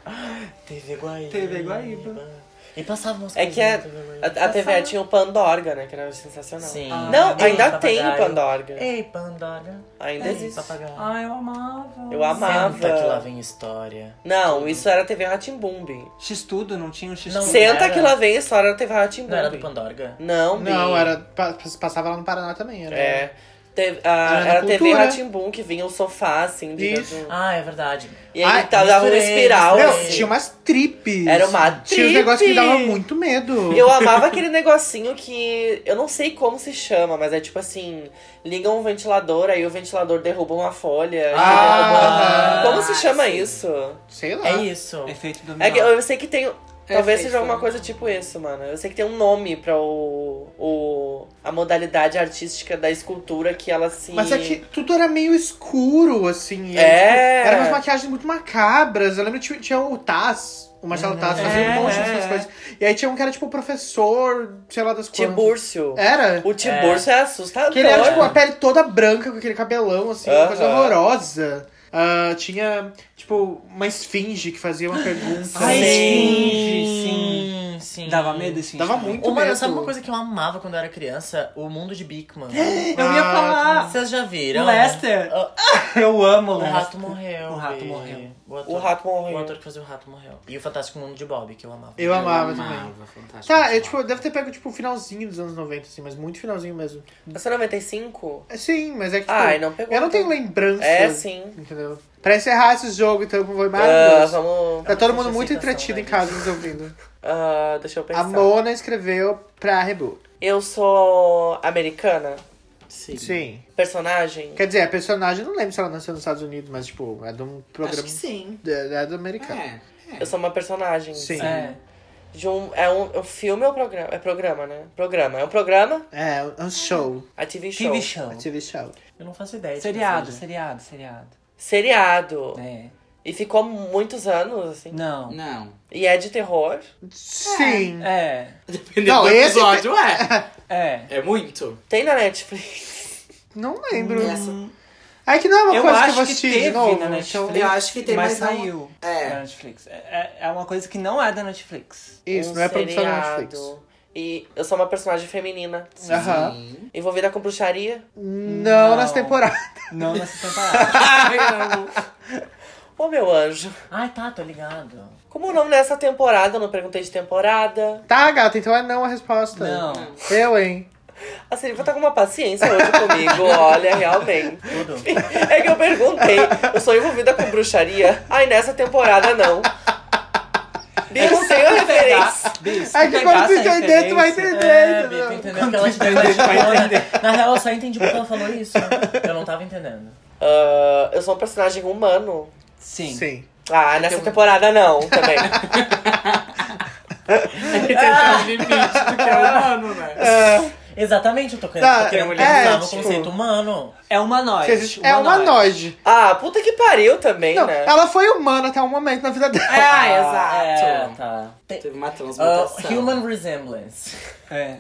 D: TV Guaíba.
B: TV Guaíba.
D: E passava umas
E: É que a,
D: coisinhas na TV Guaíba.
E: a, a TV tinha o Pandorga, né? Que era sensacional.
D: Sim.
E: Não,
D: Ei,
E: ainda tem o
D: papagaio.
E: Pandorga.
D: Ei, Pandora.
E: Ainda
D: Ei,
E: existe.
D: papagaio.
B: É Ah, eu amava.
E: Eu amava.
D: Senta um que lá vem história.
E: Não, isso era TV Ratimbumbi.
B: X-Tudo, não tinha o
D: Não,
B: X-Tudo.
E: Senta
D: era.
E: que lá vem a história da TV Ratimbumbi.
D: Não era do Pandorga?
E: Não, Bi.
A: Não, era. pa- Passava lá no Paraná também, era.
E: É. Teve, a,
A: Era na
E: era a TV
A: cultura.
E: Ratimbum que vinha o sofá, assim, liga
A: Isso.
E: junto.
D: Ah, é verdade.
E: E aí
A: Ai,
E: tava dava uma
D: misturei,
E: espiral.
D: misturei.
A: Meu,
E: assim.
A: tinha um umas tripes.
E: Era uma
A: Tinha uns
E: tripe.
A: negócios que dava muito medo.
E: [LAUGHS] Eu amava aquele negocinho que. Eu não sei como se chama, mas é tipo assim: liga um ventilador, aí o ventilador derruba uma folha.
A: Ah,
E: derruba- Como assim? se chama
F: sim.
E: isso?
A: Sei lá.
D: É isso.
B: Efeito dominó.
E: É que eu sei que tem.
F: É
E: Talvez
F: feito,
E: seja alguma
F: né?
E: coisa tipo isso, mano. Eu sei que tem um nome pra o, o a modalidade artística da escultura que ela se.
A: Mas é que tudo era meio escuro, assim. e
E: É.
A: Eram umas maquiagens muito macabras. Eu lembro que tinha- tinha o Taz, o Marcelo Taz, fazia
B: É,
A: um monte dessas
B: é.
A: coisas. E aí tinha um que era tipo professor, sei lá das coisas.
E: Tipo, Tibúrcio.
A: Era?
E: O Tibúrcio é, assustador.
A: É. Que ele era tipo a pele toda branca com aquele cabelão, assim, uma coisa
E: Aham.
A: horrorosa. Ah, tinha, tipo, uma esfinge que fazia uma pergunta.
B: Ai, esfinge,
D: sim. sim.
B: Dava medo, assim.
A: Dava muito
D: Ô, mano,
A: medo.
D: sabe uma coisa que eu amava quando eu era criança? O mundo de [GASPS] Bigman.
B: Eu ia falar.
D: Vocês já viram?
B: o Ah, Lester.
D: Ah,
B: [LAUGHS] Eu amo o
D: O
B: Lester.
D: rato morreu.
B: O rato
D: Bi.
B: morreu.
D: O, ator,
E: O rato
D: o
E: morreu.
D: ator que fazia o rato morreu. E o Fantástico Mundo de Bob, que eu amava.
A: Eu amava também.
F: Amava, fantástico.
A: Tá, é, tipo, deve ter pego, tipo, o finalzinho dos anos 90, assim, mas muito finalzinho mesmo.
E: Você é 95?
A: É, Sim, mas é que, tipo,
E: Ai, não pegou.
A: eu não tenho
E: então.
A: lembranças.
E: É, sim.
A: Entendeu? Pra encerrar esse jogo, então, foi
E: Ah,
A: maravilhoso.
E: vamos.
A: Tá todo
D: Não
A: mundo
D: sei
A: muito
D: se aceitação,
A: entretido em
D: né?
A: casa nos ouvindo.
E: Ah, deixa eu pensar.
A: A Mona escreveu pra Reboot.
E: Eu sou americana?
F: Sim.
A: Sim.
E: Personagem?
A: Quer dizer, a personagem, não lembro se ela nasceu nos Estados Unidos, mas, tipo, é de um
F: Acho
A: programa.
F: que sim.
A: É, é do americano.
F: É.
E: Eu sou uma personagem.
A: Sim.
B: É.
E: De um, é um, é um filme ou programa? É programa, né? Programa. É um programa?
A: É, é um show.
E: A TV show.
B: TV show.
A: A TV show.
B: É.
D: Eu não faço ideia. de quem
B: Seriado,
D: seja.
B: seriado, seriado.
E: Seriado.
B: É.
E: E ficou muitos anos, assim.
B: Não.
A: [LAUGHS]
F: Não.
E: E é de terror.
A: Sim.
B: É.
F: Dependendo
A: Não,
F: do
A: esse-
F: episódio, é.
B: É.
F: É muito.
E: Tem na Netflix.
A: Não lembro.
F: Essa-
A: É que não é uma
B: Eu
A: coisa que eu
B: acho
A: vou
B: que
A: assistir de
B: teve
A: novo.
B: na
A: então-
B: Netflix.
F: Eu acho que tem
B: Mas
F: mais não-
B: saiu da
F: É.
B: Netflix. É, é- é uma coisa que não é da Netflix.
A: Isso,
E: Um
A: não é produção da
E: seriado.
A: Netflix.
E: E eu sou uma personagem feminina.
A: Aham.
F: Sim.
E: Envolvida com bruxaria.
A: Não,
B: Não.
A: nas temporadas.
B: Não nessa temporada.
A: [LAUGHS]
E: Ô, meu anjo.
D: Ai, tá, tô ligado.
E: Como o nome dessa temporada? Eu não perguntei de temporada.
A: Tá, gata, então é não a resposta.
B: Não.
A: Eu, hein?
E: A Silvia tá com uma paciência hoje
A: [LAUGHS]
E: comigo, olha, realmente.
D: Tudo.
E: [LAUGHS] É que eu perguntei, eu sou envolvida com bruxaria? Ai, nessa temporada não. Eu não tenho a referência.
B: Bi, se
A: É que quando tu
B: pegasse a
A: entender, tu vai
B: referência-
A: entender,
D: É, Bi,
A: entendeu?
D: tu entendeu que ela te deu uma Na real, eu só entendi porque ela falou isso. Eu não tava entendendo.
E: Ah, eu sou um personagem humano.
B: Sim. [LAUGHS]
A: Sim.
E: Ah, nessa temporada não,
A: [LAUGHS]
E: também.
F: Tentar o limite do que é humano, né?
D: Exatamente, eu tô querendo,
A: Tá,
D: tô
A: é,
D: querendo utilizar o
A: tipo-
D: conceito humano.
B: É humanoide.
A: É uma noide.
E: Ah, puta que pariu também,
A: Não,
E: né?
A: ela foi humana até um momento na vida dela.
F: Ah,
D: É,
F: exato.
D: tá. Tem-
F: Teve uma
D: Ah,
F: transmutação.
D: human resemblance.
B: É.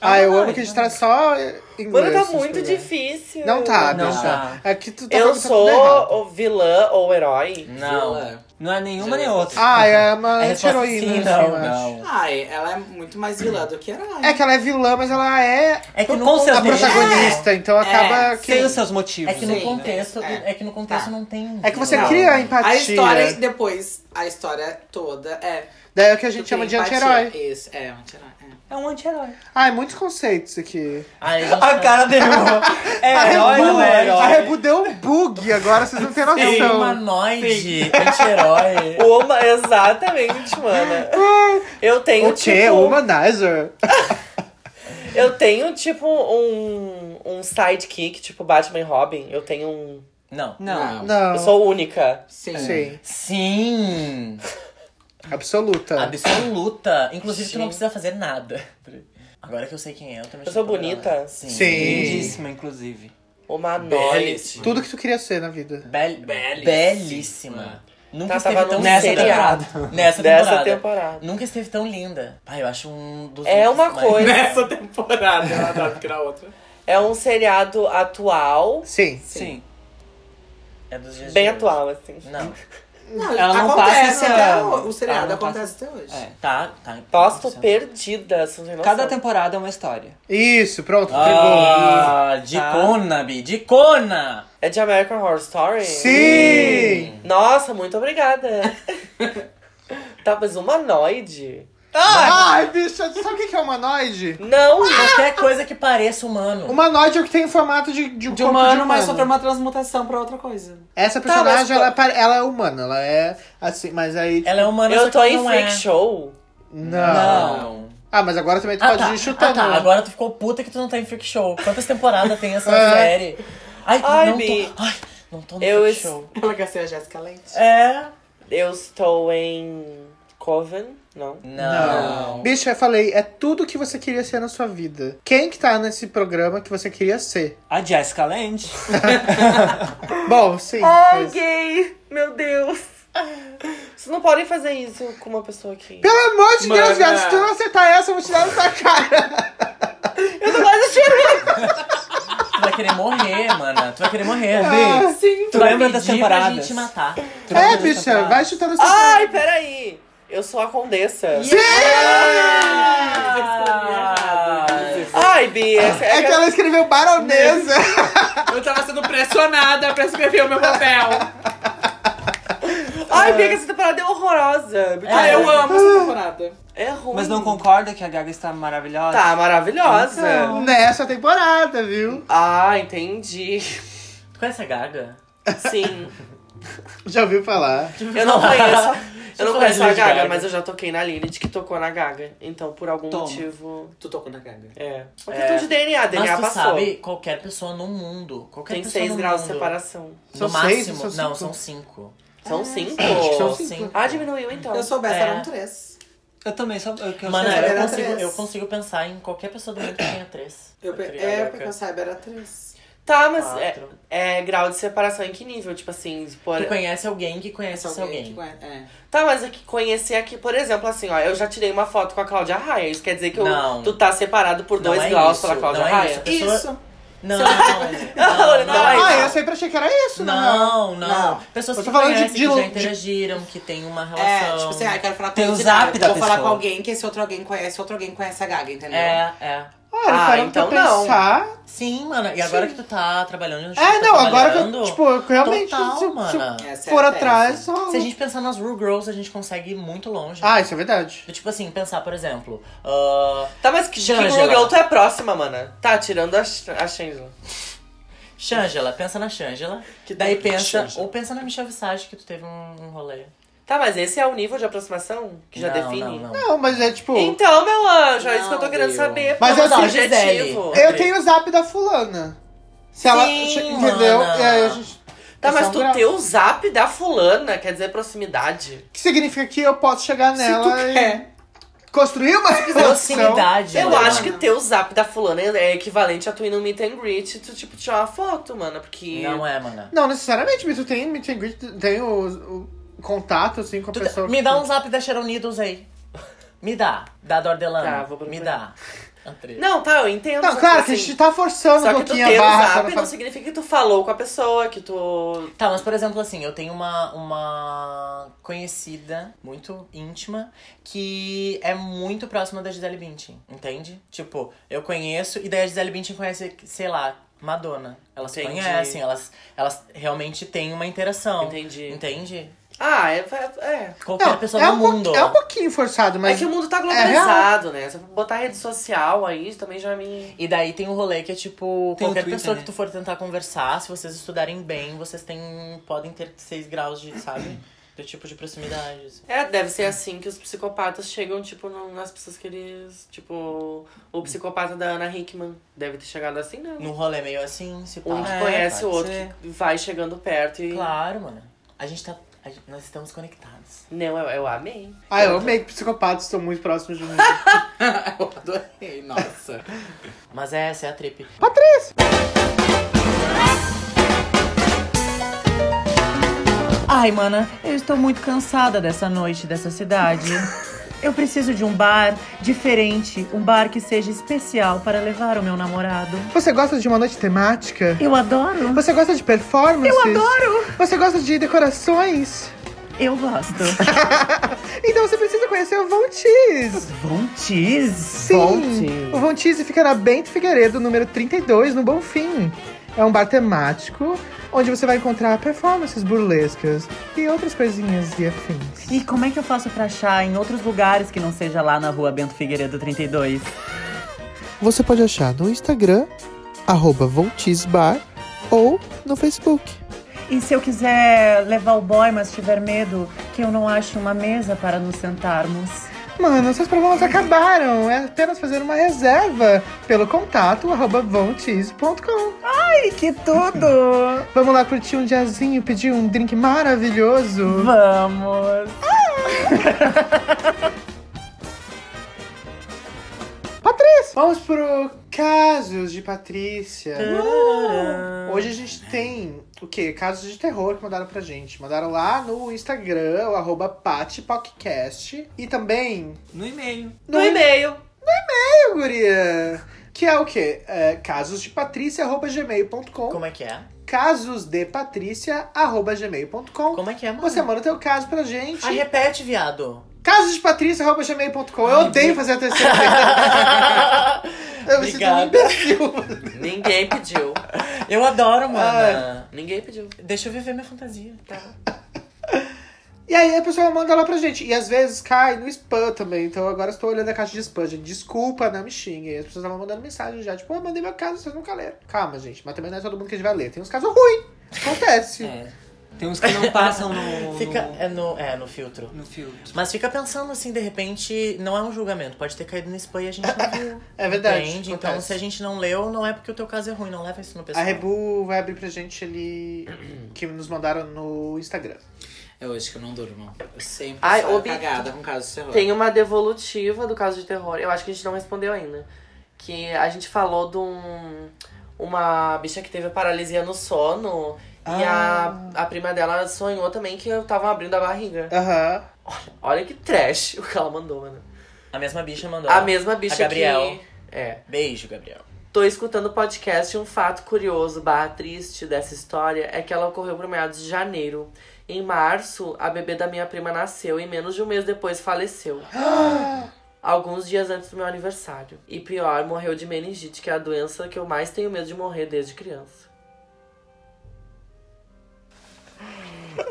A: Ah, eu amo
B: noide.
A: que a gente traz só inglês.
E: Mano, tá
A: esses
E: muito
A: programas.
E: difícil.
A: né? Não tá,
B: Não
A: bicha.
B: tá.
A: É que tu tá
E: Eu
A: perguntando tudo errado.
E: sou o vilã ou o herói?
D: Não.
F: Ela-
B: Não é nenhuma nem outra.
A: Ah, é uma
D: A
A: é
D: resposta é sim,
A: anti-heroína, assim, eu
D: não,
A: acho.
D: não.
F: Ai, ela é muito mais vilã do que herói.
A: É que ela é vilã, mas ela é
D: É que no
A: a
D: conceito-
A: protagonista, então acaba que...
B: Tem os seus motivos.
D: É que no
B: né?
F: Sim.
D: contexto,
F: É.
D: é que no contexto
F: Tá.
D: não tem. um
A: É que você
F: Não.
A: cria a
F: A
A: empatia.
F: história depois, a história toda é.
A: Daí é o que a gente
F: tu
A: chama de
F: cria empatia.
A: anti-herói.
F: Isso, é, anti-herói. é.
B: É um anti-herói.
A: [LAUGHS] Ah, é muitos conceitos aqui.
D: Aí a gente
B: A
D: tá-
B: cara dele.
A: [LAUGHS]
E: É,
A: a
E: herói
A: Rebu,
E: não é herói.
A: a Rebu deu um bug agora, vocês não têm noção.
D: é um Humanoide,
A: [LAUGHS]
D: anti-herói.
E: Uma, exatamente, mana. Eu tenho,
A: O quê? Um
E: tipo...
A: Humanizer?
E: Eu tenho, tipo, um, um sidekick, tipo Batman e Robin. Eu tenho um...
D: Não.
B: Não.
A: Não.
F: Ah.
E: Eu sou única.
F: Sim.
A: Sim,
D: Sim!
A: absoluta.
D: Absoluta. é Inclusive, tu não precisa fazer nada. [LAUGHS] Agora que eu sei quem é, eu também
E: Eu sou
D: tô procurando.
E: bonita?
D: Sim.
A: Sim.
B: Lindíssima, inclusive.
E: Uma noite.
D: Belíssima.
A: Tudo que tu queria ser na vida.
D: Bel-
F: Belíssima.
D: Belíssima. Nunca
E: Tá,
D: esteve
E: tava
D: tão
E: num
D: linda.
E: seriado.
D: Nessa temporada.
E: Dessa temporada.
D: Nunca esteve tão linda. Pai, eu acho um dos.
E: É
D: únicos
E: uma
D: mais-
E: coisa.
F: Nessa temporada, ela adora que na outra.
E: É um seriado atual.
A: Sim.
B: Sim.
D: assim. É dos dias de
E: Bem
D: hoje.
E: atual, assim.
D: Não.
F: Não,
B: Ela não
F: acontece
B: passa essa-
F: até hoje. O seriado
D: Ela não
F: acontece até hoje.
B: É.
D: Tá, tá.
E: Posso perdida, você não tem noção.
B: Cada temporada é uma história. Tá?
A: Isso, pronto, pegou.
D: Ah,
E: Tá.
D: dicona, Bi. Dicona!
E: É de American Horror Story?
A: Sim!
E: Nossa, muito
D: [LAUGHS]
E: obrigada. tá, mas humanoide?
A: Ai, bicha, sabe o que que é humanoide?
E: Não!
D: Qualquer coisa que pareça humano.
A: Humanoide é o que tem formato de, de um corpo de
B: De humano,
A: humano.
B: mas só pra uma transmutação pra outra coisa.
A: Essa
E: mas
A: personagem,
E: qual-
A: ela, é pa- ela é humana, ela é assim, mas aí...
D: Ela é humana, só
E: eu
D: que
E: tô em
D: não
E: freak
D: é.
E: show.
F: um
A: Não.
D: Não.
A: Ah, mas agora também tu
D: Ah,
A: pode
D: tá.
A: ir chutando.
D: Ah, tá. Agora tu ficou puta que tu não tá em Freak Show. Quantas temporadas tem essa
A: É.
D: série? Ai,
E: Ai,
D: não
E: Bi.
D: tô. Ai, não tô no
E: Eu
D: Freak
E: es-
D: Show.
F: Ela quer ser a Jéssica Lente.
D: É.
E: Eu estou em Coven, não.
F: Hum,
D: Não.
A: Bicha, eu falei, é tudo que você queria ser na sua vida. Quem que tá nesse programa que você queria ser?
B: A Jessica Lange.
A: Bom, sim.
E: Ai,
A: mas-
E: gay! Meu Deus! Vocês não podem fazer isso com uma pessoa aqui.
A: Pelo amor de
F: Mana.
A: Deus, viado, se tu não acertar essa, eu vou te dar na tua cara.
E: Eu tô quase chorando!
D: Tu vai querer morrer, mana. Tu vai querer morrer.
A: Ah,
B: Tu
D: vai
B: lembra das
D: pedir
B: temporadas?
D: Pra gente matar.
A: é, bicha, vai chutando essa
E: Ai, peraí! Eu sou a condessa.
A: Sim!
E: Ai, Bi, essa
A: É que ela escreveu baronesa.
F: Eu tava sendo pressionada pra escrever o meu papel.
E: Ai, Bi, que essa temporada é horrorosa.
F: Ah, eu amo essa temporada.
E: É ruim.
B: Mas não concorda que a Gaga está maravilhosa?
E: Tá, maravilhosa.
A: [LAUGHS] Nessa temporada, viu?
E: Ah, entendi.
D: Tu conhece a Gaga?
E: Sim.
A: Já ouviu falar.
E: [LAUGHS] Eu não conheço. Eu não
D: falar de
E: conheço a
D: Lady
E: Gaga,
D: Gaga.
E: mas eu já toquei na Lilith, que tocou na Gaga. Então, por algum
B: Toma.
E: motivo.
F: Tu tocou na Gaga.
E: É. Uma questão de DNA, DNA
D: Mas tu
E: passou.
D: sabe, qualquer pessoa no mundo. Qualquer
E: Tem
D: pessoa
E: 6
D: no
E: graus de
D: mundo,
E: separação. É.
D: No
A: São seis
D: máximo.
A: ou são
D: não,
A: cinco?
D: são cinco.
E: São 5.
A: que são cinco.
E: Ah, diminuiu então.
F: Eu soubesse,
D: É.
F: eram três.
B: Eu também sou. Eu, que eu
D: Mano,
B: sou-
F: Era
D: eu consigo,
F: três.
D: eu consigo pensar em qualquer pessoa do mundo que tenha três.
F: Eu pe-
D: Tá ligado?
F: É, porque eu saiba, era três.
E: Tá, mas é,
D: Quatro.
E: é grau de separação em que nível? Tipo assim, por...
D: Tu conhece alguém que conhece
F: Essa
D: alguém.
F: que conhece- É.
E: Tá, mas aqui conhecer aqui, por exemplo, assim, ó, eu já tirei uma foto com a Cláudia Raia. Isso quer dizer que eu-
D: Não.
E: tu tá separado por
D: Não
E: dois
D: é
E: graus
D: isso,
E: pela Cláudia
D: não é
E: Raia.
D: isso. Pessoa-
F: Isso.
D: Não, não, não, não,
E: Ai,
A: ah,
E: não.
A: eu sempre achei que era isso, né?
D: não, não,
F: Não.
D: Pessoas
A: Eu
D: que
A: tô falando de-
D: conhecem,
A: de-
D: que já
A: de-
D: interagiram, que tem uma relação.
F: É, tipo assim, ah, eu quero falar com
B: Tem o
F: alguém de
B: zap
F: Gaga,
B: da
F: Vou falar com
B: pessoa.
F: alguém que esse outro alguém conhece, outro alguém conhece a Gaga, entendeu?
D: É, é.
A: Olha,
E: Ah,
A: parando
E: então
A: pra
E: não.
A: pensar.
D: Sim, mano, e agora que tu tá trabalhando no
A: É,
D: tá
A: não, agora que eu,
D: trabalhando,
A: tipo, eu realmente,
D: Total,
A: se,
D: mana.
A: se
F: Essa é
A: for
F: a
A: atrás,
F: tese.
A: só...
D: Se a gente pensar nas Rule Girls, a gente consegue ir muito longe.
A: Ah, isso é verdade.
D: Tipo assim, pensar, por exemplo, ah,
E: Tá, mas que
D: Shangela.
E: Google tu é próxima, mana. Tá, tirando a, Sh- a Shangela.
D: Shangela, pensa na Shangela. Que daí
E: tem-
D: pensa,
E: Shangela.
D: ou pensa na Michelle Visage, que tu teve um, um rolê.
E: Tá, mas esse é o nível de aproximação que já
D: Não,
E: define?
D: Não, não.
A: Não, mas é tipo...
E: Então, meu anjo, é isso que eu tô
F: Não,
E: querendo
F: viu.
E: saber.
A: Mas
E: Vamos
A: eu
E: ao
A: sou
E: é objetivo.
A: Eu tenho o zap da fulana. Se ela...
D: Sim,
A: entendeu?
D: mana.
A: E aí a gente...
E: Tá, mas
A: Só um
E: tu
A: grau.
E: ter o zap da fulana, quer dizer proximidade.
A: Que significa que eu posso chegar nela e... Construir uma relação.
D: Proximidade.
E: eu
D: né,
E: acho que
D: mano?
E: ter o zap da fulana é equivalente a tu ir no meet and greet e tu, tipo, tirar uma foto, mano, porque...
D: Não é, mana.
A: Não, necessariamente, mas tu tem meet and greet, tem o, o contato, assim, com a
D: Tu-
A: pessoa.
D: me
A: que-
D: dá um zap da Sharon Needles aí. Me dá. Da Dordelano.
E: Tá, vou procurar.
D: Me dá. André.
E: Não, tá, eu entendo.
A: Não,
E: só
A: claro que
E: assim,
A: a gente tá forçando
E: Só
A: um
E: que tu
A: pouquinho a
E: ter o
A: barra. pra
E: zap não,
A: falar-
E: significa que tu falou com a pessoa, que tu...
D: Tá, mas por exemplo, assim, eu tenho uma, uma conhecida muito íntima que é muito próxima da Gisele Bündchen, entende? Tipo, eu conheço e daí a Gisele Bündchen conhece, sei lá, Madonna. Elas se
E: Entendi.
D: conhecem, elas, elas realmente têm uma interação.
E: Entendi.
D: Entende?
E: Ah, é. é-
D: Qualquer
A: Não,
D: pessoa
A: é
D: do
A: um pouqui-
D: mundo.
A: é um pouquinho forçado,
E: é. É
A: mas
E: que o mundo tá
A: real.
E: globalizado, né? Se eu botar rede social aí, também já me.
D: E daí tem o rolê que é tipo,
B: Tem o
D: qualquer
B: Twitter,
D: pessoa
B: né?
D: que tu for tentar conversar, se vocês estudarem bem, vocês têm. podem ter seis graus de, sabe?
B: [COUGHS]
D: Do tipo de proximidade. assim.
E: É, deve ser assim que os psicopatas chegam, tipo, no- nas pessoas que eles. Tipo, o psicopata da Ana Hickman deve ter chegado assim, não.
D: Num rolê meio assim, se pá.
E: Um que
B: É,
E: conhece o
B: pode
E: outro,
B: ser.
E: que vai chegando perto
B: é
E: e.
D: Claro, mano. A gente tá. a gente- nós estamos conectados.
E: Não, eu, eu amei.
A: Ah, eu amei que psicopatas estão muito próximos
E: [LAUGHS]
A: de mim.
E: Eu adorei, nossa.
D: Mas é, essa é a trip.
A: Patrícia!
G: Ai, mana, eu estou muito cansada dessa noite, dessa cidade. Eu preciso de um bar diferente, um bar que seja especial para levar o meu namorado.
A: Você gosta de uma noite temática?
G: Eu adoro.
A: Você gosta de performances?
G: Eu adoro!
A: Você gosta de decorações?
G: Eu gosto.
A: Então você precisa conhecer o Von Teese.
G: Von Teese?
A: Sim! O Von Teese fica na Bento Figueiredo, número 32, no Bonfim. É um bar temático, onde você vai encontrar performances burlescas e outras coisinhas e afins.
G: E como é que eu faço pra achar em outros lugares que não seja lá na rua Bento Figueiredo 32?
A: Você pode achar no Instagram, arroba Von Teese Bar, ou no Facebook.
G: E se eu quiser levar o boy, mas tiver medo que eu não ache uma mesa para nos sentarmos?
A: Mano, seus problemas acabaram. É apenas fazer uma reserva pelo contato arroba vontease.com.
G: Ai, que tudo!
A: [LAUGHS] Vamos lá curtir um diazinho, pedir um drink maravilhoso.
G: Vamos!
A: [LAUGHS] Vamos pro Casos de Patrícia. Hoje a gente tem o quê? Casos de terror que mandaram pra gente. Mandaram lá no Instagram, o arroba patipodcast. E também
B: No e-mail.
E: No e-mail.
A: Meu, guria, Que é o quê? É, casos de Patrícia, arroba gmail.com.
D: Como é que é?
A: Casos de Patrícia, arroba gmail.com.
D: Como é que é, mano?
A: Você manda o teu caso pra gente.
D: Ai, é- repete, viado.
A: [LAUGHS] Casos de Patrícia, arroba gmail.com. Eu odeio fazer a terceira vez. Eu me sinto um
D: [LAUGHS] Obrigada.
A: imbecil.
B: [LAUGHS]
E: Ninguém pediu.
D: Eu adoro,
B: Ah,
A: Ah,
D: mano.
B: é.
E: Ninguém pediu.
A: é.
D: Deixa eu viver minha fantasia. tá?
A: E aí a pessoa manda lá pra gente. E às vezes cai no spam também. Então agora estou olhando a caixa de spam, gente. Desculpa, não me xinguem. As pessoas estavam mandando mensagem já. Tipo, eu mandei meu caso, vocês nunca leram. Calma, gente. Mas também não é todo mundo que a gente vai ler. Tem uns casos ruins. Acontece.
B: É. Tem uns que não passam no,
D: [LAUGHS] Fica. É no, é, no filtro.
B: no, no filtro.
D: Mas fica pensando assim, de repente, não é um julgamento. Pode ter caído no spam e a gente não viu.
A: [LAUGHS] É verdade,
D: Entende?
A: acontece.
D: Então, se a gente não leu, não é porque o teu caso é ruim. Não leva isso no
A: A
D: pessoal.
A: Rebu vai abrir pra gente
D: [CLEARS THROAT]
A: ali. Que nos mandaram no Instagram.
F: É hoje que eu não durmo. Eu sempre
E: Ai,
F: saio
E: Obi-
F: cagada com casos de terror.
E: Tem uma devolutiva do caso de terror. Eu acho que a gente não respondeu ainda. Que a gente falou de um, uma bicha que teve paralisia no sono. E a, a prima dela sonhou também que eu tava abrindo a barriga.
A: Aham.
E: Olha que trash o que ela mandou, mano.
D: A mesma bicha mandou.
E: A mesma bicha
D: A Gabriel.
E: que... É.
D: Beijo, Gabriel.
E: Tô escutando o podcast e um fato curioso barra triste dessa história é que ela ocorreu por meados de janeiro. Em março, a bebê da minha prima nasceu e menos de um mês depois faleceu. [GASPS] Alguns dias antes do meu aniversário. E pior, morreu de meningite, que é a doença que eu mais tenho medo de morrer desde criança.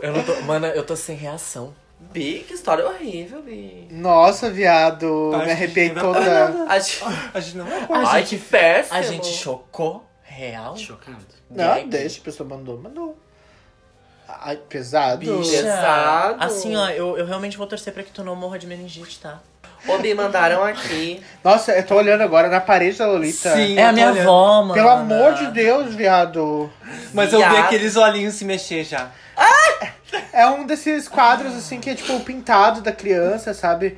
D: Eu não tô. Mano, eu tô sem reação.
E: Bi, que história horrível, Bi.
A: Nossa, viado.
E: Tá
A: Me
B: Acho que
A: arrepiei
B: vai-
E: [LAUGHS]
A: toda.
E: A gente,
B: [LAUGHS] A gente não vai.
D: Ai,
E: que
D: que
E: péssimo.
D: A
A: é
D: gente chocou real.
F: Chocado.
A: Não,
D: Gag.
A: deixa. A pessoa mandou, mandou. Ai, pesado.
D: Bicha.
E: Pesado.
D: Assim, ó, eu, eu realmente vou torcer pra que tu não morra de meningite, tá?
E: Ô, Bi, mandaram aqui.
A: Nossa, eu tô olhando agora na parede da Lolita.
B: Sim,
D: é
B: eu
D: a
B: tô
D: minha
B: olhando.
D: avó, mano.
A: Pelo amor de Deus, viado.
B: Mas eu vi
E: Viado.
B: aqueles olhinhos se mexer já.
A: É um desses quadros, assim, que é tipo o pintado da criança, sabe?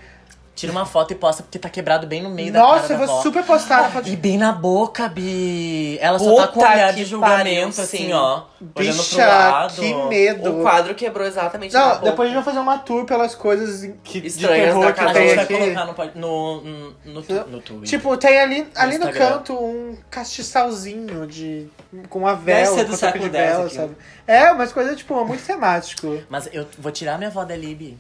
D: Tira uma foto e posta, porque tá quebrado bem no meio da
A: Nossa,
D: cara
A: eu
D: da
A: vou
D: avó.
A: super postar na foto.
D: E bem na boca, Bi. Ela só tá com
E: Puta
D: olhar
E: que
D: de julgamento,
E: pariu,
D: assim,
E: sim.
D: ó. olhando pro
A: [LAUGHS] Bicha,
D: lado.
A: que medo.
E: O um quadro tá quebrou exatamente na
A: Não,
E: boca.
A: depois a gente vai fazer uma tour pelas coisas em- que, de
E: Estranhas da
A: terror que
E: casa.
D: A
A: tem
D: gente vai
A: aqui.
D: colocar no, pod- no, no, no, tu- no Twitter.
A: Tipo, tem ali, ali no
D: Instagram.
A: canto um castiçalzinho de. com a
B: Deve
A: vela,
B: ser do
A: com toque
B: século
A: de
B: X
A: vela,
B: aqui,
A: sabe? É, umas coisas, tipo, muito temático.
D: Mas eu vou tirar minha avó
A: [LAUGHS]
D: da Lib.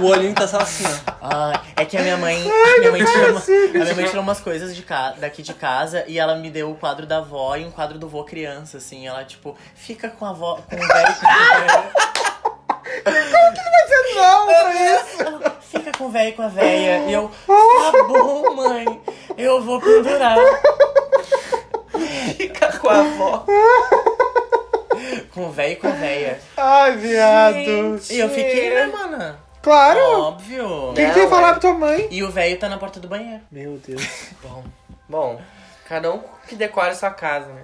B: O olhinho tá só assim, ó.
D: Ai, é que a minha mãe. minha mãe tirou uma- a minha mãe tirou umas coisas de ca- daqui de casa e ela me deu o quadro
A: [LAUGHS]
D: da avó e um quadro do vô criança, assim. Ela, tipo, fica com a avó, com o velho. com o velho.
A: Não, Luiz!
D: Ela fica com o velho e com a velha. E eu, tá bom, mãe, eu vou pendurar.
H: Fica com a avó.
D: Com o velho e com a velha.
A: Ai, viado.
D: E eu fiquei, né, mana?
A: Claro! O
D: Óbvio.
A: que, que tu ia falar pra tua mãe?
D: E o velho tá na porta do banheiro.
A: Meu Deus.
H: Bom,
E: Cada um que decore sua casa,
F: [LAUGHS]
E: né?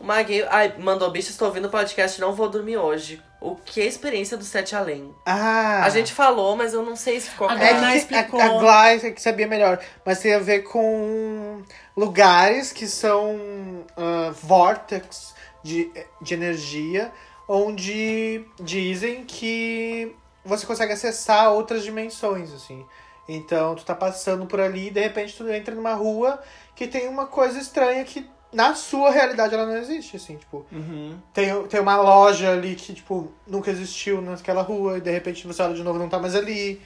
E: O Magui, ai, mandou bicho, estou ouvindo o podcast, não vou dormir hoje. O que é a experiência do Sete Além?
A: Ah!
E: A gente falou, mas eu não sei se ficou
D: A
A: É
E: claro.
A: que
D: Glá
A: a-
D: explicou.
A: A, a Glá é que sabia melhor. Mas tem a ver com lugares que são ah, vortex de, de energia, onde dizem que você consegue acessar outras dimensões, assim. Então, tu tá passando por ali e de repente tu entra numa rua que tem uma coisa estranha que na sua realidade ela não existe, assim, tipo.
B: Uhum.
A: Tem, tem uma loja ali que, tipo, nunca existiu naquela rua, e de repente você olha de novo e não tá mais ali.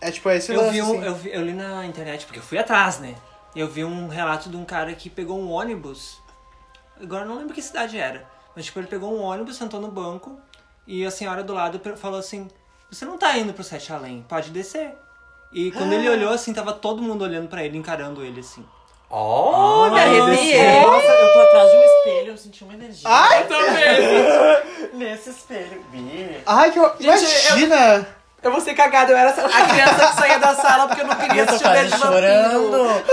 A: É tipo, é esse
B: Eu,
A: lance.
B: vi um,
A: assim.
B: eu, vi- eu li na internet, porque eu fui atrás, né? Eu vi um relato de um cara que pegou um ônibus. Agora eu não lembro que cidade era. Mas tipo, ele pegou um ônibus, sentou no banco e a senhora do lado per- falou assim: Você não tá indo pro Sete Além, pode descer. E quando
D: Ah.
B: ele olhou assim, tava todo mundo olhando pra ele, encarando ele assim.
E: Oh, me arrepiei.
D: Nossa, eu tô atrás de um espelho, eu senti uma energia.
A: Ai,
E: [LAUGHS]
D: Nesse espelho, Bi.
A: ai, que eu... Imagina!
F: Eu vou ser cagada, eu era a criança que saía da sala porque eu não queria
D: Eu tô
F: assistir o
D: tá quase
F: beijo do
D: chorando.
F: vampiro.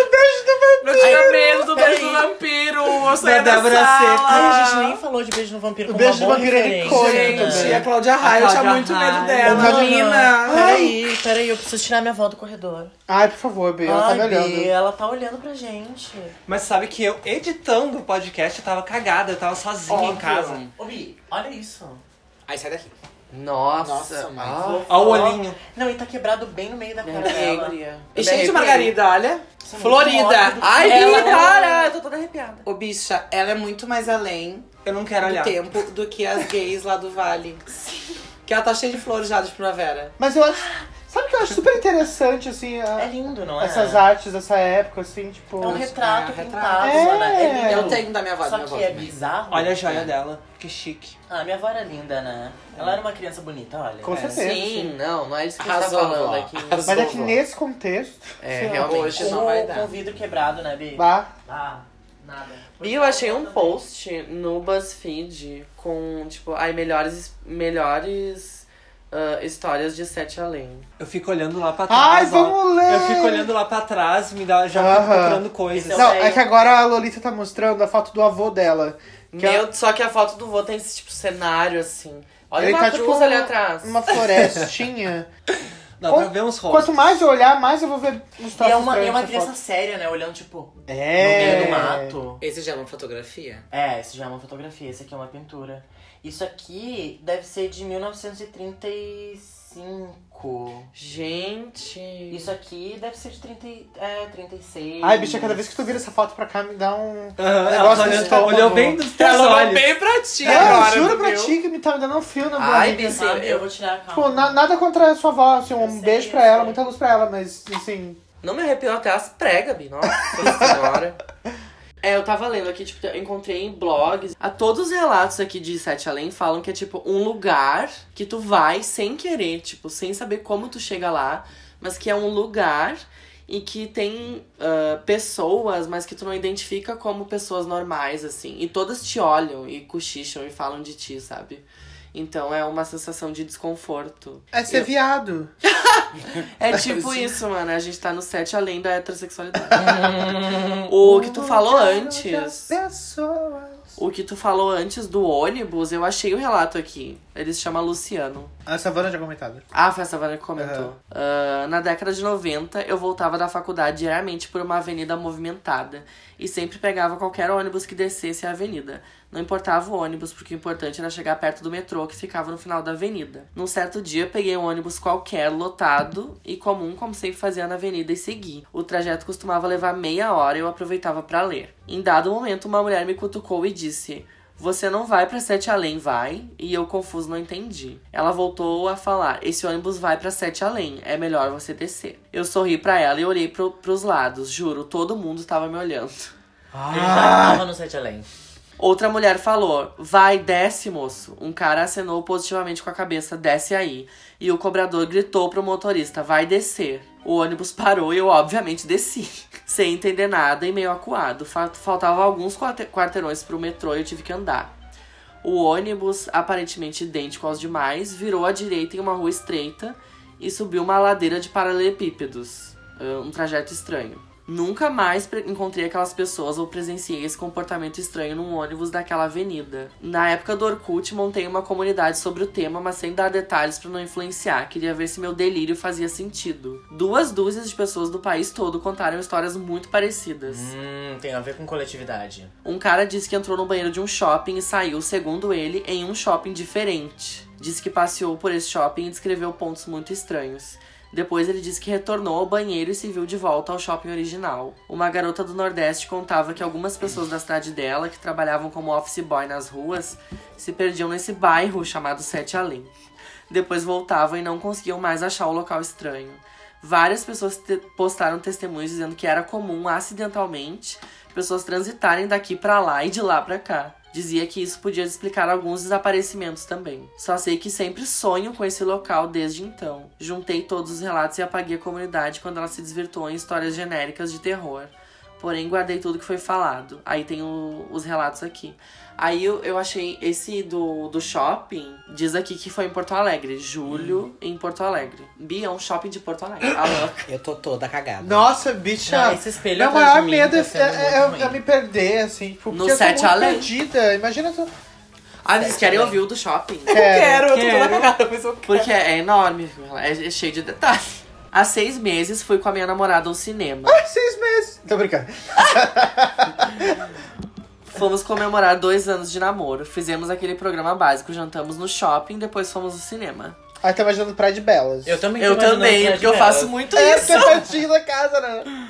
F: Eu tinha medo do beijo do
D: peraí.
F: vampiro. Eu saía da,
B: Débora
E: Ah.
F: sala.
D: Ai, a gente nem falou de beijo no vampiro
A: O
D: com
A: beijo
D: uma
A: do
D: boa
A: vampiro é
D: referência.
A: icônico,
D: né?
F: Gente, a Cláudia Raia,
B: A
F: eu tinha
B: Cláudia
F: muito
B: Raia.
F: medo dela.
A: Não, não, não.
F: Menina.
D: Peraí, peraí, eu preciso tirar minha avó do corredor.
A: Ai, por favor, Bia, ela tá
D: Ai,
A: me olhando.
D: Bi, ela tá olhando pra gente.
B: Mas sabe que eu, editando o podcast, eu tava cagada, eu tava sozinha em casa.
D: Ô, Bi, olha isso.
F: Aí sai daqui.
E: Nossa,
F: Nossa, mãe.
E: ah.
B: Ó o olhinho.
D: Não, e tá quebrado bem no meio da cara
E: Arrepiei,
D: dela.
E: guria.
F: E
E: Eu
F: cheio de
E: me arrepiei.
F: margarida, olha.
D: Isso é muito
F: Florida.
D: mórbido.
F: Ai,
E: Ela,
F: Bia.
E: para, eu tô toda arrepiada.
F: é Ô, bicha, ela é muito mais além
B: Eu não quero
F: do
B: olhar.
F: tempo do que as gays lá do vale. Que ela tá cheia de flores já de primavera.
A: Mas eu acho. Sabe o que eu acho super interessante, assim, a-
D: É lindo, não é?
A: essas artes dessa época, assim, tipo.
D: É um retrato
F: É,
D: pintado,
A: retrato.
D: mana. É lindo.
A: É.
F: Eu tenho da minha avó, da
D: Só
F: minha avó.
D: que é bizarro.
B: Olha a joia dela, que chique.
D: Ah, minha avó era linda, né? Ela era uma criança bonita, olha.
A: Com
D: É.
A: certeza.
E: Sim, não, não é isso que a gente tá
F: Arrasou,
E: falando
F: vó.
E: aqui.
A: Mas é que
F: Arrasou, vó.
A: nesse contexto.
E: É,
A: sei lá.
E: realmente.
F: Hoje
D: Com,
F: não vai
D: com
F: dar.
D: o vidro quebrado, né, Bi?
A: Bah.
D: Ah, nada.
E: Bi, eu achei um post no BuzzFeed com, tipo, ai, melhores, melhores ah, histórias de Sete Além.
B: Eu fico olhando lá pra trás.
A: Ai,
B: ó.
A: vamos ler!
B: Eu fico olhando lá pra trás, me dá, já fico
A: Aham.
B: procurando coisas.
A: Não,
D: velho.
A: é que agora a Lolita tá mostrando a foto do avô dela. Que
E: Meu, Só que a foto do vô tem esse, tipo, cenário, assim. Olha
A: Ele
E: uma
A: tá,
E: cruz
A: tipo,
E: ali atrás.
A: Uma florestinha.
D: [LAUGHS]
B: Dá
A: Qual-
B: pra ver uns rostos.
A: Quanto mais eu olhar, mais eu vou ver os
D: E
A: troços
D: é uma,
A: estranhos
D: é uma
A: nessa
D: criança
A: foto.
D: séria, né? Olhando, tipo, no
A: É.
D: meio do mato.
F: Esse já é uma fotografia?
D: É, esse já é uma fotografia, esse aqui é uma pintura. Isso aqui deve ser de 1935.
E: Gente.
D: Isso aqui deve ser de 30, e- é, 36.
A: Ai, bicha, cada vez que tu vira essa foto pra cá, me dá um.
B: Aham,
A: Negócio
B: ela tá olhando,
A: estômago.
B: olhou bem dos teus
F: Ela olhou
B: olhos.
F: bem pra ti
A: Ah,
F: agora.
A: eu juro pra
F: viu?
A: ti que me tá me dando um fio na
E: Ai,
A: boca.
E: bicho,
D: Sabe, eu vou tirar a calma.
A: Tipo, na- nada contra a sua avó, assim, um
D: Eu sei,
A: beijo
D: eu
A: pra ela,
D: sei.
A: muita luz pra ela, mas assim.
E: Não me arrepiou até as pregas, Bi. Nossa senhora. [LAUGHS] É, eu tava lendo aqui, tipo, eu encontrei em blogs. A todos os relatos aqui de Sete Além falam que é tipo um lugar que tu vai sem querer, tipo, sem saber como tu chega lá, mas que é um lugar e que tem ah, pessoas, mas que tu não identifica como pessoas normais, assim. E todas te olham e cochicham e falam de ti, sabe? Então é uma sensação de desconforto.
A: É ser
E: Eu-
A: viado.
E: É tipo isso, mano. A gente tá no set além da heterossexualidade. o que tu falou antes.
A: Pessoas.
E: O que tu falou antes do ônibus, eu achei o relato aqui. Ele se chama Luciano.
A: A Savana já comentada.
E: Ah, foi a Savana que comentou.
A: Aham.
E: Ah, na década de 90, eu voltava da faculdade diariamente por uma avenida movimentada. E sempre pegava qualquer ônibus que descesse a avenida. Não importava o ônibus, porque o importante era chegar perto do metrô que ficava no final da avenida. Num certo dia, peguei um ônibus qualquer, lotado e comum, como sempre fazia na avenida, e segui. O trajeto costumava levar meia hora e eu aproveitava pra ler. Em dado momento, uma mulher me cutucou e disse. Você não vai pra Sete Além, vai? E eu confuso não entendi. Ela voltou a falar: "Esse ônibus vai pra Sete Além, é melhor você descer". Eu sorri pra ela e olhei pro, pros lados, juro, todo mundo tava me olhando. [LAUGHS]
A: Ah!
D: Ele já tava no Sete Além.
E: Outra mulher falou: vai, desce, moço. Um cara acenou positivamente com a cabeça: desce aí. E o cobrador gritou pro motorista: vai descer. O ônibus [LAUGHS] parou e eu, obviamente, desci. [LAUGHS] Sem entender nada e meio acuado. Fa- Faltavam alguns quarte- quarteirões pro metrô e eu tive que andar. O ônibus, aparentemente idêntico aos demais, virou à direita em uma rua estreita e subiu uma ladeira de paralelepípedos. Ah, Um trajeto estranho. Nunca mais pre- encontrei aquelas pessoas ou presenciei esse comportamento estranho num ônibus daquela avenida. Na época do Orkut, montei uma comunidade sobre o tema, mas sem dar detalhes pra não influenciar. Queria ver se meu delírio fazia sentido. Duas dúzias de pessoas do país todo contaram histórias muito parecidas.
D: Hum, tem a ver com coletividade.
E: Um cara disse que entrou no banheiro de um shopping e saiu, segundo ele, em um shopping diferente. Disse que passeou por esse shopping e descreveu pontos muito estranhos. Depois ele disse que retornou ao banheiro e se viu de volta ao shopping original. Uma garota do Nordeste contava que algumas pessoas da cidade dela, que trabalhavam como office boy nas ruas, se perdiam nesse bairro chamado Sete Além. Depois voltavam e não conseguiam mais achar o local estranho. Várias pessoas te- postaram testemunhos dizendo que era comum, acidentalmente, pessoas transitarem daqui pra lá e de lá pra cá. Dizia que isso podia explicar alguns desaparecimentos também. Só sei que sempre sonho com esse local desde então. Juntei todos os relatos e apaguei a comunidade quando ela se desvirtuou em histórias genéricas de terror. Porém, guardei tudo que foi falado. Aí tem o- os relatos aqui. Aí eu, eu achei esse do, do shopping, diz aqui que foi em Porto Alegre. Julho em Porto Alegre. Bia, é um shopping de Porto Alegre. A louca.
D: Eu tô toda cagada.
A: Nossa, bicha.
D: Ah, esse espelho
A: meu
D: atrás
A: maior
D: de mim
A: medo
D: tá
A: é,
D: sendo
A: é- é eu,
D: muito
A: eu
D: ruim.
A: me perder, assim. Tipo,
E: No
A: porque eu tô
E: set
A: muito
E: além.
A: perdida. Imagina tu.
E: Ah, vocês querem ouvir o do shopping?
A: Quero.
F: eu tô toda cagada, mas eu
E: Porque é enorme, é, é cheio de detalhes. Há seis meses fui com a minha namorada ao cinema.
A: É, Seis meses. Tô brincando.
E: Fomos comemorar dois anos de namoro. Fizemos aquele programa básico, jantamos no shopping, depois fomos ao cinema.
A: Aí tá imaginando Praia de Belas.
D: Eu também.
E: Eu
D: tô imaginando
E: também,
D: atrás
E: porque eu
D: dela.
E: faço muito
A: É,
E: isso.
A: tô pertinho da casa, né?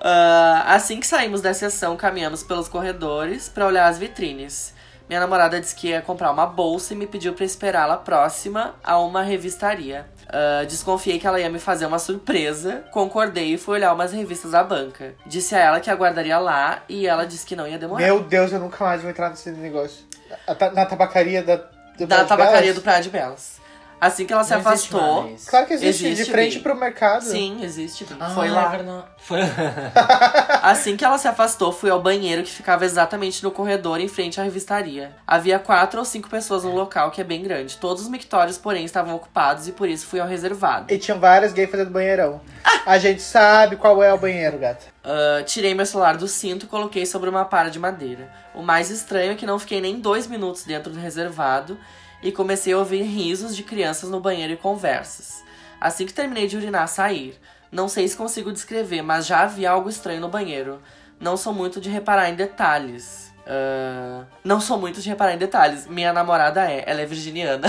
E: Ah, assim que saímos da sessão, caminhamos pelos corredores pra olhar as vitrines. Minha namorada disse que ia comprar uma bolsa e me pediu pra esperá-la próxima a uma revistaria. Ah, desconfiei que ela ia me fazer uma surpresa, concordei e fui olhar umas revistas da banca. Disse a ela que aguardaria lá e ela disse que não é? ia demorar.
A: Meu Deus, eu nunca mais vou entrar nesse negócio. A ta- Na tabacaria da. do Praia
E: da
A: de
E: tabacaria
A: Belas?
E: do Praia de Belas. Assim que ela se
D: Não existe
E: afastou.
D: mais.
A: Claro que existe,
E: Existe,
A: de frente
E: Bi.
A: pro mercado.
E: Sim, existe. Bi.
D: Ah,
E: Foi
D: é
E: lá.
D: verdade.
I: Foi...
E: Assim que ela se afastou, fui ao banheiro que ficava exatamente no corredor em frente à revistaria. Havia quatro ou cinco pessoas no local, que é bem grande. Todos os mictórios, porém, estavam ocupados e por isso fui ao reservado.
A: E tinham várias gays fazendo banheirão. A gente sabe qual é o banheiro, gata.
E: Ah, tirei meu celular do cinto e coloquei sobre uma para de madeira. O mais estranho é que não fiquei nem dois minutos dentro do reservado e comecei a ouvir risos de crianças no banheiro e conversas. Assim que terminei de urinar, sair. Não sei se consigo descrever, mas já havia algo estranho no banheiro. Não sou muito de reparar em detalhes. Ah, não sou muito de reparar em detalhes. Minha namorada é, ela é virginiana.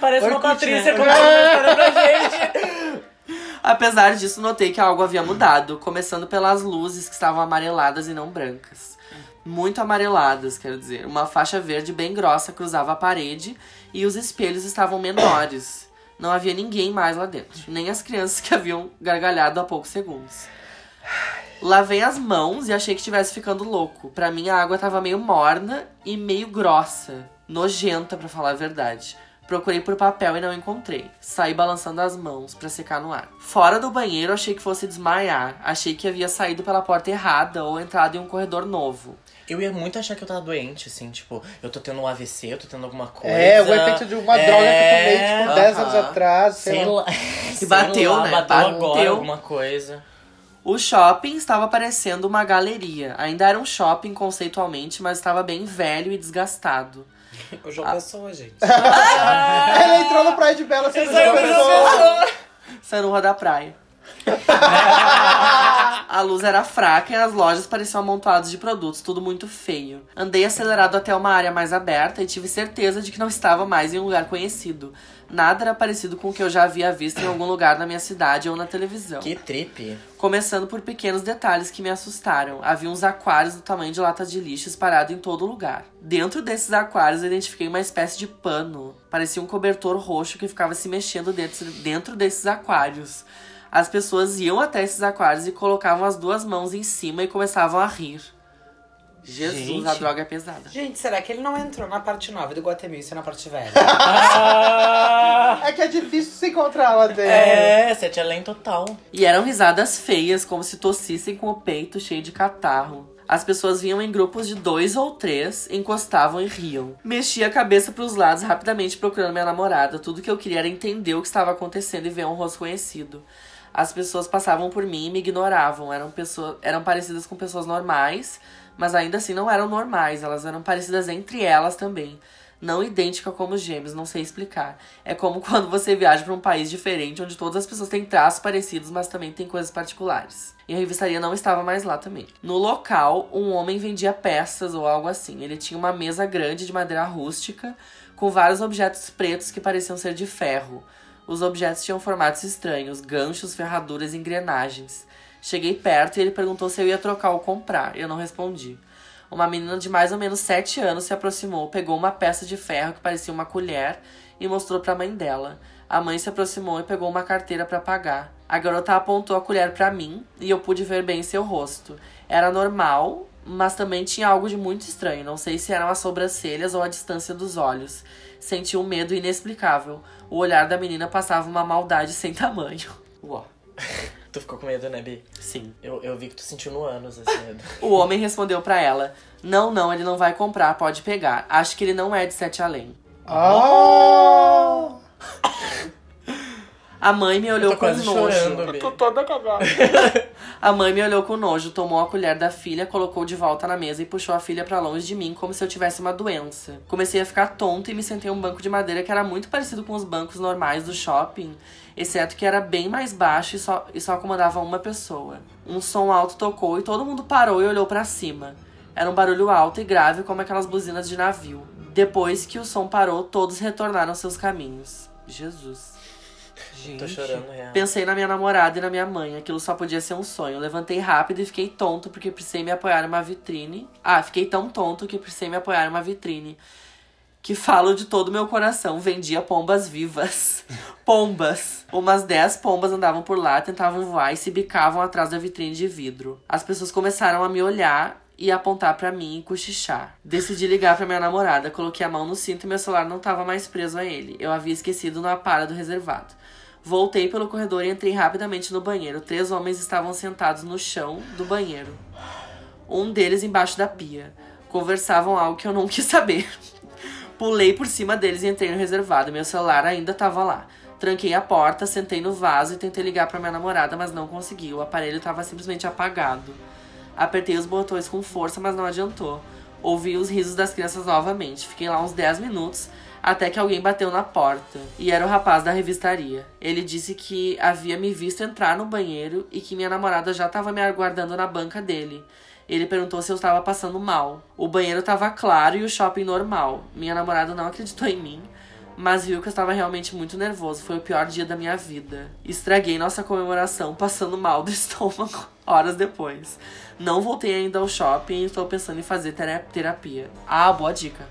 D: Parece uma
A: Orkut, né?
D: Patrícia contando uma história pra gente.
E: Apesar disso, notei que algo havia mudado, começando pelas luzes que estavam amareladas e não brancas. Muito amareladas, quero dizer. Uma faixa verde bem grossa cruzava a parede e os espelhos estavam menores. Não havia ninguém mais lá dentro, nem as crianças que haviam gargalhado há poucos segundos. Lavei as mãos e achei que estivesse ficando louco. Pra mim, a água tava meio morna e meio grossa. Nojenta, pra falar a verdade. Procurei por papel e não encontrei. Saí balançando as mãos pra secar no ar. Fora do banheiro, achei que fosse desmaiar. Achei que havia saído pela porta errada ou entrado em um corredor novo.
D: Eu ia muito achar que eu tava doente, assim, tipo, eu tô tendo um AVC, eu tô tendo alguma coisa.
A: É, o efeito de uma
D: É,
A: droga que eu tomei, tipo, 10 anos
E: É. aham.
A: atrás. Sei
D: Sei
A: lá.
D: [LAUGHS] lá.
E: Que bateu,
D: sei lá,
E: né?
D: Bateu, agora
E: Bateu.
D: alguma coisa.
E: O shopping estava parecendo uma galeria. Ainda era um shopping conceitualmente, mas estava bem velho e desgastado.
J: O
D: Ah,
J: João Pessoa, gente.
A: Ela entrou no Praia de Bela sendo
E: é
A: uma pessoa.
E: Sanurra da praia. a luz era fraca e as lojas pareciam amontoadas de produtos, tudo muito feio. Andei acelerado até uma área mais aberta e tive certeza de que não estava mais em um lugar conhecido. Nada era parecido com o que eu já havia visto em algum lugar na minha cidade ou na televisão.
D: Que trip.
E: Começando por pequenos detalhes que me assustaram. Havia uns aquários do tamanho de latas de lixo espalhados em todo lugar. Dentro desses aquários, eu identifiquei uma espécie de pano. Parecia um cobertor roxo que ficava se mexendo dentro, dentro desses aquários. As pessoas iam até esses aquários e colocavam as duas mãos em cima e começavam a rir. Jesus,
B: Gente.
E: a droga é pesada.
F: Gente, será que ele não entrou na parte nova do Guatemala, isso é na parte velha?
A: É que é difícil se encontrar lá dentro.
D: É, sete além total.
E: E eram risadas feias, como se tossissem com o peito cheio de catarro. As pessoas vinham em grupos de dois ou três, encostavam e riam. Mexia a cabeça para os lados rapidamente procurando minha namorada. Tudo que eu queria era entender o que estava acontecendo e ver um rosto conhecido. As pessoas passavam por mim e me ignoravam. Eram, pessoas, eram parecidas com pessoas normais, mas ainda assim não eram normais. Elas eram parecidas entre elas também. Não idêntica como gêmeos, não sei explicar. É como [LAUGHS] quando você viaja para um país diferente, onde todas as pessoas têm traços parecidos, mas também têm coisas particulares. E a revistaria não estava mais lá também. No local, um homem vendia peças ou algo assim. Ele tinha uma mesa grande de madeira rústica, com vários objetos pretos que pareciam ser de ferro. Os objetos tinham formatos estranhos, ganchos, ferraduras, engrenagens. Cheguei perto e ele perguntou se eu ia trocar ou comprar. Eu não respondi. Uma menina de mais ou menos 7 anos se aproximou, pegou uma peça de ferro que parecia uma colher e mostrou para a mãe dela. A mãe se aproximou e pegou uma carteira para pagar. A garota apontou a colher para mim e eu pude ver bem seu rosto. Era normal, mas também tinha algo de muito estranho. Não sei se eram as sobrancelhas ou a distância dos olhos. Senti um medo inexplicável. O olhar da menina passava uma maldade sem [LAUGHS] tamanho.
D: Uó. Tu ficou com medo, né, Bi?
E: Sim.
D: Eu, eu vi que tu sentiu no ânus assim, né? esse [LAUGHS] medo.
E: O homem respondeu pra ela: Não, não, ele não vai comprar, pode pegar. Acho que ele não é de sete além.
A: Ah!
E: A mãe me olhou
D: tô
E: com
D: tá quase
E: nojo.
D: chorando, Bi.
K: toda cagada.
E: A mãe me olhou com nojo, tomou a colher da filha, colocou de volta na mesa e puxou a filha pra longe de mim, como se eu tivesse uma doença. Comecei a ficar tonta e me sentei em um banco de madeira que era muito parecido com os bancos normais do shopping, exceto que era bem mais baixo e só, e só acomodava uma pessoa. Um som alto tocou e todo mundo parou e olhou pra cima. Era um barulho alto e grave, como aquelas buzinas de navio. Depois que o som parou, todos retornaram aos seus caminhos. Jesus.
B: Gente.
D: Tô chorando, real.
E: Pensei na minha namorada e na minha mãe, aquilo só podia ser um sonho. Levantei rápido e fiquei tonto porque precisei me apoiar em uma vitrine. Ah, fiquei tão tonto que precisei me apoiar em uma vitrine. Que falo de todo o meu coração, vendia pombas vivas. [LAUGHS] Pombas. Umas 10 pombas andavam por lá, tentavam voar e se bicavam atrás da vitrine de vidro. As pessoas começaram a me olhar e apontar pra mim e cochichar. Decidi ligar pra minha namorada, coloquei a mão no cinto e meu celular não tava mais preso a ele. Eu havia esquecido na para do reservado. Voltei pelo corredor e entrei rapidamente no banheiro. Três homens estavam sentados no chão do banheiro. Um deles embaixo da pia. Conversavam algo que eu não [LAUGHS] quis saber. Pulei por cima deles e entrei no reservado. Meu celular ainda tava lá. Tranquei a porta, sentei no vaso e tentei ligar pra minha namorada, mas não consegui. O aparelho tava simplesmente apagado. Apertei os botões com força, mas não adiantou. Ouvi os risos das crianças novamente. Fiquei lá uns 10 minutos até que alguém bateu na porta. E era o rapaz da revistaria. Ele disse que havia me visto entrar no banheiro e que minha namorada já tava me aguardando na banca dele. Ele perguntou se eu estava passando mal. O banheiro estava claro e o shopping normal. Minha namorada não acreditou em mim, mas viu que eu estava realmente muito nervoso. Foi o pior dia da minha vida. Estraguei nossa comemoração passando mal do [LAUGHS] estômago horas depois. Não voltei ainda ao shopping e estou pensando em fazer tera- terapia. Ah, boa dica.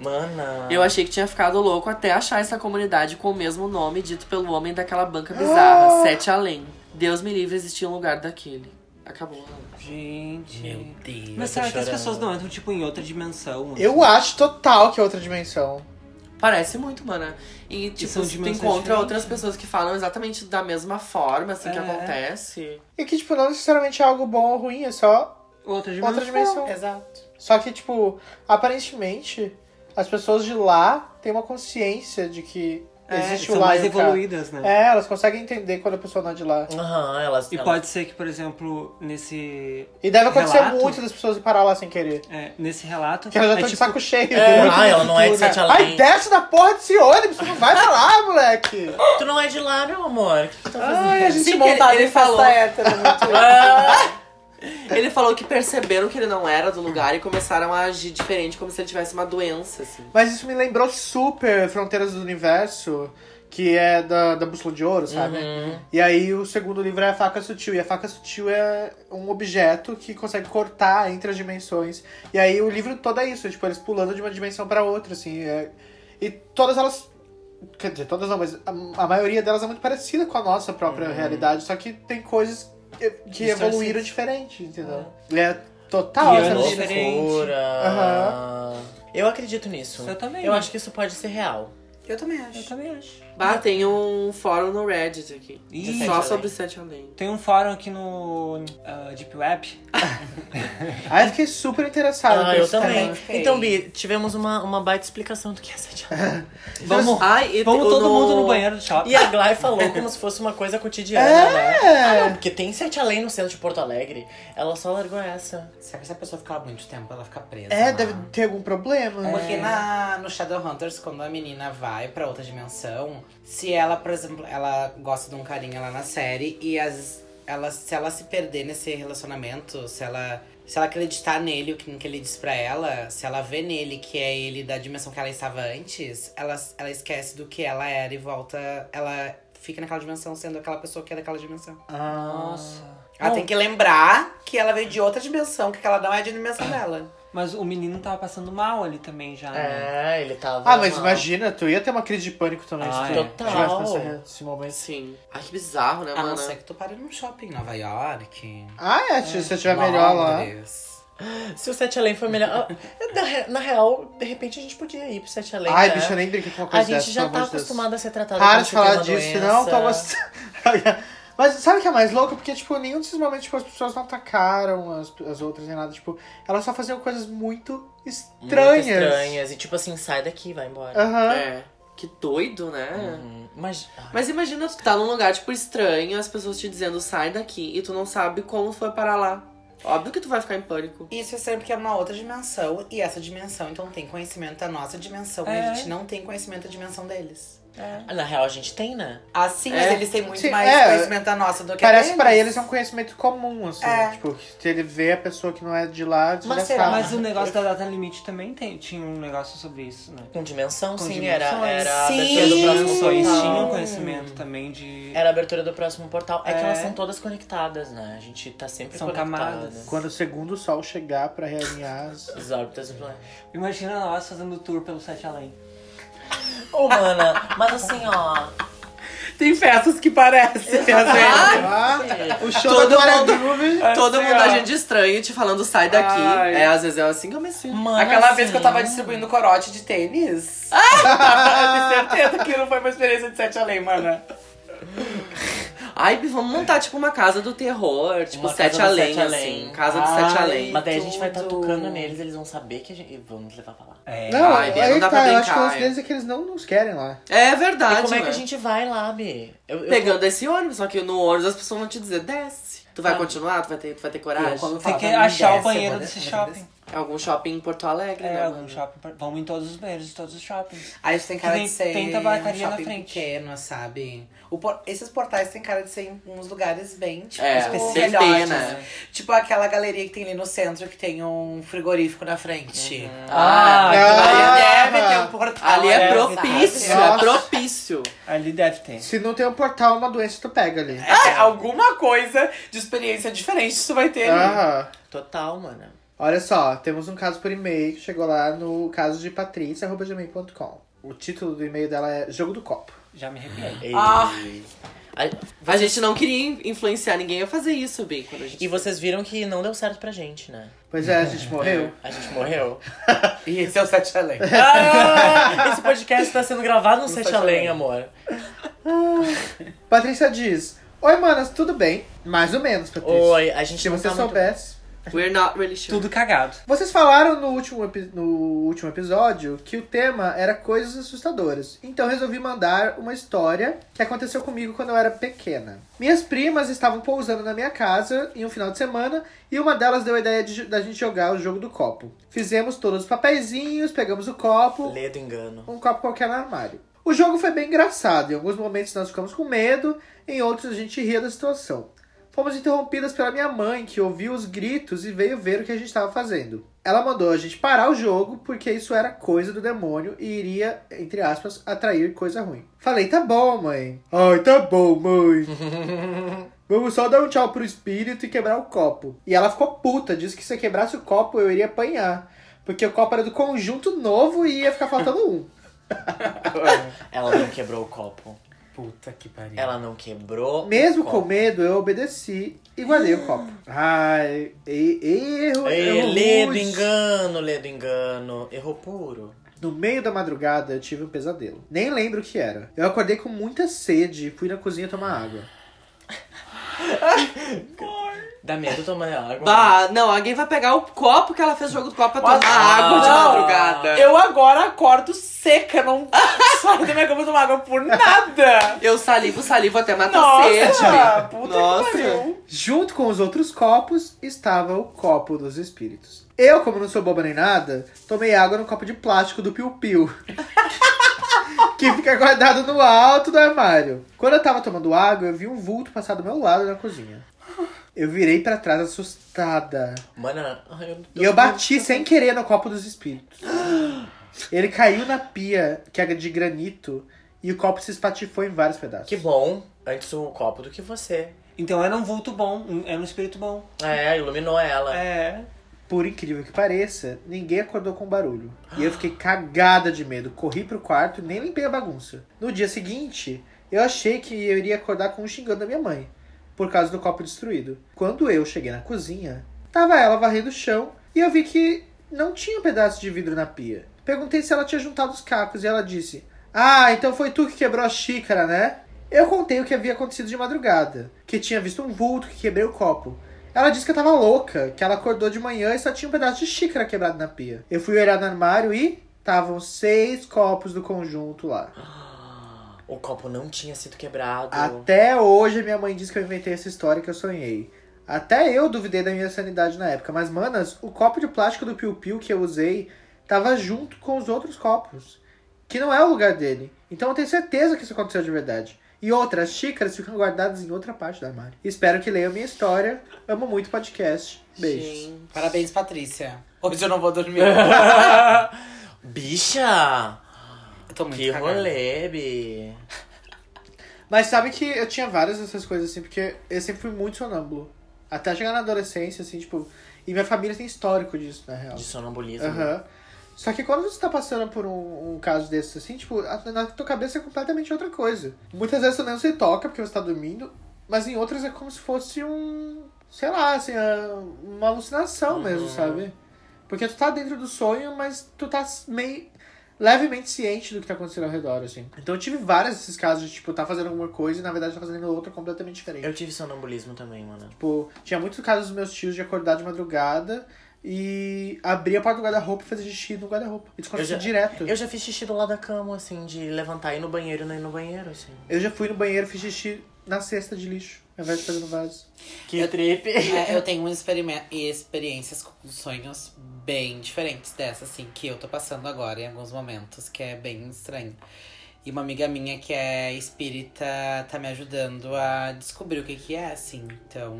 D: Mana.
E: Eu achei que tinha ficado louco até achar essa comunidade com o mesmo nome dito pelo homem daquela banca bizarra, Sete Além. Deus me livre existir um lugar daquele. Acabou.
B: Gente.
D: Meu Deus.
B: Mas
D: eu tô
B: será que as
D: chorando.
B: pessoas não entram, tipo, em outra dimensão? assim?
A: Eu acho total que é outra dimensão.
E: Parece muito, mana. E, tipo,
B: são
E: tu encontra
B: dimensões
E: outras
B: diferentes, né?
E: pessoas que falam exatamente da mesma forma, assim, que
B: É.
E: acontece.
A: E que, tipo, não necessariamente é algo bom ou ruim, é só
B: Outra dimensão.
A: outra dimensão.
K: Exato.
A: Só que, tipo, aparentemente, as pessoas de lá têm uma consciência de que
B: É,
A: existe o
B: são
A: lá
B: mais
A: e o cá.
B: evoluídas, né?
A: É, elas conseguem entender quando a pessoa não é de lá.
D: Aham, elas.
B: E
D: elas-
B: pode ser que, por exemplo, nesse,
A: E deve acontecer
B: Relato?
A: muito das pessoas ir parar lá sem querer.
B: é, nesse relato...
A: Porque elas já
B: é,
A: estão de
B: tipo,
A: saco cheio.
D: Ah, ela não é de sete
A: Ai,
D: além.
A: desce da porra desse ônibus, tu não vai pra lá, moleque.
D: Tu não é de lá, meu amor. O que que tá fazendo?
A: Ai, a gente
E: Sim,
A: monta
E: ele, ele falou.
F: hétero, muito.
E: Ah! Ele falou que perceberam que ele não era do lugar e começaram a agir diferente, como se ele tivesse uma doença, assim.
A: Mas isso me lembrou super Fronteiras do Universo, que é da, da Bússola de Ouro,
D: Uhum.
A: sabe? E aí o segundo livro é a Faca Sutil. E a Faca Sutil é um objeto que consegue cortar entre as dimensões. E aí o livro todo é isso, tipo, eles pulando de uma dimensão pra outra, assim. é- E todas elas... Quer dizer, todas não, mas a, a maioria delas é muito parecida com a nossa própria realidade. Só que tem coisas que, que
D: Uhum. Distorcidas.
A: evoluíram diferente, entendeu? E é total
B: E
A: essa
B: anos
A: loucura.
B: diferentes.
D: Loucura.
A: Aham.
D: Eu acredito nisso.
B: Eu também.
D: Eu acho que isso pode ser real.
L: Eu também
B: Eu
L: acho.
B: também acho.
E: Bah, tem um fórum no Reddit aqui.
B: Ih,
E: só sobre Sete Além.
B: Tem um fórum aqui no ah, Deep Web.
A: Aí Ah, eu fiquei super interessado.
D: Ah,
A: com
D: eu
A: isso
D: também.
F: Ok.
D: Então, Bi, tivemos uma, uma baita explicação do que é sete anos.
B: Vamos,
E: [LAUGHS] Ai, e
B: vamos
E: tem-
B: todo
E: no-
B: mundo no banheiro do shopping.
D: E a Glay falou como se fosse uma coisa cotidiana, né? Ah, não, porque tem sete além no centro de Porto Alegre. Ela só largou essa.
F: Será que essa pessoa ficar muito tempo, ela fica presa?
A: É,
F: lá?
A: deve ter algum problema.
D: É.
F: Porque na, no Shadowhunters, quando a menina vai pra outra dimensão, se ela, por exemplo, ela gosta de um carinha lá na série e as, ela, se ela se perder nesse relacionamento, se ela, se ela acreditar nele, o que, no que ele diz pra ela, se ela vê nele que é ele da dimensão que ela estava antes, ela, ela esquece do que ela era e volta. Ela fica naquela dimensão sendo aquela pessoa que é daquela dimensão.
A: Ah.
B: Nossa.
F: Ela
B: Bom,
F: tem que lembrar que ela veio de outra dimensão, que aquela não é a dimensão dela.
B: Mas o menino tava passando mal ali também já. né?
D: É, ele tava.
A: Ah, mas
D: mal.
A: imagina, tu ia ter uma crise de pânico também
B: Ah,
A: se tu
B: é.
A: tivesse nessa-
D: Total.
A: nesse momento.
E: Sim. Ai, que bizarro, né,
F: A não
E: mano?
F: ser que tu pare num shopping em Nova York.
A: Ah, é, se você tiver melhor lá.
D: Se o Sete Além foi melhor. Ah, na, re- na real, de repente a gente podia ir pro Sete Além.
A: Ai,
D: né?
A: bicho, eu nem brinquei com uma
D: A
A: coisa é dessa,
D: gente já
A: pelo
D: tá
A: amor de Deus.
D: acostumado a ser tratado
A: Para
D: como
A: de
D: se tem
A: falar
D: uma
A: disso,
D: doença.
A: não, tô gostando. [LAUGHS] Mas sabe o que é mais louco? Porque, tipo, nenhum desses momentos, tipo, as pessoas não atacaram as, as outras nem nada. Tipo, elas só faziam coisas muito
D: Muito
A: estranhas.
D: estranhas. E tipo assim, sai daqui, vai embora.
A: Aham.
E: É. Que doido, né?
D: Uhum. Mas.
E: Mas imagina tu tá num lugar, tipo, estranho, as pessoas te dizendo sai daqui e tu não sabe como foi parar lá. Óbvio que tu vai ficar em pânico.
F: Isso é sempre que é uma outra dimensão. E essa dimensão, então, tem conhecimento da nossa dimensão. E
B: É.
F: a gente não tem conhecimento da dimensão deles.
D: Na real, a gente tem, né?
F: Assim, mas
E: É.
F: eles têm muito
A: Sim,
F: mais
A: é.
F: conhecimento da nossa do que
A: Parece
F: a
A: pra
F: deles.
A: eles é um conhecimento comum, assim.
F: É.
A: Tipo, que se ele vê a pessoa que não é de lá, ele
D: Mas
A: já
D: será?
A: sabe.
B: Mas o negócio da data limite também tem- tinha um negócio sobre isso, né?
D: Com dimensão,
B: Com
D: sim, era,
B: dimensões.
D: era a
F: Sim.
D: abertura
B: Porque
D: do
B: as
D: próximo
B: dimensões tinham
D: portal.
B: conhecimento também de.
D: Era a abertura do próximo portal. É, que
B: É.
D: elas são todas conectadas, né? A gente tá sempre
B: São
D: conectado.
B: camadas.
A: Quando o segundo sol chegar pra realinhar as...
D: As órbitas do planeta.
B: Imagina nós fazendo tour pelo Sete Além.
D: Ô, mana, mas assim, ó.
L: Tem festas que parecem. às vezes.
A: Ah, o show
E: é. Todo
A: da Glória
E: mundo- É.
A: Groove.
E: Todo
B: Assim,
E: mundo
B: ó.
E: agindo estranho te falando sai daqui.
L: É Ai.
E: É, às vezes é assim que eu me sinto.
D: Mana,
L: Aquela
D: assim,
L: vez que eu tava distribuindo corote de
E: [LAUGHS]
L: tênis. Ah! [LAUGHS] Tenho certeza que não foi uma experiência de sete além, mana.
E: Ai, Bi, vamos montar tipo uma casa do terror, tipo
D: Uma
E: sete
D: casa do
E: além,
D: Sete Além.
E: assim. Casa do sete além.
D: Mas daí a gente vai estar
L: tudo.
D: tocando neles, eles vão saber que a gente. E vamos levar pra lá.
B: É.
A: Não,
E: Ai, Bia,
A: aí
E: não dá
A: tá,
E: pra
A: eu acho que o
E: brincar,
A: lance deles é que eles não nos querem lá.
E: É
D: E
E: verdade.
D: como é que
E: né?
D: a gente vai lá, Bi? Eu, eu
E: Pegando esse ônibus, só que no ônibus as pessoas vão te dizer, desce. Tu vai
D: Ah.
E: continuar? Tu vai ter, tu vai ter
F: Eu,
E: coragem?
F: quando
B: Tem
F: fala
B: que
F: pra mim
B: achar
F: dessa,
B: o
F: eu
B: banheiro
F: vou
B: desse
F: descer, vou
B: shopping.
F: descer.
E: É algum shopping em Porto Alegre,
B: É,
E: né?
B: algum
E: mano?
B: shopping. Vamos em todos os banheiros de todos os shoppings.
F: Aí isso tem cara
B: Tem-
F: de ser
B: tem
F: um
B: tabacaria na
F: shopping
B: frente.
F: pequeno, sabe? O por- Esses portais têm cara de ser em uns lugares bem, tipo,
E: É, bem
F: específicos.
E: bem, né?
F: Tipo aquela galeria que tem ali no centro, que tem um frigorífico na frente.
A: Ah,
E: Ah,
F: Ali deve ter um portal.
E: ali
L: Ah,
E: é
F: deve ter-
E: propício,
A: Nossa.
E: é propício.
B: Ali deve ter.
A: Se não tem um portal, uma doença tu pega ali.
L: É, alguma coisa de experiência diferente tu vai
E: É
L: ter ali.
A: Aham.
D: Total, mana.
A: Olha só, temos um caso por e-mail que chegou lá no caso de patrícia.gmail.com. O título do e-mail dela é Jogo do Copo.
B: Já me arrepiei.
D: Ei.
L: Ah.
D: A-
E: A gente não queria in- influenciar ninguém a fazer isso, Bi, quando a gente...
D: E vocês viram que não deu certo pra gente, né?
A: Pois é, a gente
E: [LAUGHS]
A: morreu.
D: A gente
A: [LAUGHS]
D: morreu.
F: E esse é o Sete Além.
D: Ah, esse podcast tá sendo gravado no Sete
F: Sete
D: Além,
F: Além.
D: amor.
A: Patrícia diz: Oi, manas, tudo bem? Mais ou menos, Patrícia.
D: Oi, a gente
A: Se
D: não
A: você
D: tá muito...
A: soubesse.
E: We're not really sure.
B: Tudo cagado.
A: Vocês falaram no último, epi- no último episódio que o tema era coisas assustadoras. Então resolvi mandar uma história que aconteceu comigo quando eu era pequena. Minhas primas estavam pousando na minha casa em um final de semana e uma delas deu a ideia de, da gente jogar o jogo do copo. Fizemos todos os papeizinhos, pegamos o copo,
D: Lê do engano.
A: um copo qualquer no armário. O jogo foi bem engraçado, em alguns momentos nós ficamos com medo, em outros a gente ria da situação. Fomos interrompidas pela minha mãe, que ouviu os gritos e veio ver o que a gente estava fazendo. Ela mandou a gente parar o jogo porque isso era coisa do demônio e iria, entre aspas, atrair coisa ruim. Falei, tá bom, mãe. Ai, tá bom, mãe. Vamos só dar um tchau pro espírito e quebrar o copo. E ela ficou puta, disse que se eu quebrasse o copo eu iria apanhar. Porque o copo era do conjunto novo e ia ficar faltando um.
D: Ela não quebrou o copo.
M: Puta que pariu.
D: Ela não quebrou. o
A: Mesmo com
D: copo.
A: medo, eu obedeci e guardei o copo. Ai, e, e erro,
D: Ei, é
A: erro
D: Ledo
A: rude.
D: engano, ledo engano. Errou puro.
A: No meio da madrugada, eu tive um pesadelo. Nem lembro o que era. Eu acordei com muita sede e fui na cozinha tomar água.
D: Dá medo tomar água.
E: Bah, não, alguém vai pegar o copo que ela fez o jogo do copo pra
F: Mas-
E: tomar água de
D: Ah.
F: Não.
E: madrugada.
F: Eu agora acordo seca, não [LAUGHS] saio da minha cama e tomo água por
B: [LAUGHS]
F: nada.
E: Eu salivo, salivo até matar sede.
F: Nossa, puta
E: Nossa.
F: que pariu.
A: Junto com os outros copos estava o copo dos espíritos. Eu, como não sou boba nem nada, tomei água no copo de plástico do Piu Piu. [LAUGHS] que fica guardado no alto do armário. Quando eu tava tomando água, eu vi um vulto passar do meu lado na cozinha. Eu virei pra trás assustada.
D: Mano, ai, eu-
A: E eu bati sem querer no copo dos espíritos. Ele caiu na pia, que era de granito, e o copo se espatifou em vários pedaços.
D: Que bom. Antes um copo do que você.
B: Então era um vulto bom, um- era um espírito bom.
D: É, iluminou ela.
F: [LAUGHS]
B: É.
A: Por incrível que pareça, ninguém acordou com o barulho. E eu fiquei cagada de medo. Corri pro quarto e nem limpei a bagunça. No dia seguinte, eu achei que eu iria acordar com um xingando da minha mãe, por causa do copo destruído. Quando eu cheguei na cozinha, tava ela varrendo o chão e eu vi que não tinha um pedaço de vidro na pia. Perguntei se ela tinha juntado os cacos e ela disse: Ah, então foi tu que quebrou a xícara, né? Eu contei o que havia acontecido de madrugada, que tinha visto um vulto que quebrei o copo. Ela disse que eu tava louca, que ela acordou de manhã e só tinha um pedaço de xícara quebrado na pia. Eu fui olhar no armário e estavam seis copos do conjunto lá.
D: O copo não tinha sido quebrado.
A: Até hoje minha mãe diz que eu inventei essa história que eu sonhei. Até eu duvidei da minha sanidade na época, mas manas, o copo de plástico do Piu Piu que eu usei tava junto com os outros copos, que não é o lugar dele. Então eu tenho certeza que isso aconteceu de verdade. E outras xícaras ficam guardadas em outra parte do armário. Espero que leiam minha história. Amo muito o podcast. Beijos.
M: Parabéns, Patrícia. Hoje eu não vou dormir.
D: Bicha!
M: Eu tô muito
D: Que
M: cagada.
D: rolê, bi.
A: Mas sabe que eu tinha várias dessas coisas, assim, porque eu sempre fui muito sonâmbulo. Até chegar na adolescência, assim, tipo. E minha família tem histórico disso, na real.
D: De sonambulismo.
A: Aham. Só que quando você tá passando por um, um caso desses, assim, tipo, a, na tua cabeça é completamente outra coisa. Muitas vezes você nem se toca porque você tá dormindo, mas em outras é como se fosse um. sei lá, assim, a- uma alucinação mesmo, sabe? Porque tu tá dentro do sonho, mas tu tá meio. levemente ciente do que tá acontecendo ao redor, assim. Então eu tive vários desses casos de, tipo, tá fazendo alguma coisa e na verdade tá fazendo outra completamente diferente.
D: Eu tive sonambulismo também, mano.
A: Tipo, tinha muitos casos dos meus tios de acordar de madrugada e abrir a porta do guarda-roupa e fazer xixi no guarda-roupa. Isso acontecia
D: já-
A: direto.
D: Eu já fiz xixi do lado da cama, assim, de levantar e ir no banheiro e não ir no banheiro, assim.
A: Eu já fui no banheiro e fiz xixi na cesta de lixo, ao invés de fazer no vaso.
D: Que trip!
M: É, eu tenho um experime- experiências com sonhos bem diferentes dessa, assim, que eu tô passando agora em alguns momentos, que é bem estranho. E uma amiga minha que é espírita tá me ajudando a descobrir o que que é, assim. Então,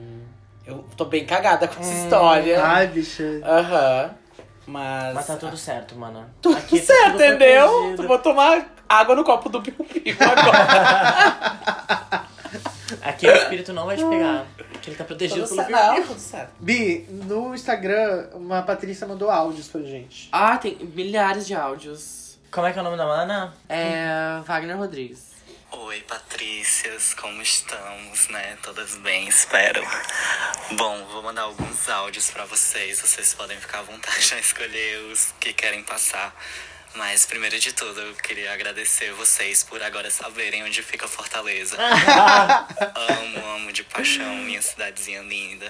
M: eu tô bem cagada com essa
D: É.
M: história.
A: Ai, bicha.
M: Aham. Mas.
D: Mas tá tudo certo, mana.
F: Tudo
D: Aqui tá
F: certo,
D: tudo
F: entendeu?
D: protegido.
F: Tu vou tomar água no copo do Piu Piu agora.
D: [LAUGHS] Aqui o espírito não vai te pegar. Porque ele tá protegido
M: tudo
D: pelo
M: certo.
D: pior.
M: Não, tudo certo.
A: Bi, no Instagram, uma Patrícia mandou áudios pra gente.
E: Ah, tem milhares de áudios.
D: Como é que é o nome da mana?
E: É. Wagner Rodrigues.
N: Oi, Patrícias, como estamos, né? Todas bem, espero. Bom, vou mandar alguns áudios pra vocês, vocês podem ficar à vontade a escolher os que querem passar. Mas primeiro de tudo, eu queria agradecer vocês por agora saberem onde fica Fortaleza. amo, amo de paixão minha cidadezinha linda.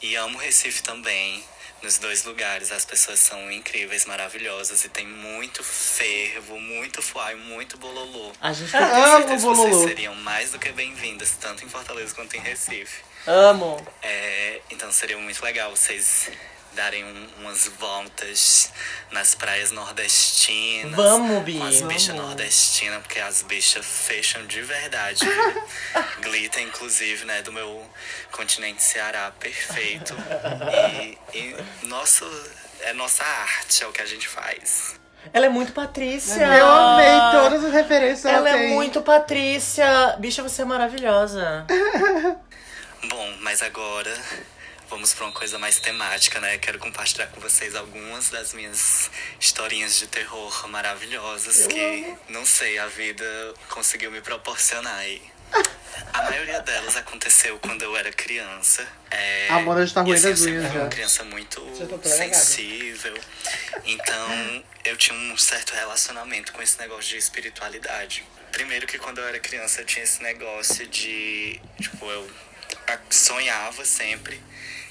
N: E amo Recife também. Nos dois lugares as pessoas são incríveis, maravilhosas e tem muito fervo, muito fly, muito bololô.
D: A gente
N: Eu
D: tá...
N: tenho
A: Amo
N: certeza que
A: bololô.
N: Vocês seriam mais do que bem-vindas, tanto em Fortaleza quanto em Recife.
E: Amo.
N: É, então seria muito legal vocês darem um- umas voltas nas praias nordestinas.
D: Vamos, Bi.
N: Com as bichas nordestinas, porque as bichas fecham de verdade. viu? Glitter, inclusive, né, do meu continente Ceará, perfeito. E, e nosso, é nossa arte, é o que a gente faz.
D: Ela é muito Patrícia.
A: Eu amei todas as referências que
D: Ah. Ela
A: ela,
D: é
A: tem.
D: muito Patrícia. Bicha, você é maravilhosa.
N: Bom, mas agora Vamos pra uma coisa mais temática, né? Quero compartilhar com vocês algumas das minhas historinhas de terror maravilhosas que,
A: Uhum.
N: não sei, a vida conseguiu me proporcionar aí. A maioria delas aconteceu quando eu era criança. É,
A: A Mona já tá
N: e,
A: roendo
N: assim, eu
A: as
N: sempre
A: unhas,
N: fui
A: já.
N: uma criança muito
M: Já tô toda
N: sensível. Então, eu tinha um certo relacionamento com esse negócio de espiritualidade. Primeiro que quando eu era criança, eu tinha esse negócio de... Tipo, eu a- sonhava sempre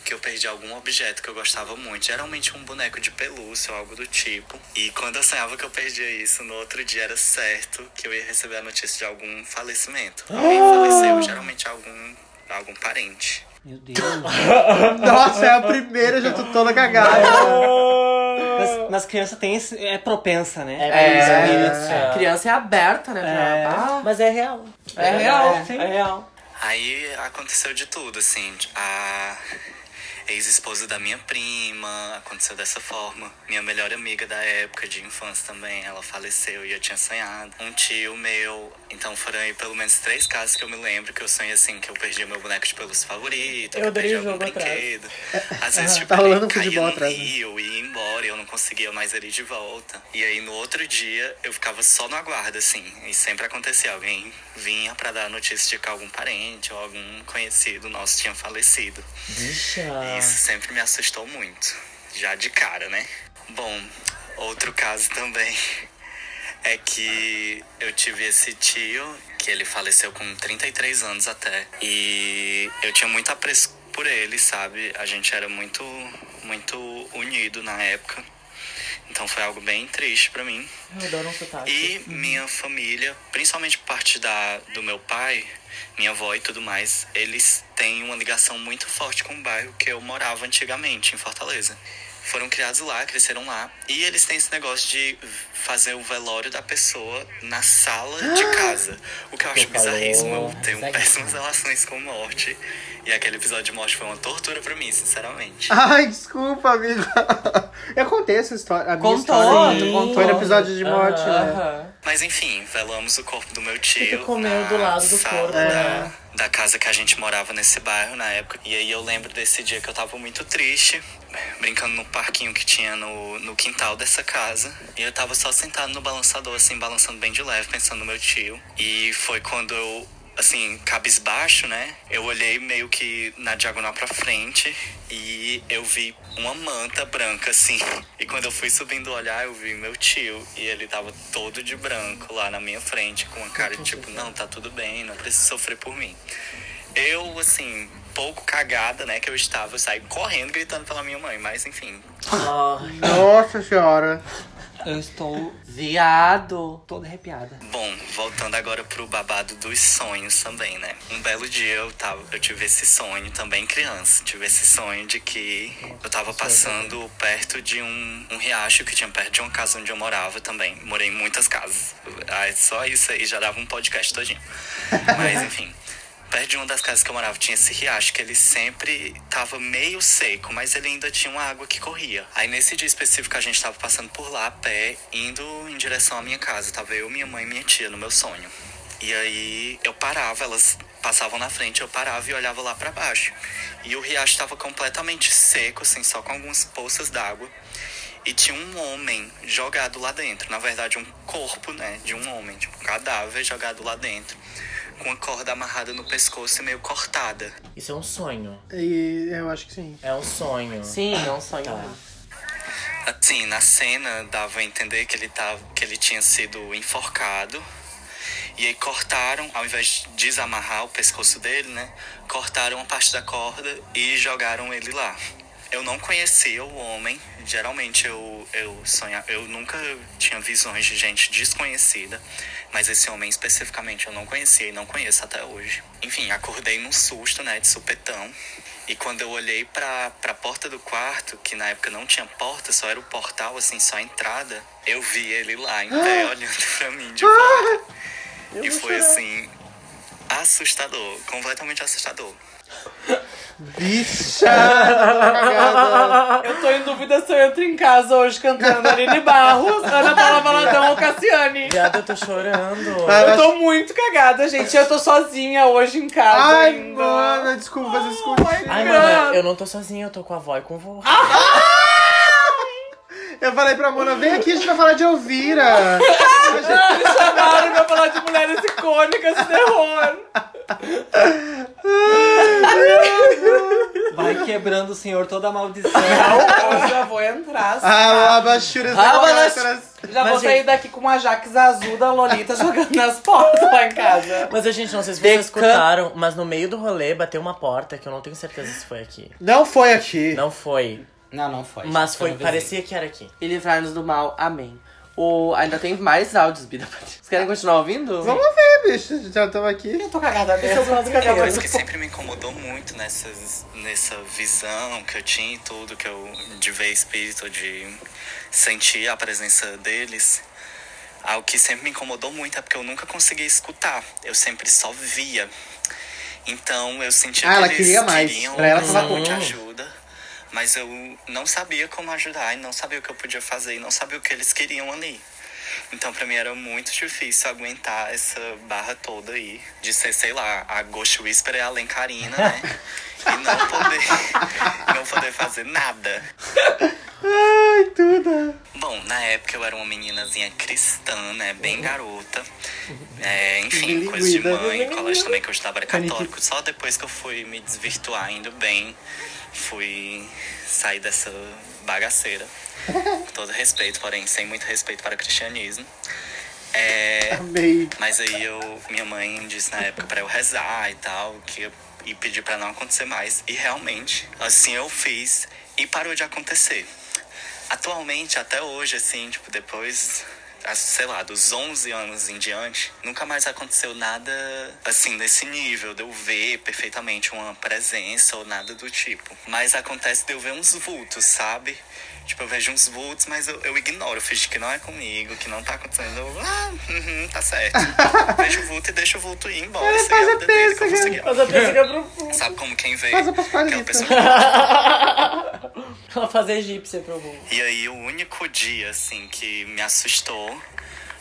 N: que eu perdi algum objeto que eu gostava muito. Geralmente um boneco de pelúcia ou algo do tipo. E quando eu sonhava que eu perdia isso, no outro dia era certo que eu ia receber a notícia de algum falecimento. Alguém faleceu, geralmente algum, algum parente.
B: Meu Deus.
A: Nossa, é a primeira, já tô toda
D: é
A: cagada.
B: Mas, mas criança tem esse, é propensa, né?
C: É, Criança é aberta, né? pra-
D: Mas é real.
C: É, real.
B: sim.
C: É real.
N: Aí aconteceu de tudo, assim. A ex-esposa da minha prima aconteceu dessa forma. Minha melhor amiga da época de infância também, ela faleceu e eu tinha sonhado. Um tio meu. Então foram aí pelo menos três casos que eu me lembro que eu sonhei assim, que eu perdi meu boneco de pelúcia favorito, que eu perdi algum brinquedo. Às vezes, tipo,
A: tá
N: ele
A: rolando um
N: caía
A: futebol
N: no
A: atrás, né?
N: rio e ia embora, e eu não conseguia mais ele de volta. E aí no outro dia eu ficava só no aguardo, assim. E sempre acontecia, alguém vinha pra dar a notícia de que algum parente ou algum conhecido nosso tinha falecido.
D: Ah.
N: E isso sempre me assustou muito. Já de cara, né? Bom, outro caso também [LAUGHS] é que eu tive esse tio, que ele faleceu com 33 anos até. E eu tinha muito apreço por ele, sabe? A gente era muito, muito unido na época. Então foi algo bem triste pra mim.
D: Eu adoro um sotaque.
N: E minha família, principalmente parte da, do meu pai, minha avó e tudo mais, eles têm uma ligação muito forte com o bairro que eu morava antigamente, em Fortaleza. Foram criados lá, cresceram lá. E eles têm esse negócio de fazer o velório da pessoa na sala de
D: Ah!
N: casa. O que eu acho bizarríssimo. Eu
D: é
N: tenho péssimas relações com morte. E aquele episódio de morte foi uma tortura pra mim, sinceramente.
A: Ai, desculpa, amiga. Eu contei essa história. A minha
C: Contou,
A: história.
C: tu contou.
A: Foi no episódio de morte, né?
C: Aham.
N: Mas enfim, velamos o corpo do meu tio.
D: Fica comendo do lado do
N: sala
D: corpo,
N: Da,
D: né?
N: da casa que a gente morava nesse bairro na época. E aí eu lembro desse dia que eu tava muito triste, brincando no parquinho que tinha no, no quintal dessa casa. E eu tava só sentado no balançador, assim, balançando bem de leve, pensando no meu tio. E foi quando eu. Assim, cabisbaixo, né? Eu olhei meio que na diagonal pra frente e eu vi uma manta branca, assim. E quando eu fui subindo olhar, eu vi meu tio. E ele tava todo de branco lá na minha frente, com a cara de tipo, não, tá tudo bem, não precisa sofrer por mim. Eu, assim, pouco cagada, né, que eu estava, eu saí correndo gritando pela minha mãe, mas enfim.
A: Nossa senhora.
B: Eu estou
C: Viado.
B: toda arrepiada.
N: Bom, voltando agora pro babado dos sonhos também, né? Um belo dia eu tava, eu tive esse sonho também criança. Tive esse sonho de que eu tava passando perto de um, um riacho que tinha perto de uma casa onde eu morava também. Morei em muitas casas. Ah, só isso aí já dava um podcast todinho. Mas enfim. Perto de uma das casas que eu morava tinha esse riacho que ele sempre tava meio seco, mas ele ainda tinha uma água que corria. Aí nesse dia específico a gente tava passando por lá a pé, indo em direção à minha casa. Tava eu, minha mãe e minha tia no meu sonho. E aí eu parava, elas passavam na frente, eu parava e olhava lá pra baixo. E o riacho tava completamente seco, assim, só com algumas poças d'água. E tinha um homem jogado lá dentro. Na verdade, um corpo, né? De um homem, tipo, um cadáver jogado lá dentro. Com a corda amarrada no pescoço e meio cortada.
D: Isso é um sonho.
A: E eu acho que sim.
D: É um sonho.
C: Sim, é um sonho.
D: Tá.
N: Assim, na cena dava a entender que ele, tava, que ele tinha sido enforcado. E aí cortaram, ao invés de desamarrar o pescoço dele, né? Cortaram a parte da corda e jogaram ele lá. Eu não conhecia o homem. Geralmente eu, eu sonhava. Eu nunca tinha visões de gente desconhecida. Mas esse homem especificamente eu não conhecia e não conheço até hoje. Enfim, acordei num susto, né? De supetão. E quando eu olhei pra, pra porta do quarto, que na época não tinha porta, só era o portal, assim, só a entrada, eu vi ele lá em pé olhando pra mim de volta. E foi assim, assustador, completamente assustador.
A: Bicha! cagada.
F: Eu tô em dúvida se eu entro em casa hoje cantando
A: [LAUGHS]
F: Aline Barros, Ana Paula Valadão ou Cassiane.
D: Viado, eu tô chorando.
A: [LAUGHS] Ai,
F: Eu
A: mas-
F: tô muito cagada, gente. Eu tô sozinha hoje em casa
A: Ai,
F: ainda.
A: mano, desculpa fazer isso contigo.
D: Ai, mano, eu não tô sozinha, eu tô com a avó e com o vô.
A: Eu falei pra Mona, vem aqui, a gente vai falar de Elvira.
F: Me chamaram pra falar de mulheres icônicas de terror.
B: Vai quebrando o senhor toda a maldição.
F: [LAUGHS] Então eu já vou entrar. sim.
A: Ah, Abachuras
F: Ah, mas-
A: Alcátaras.
F: Já
D: Mas,
F: vou sair daqui com uma Jaques azul da
M: [LAUGHS]
F: Lolita jogando nas portas lá em casa.
D: Mas a gente, não sei se vocês escutaram, mas no meio do rolê bateu uma porta que eu não tenho certeza se foi aqui.
A: Não foi aqui.
D: Não foi.
M: Não, não foi.
D: Mas foi,
M: no vizinho.
D: parecia que era aqui.
C: E livrar-nos do mal. Amém. O... Ainda tem mais áudios, Bida. Vocês querem continuar ouvindo?
A: Vamos ver, bicho, já estamos aqui.
F: Eu tô cagada mesmo.
M: é
N: Uma coisa que sempre me incomodou muito nessas, nessa visão que eu tinha e tudo, que eu de ver espírito, de sentir a presença deles. Algo que sempre me incomodou muito é porque eu nunca conseguia escutar. Eu sempre só via. Então eu sentia
A: Ah,
N: que
A: ela
N: eles
A: queria mais.
N: queriam
A: Pra ela tava
N: um monte de
A: bom.
N: ajuda. Mas eu não sabia como ajudar, e não sabia o que eu podia fazer, e não sabia o que eles queriam ali. Então, pra mim era muito difícil aguentar essa barra toda aí. De ser, sei lá, a Ghost Whisper é a Lencarina, né?
A: [LAUGHS]
N: E não poder, [LAUGHS] não poder fazer nada.
A: Ai, tudo.
N: Bom, na época eu era uma meninazinha cristã, né? Bem garota. É, enfim, coisa de mãe, colégio também que eu estudava era católico. Só depois que eu fui me desvirtuar indo bem, fui sair dessa bagaceira. Com todo respeito, porém, sem muito respeito para o cristianismo. É,
A: Amei.
N: mas aí eu, minha mãe disse na época pra eu rezar e tal, que eu- e pedir pra não acontecer mais. E realmente, assim eu fiz e parou de acontecer. Atualmente, até hoje, assim, tipo, depois, ah, sei lá, dos 11 anos em diante, nunca mais aconteceu nada, assim, nesse nível de eu ver perfeitamente uma presença ou nada do tipo. Mas acontece de eu ver uns vultos, sabe? Tipo, eu vejo uns vultos, mas eu, eu ignoro, eu finge que não é comigo, que não tá acontecendo. Eu, ah, uhum,
A: [LAUGHS]
N: tá certo. vejo o vulto e deixo o vulto ir embora. É,
A: faz a
N: deles que eu vou
A: pêssega.
N: seguir. [LAUGHS] Sabe como quem vê?
A: Faz a Pascoalita.
N: Aquela pessoa
D: Ela fazia egípcia pro vô.
N: E aí o único dia assim que me assustou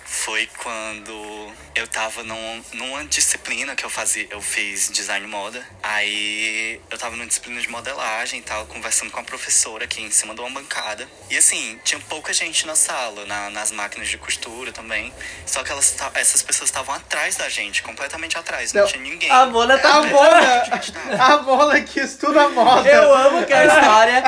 N: foi quando eu tava num, numa disciplina que eu fazia, eu fiz design moda. Aí eu tava numa disciplina de modelagem e tal, conversando com a professora aqui em cima de uma bancada. E assim, tinha pouca gente na sala, na- nas máquinas de costura também. Só que elas, ta- essas pessoas estavam atrás da gente, completamente atrás, não,
A: Não.
N: tinha ninguém. É,
C: A Mona tá
A: A
C: boa.
A: Mona, a Mona que estuda moda.
C: Eu amo que a história é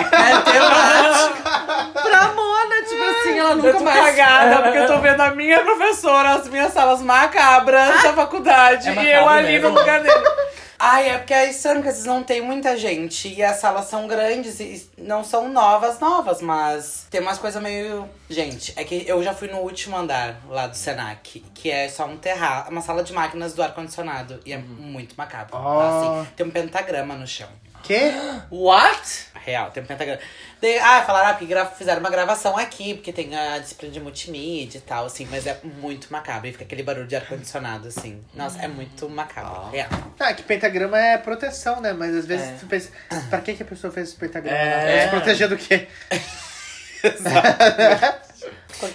C: temática. Pra Mona, tipo assim, ela nunca
F: Eu tô
C: mais...
M: É,
F: cagada, porque eu tô vendo a minha professora, as minhas salas macabras
M: Ah.
F: da faculdade
D: É
F: e eu
D: macabro
F: ali
D: mesmo.
F: no lugar dele.
M: [LAUGHS] Ai, é porque as Sancas não tem muita gente e as salas são grandes e não são novas, novas, mas tem umas coisas meio. Gente, é que eu já fui no último andar lá do Senac, que é só um terra, uma sala de máquinas do ar-condicionado e é
F: Uhum.
M: muito macabro.
A: Ah.
M: Assim, tem um pentagrama no chão.
A: Quê?
M: What? Real, tem um pentagrama. Daí, ah, falaram ah, porque gra- fizeram uma gravação aqui, porque tem a disciplina de multimídia e tal, assim, mas é muito macabro. E fica aquele barulho de ar-condicionado, assim. Nossa, é muito macabro. Real.
A: Ah, que pentagrama é proteção, né? Mas às vezes tu pensa, pra que, que a pessoa fez esse pentagrama?
D: É.
A: Se proteger do quê? [LAUGHS]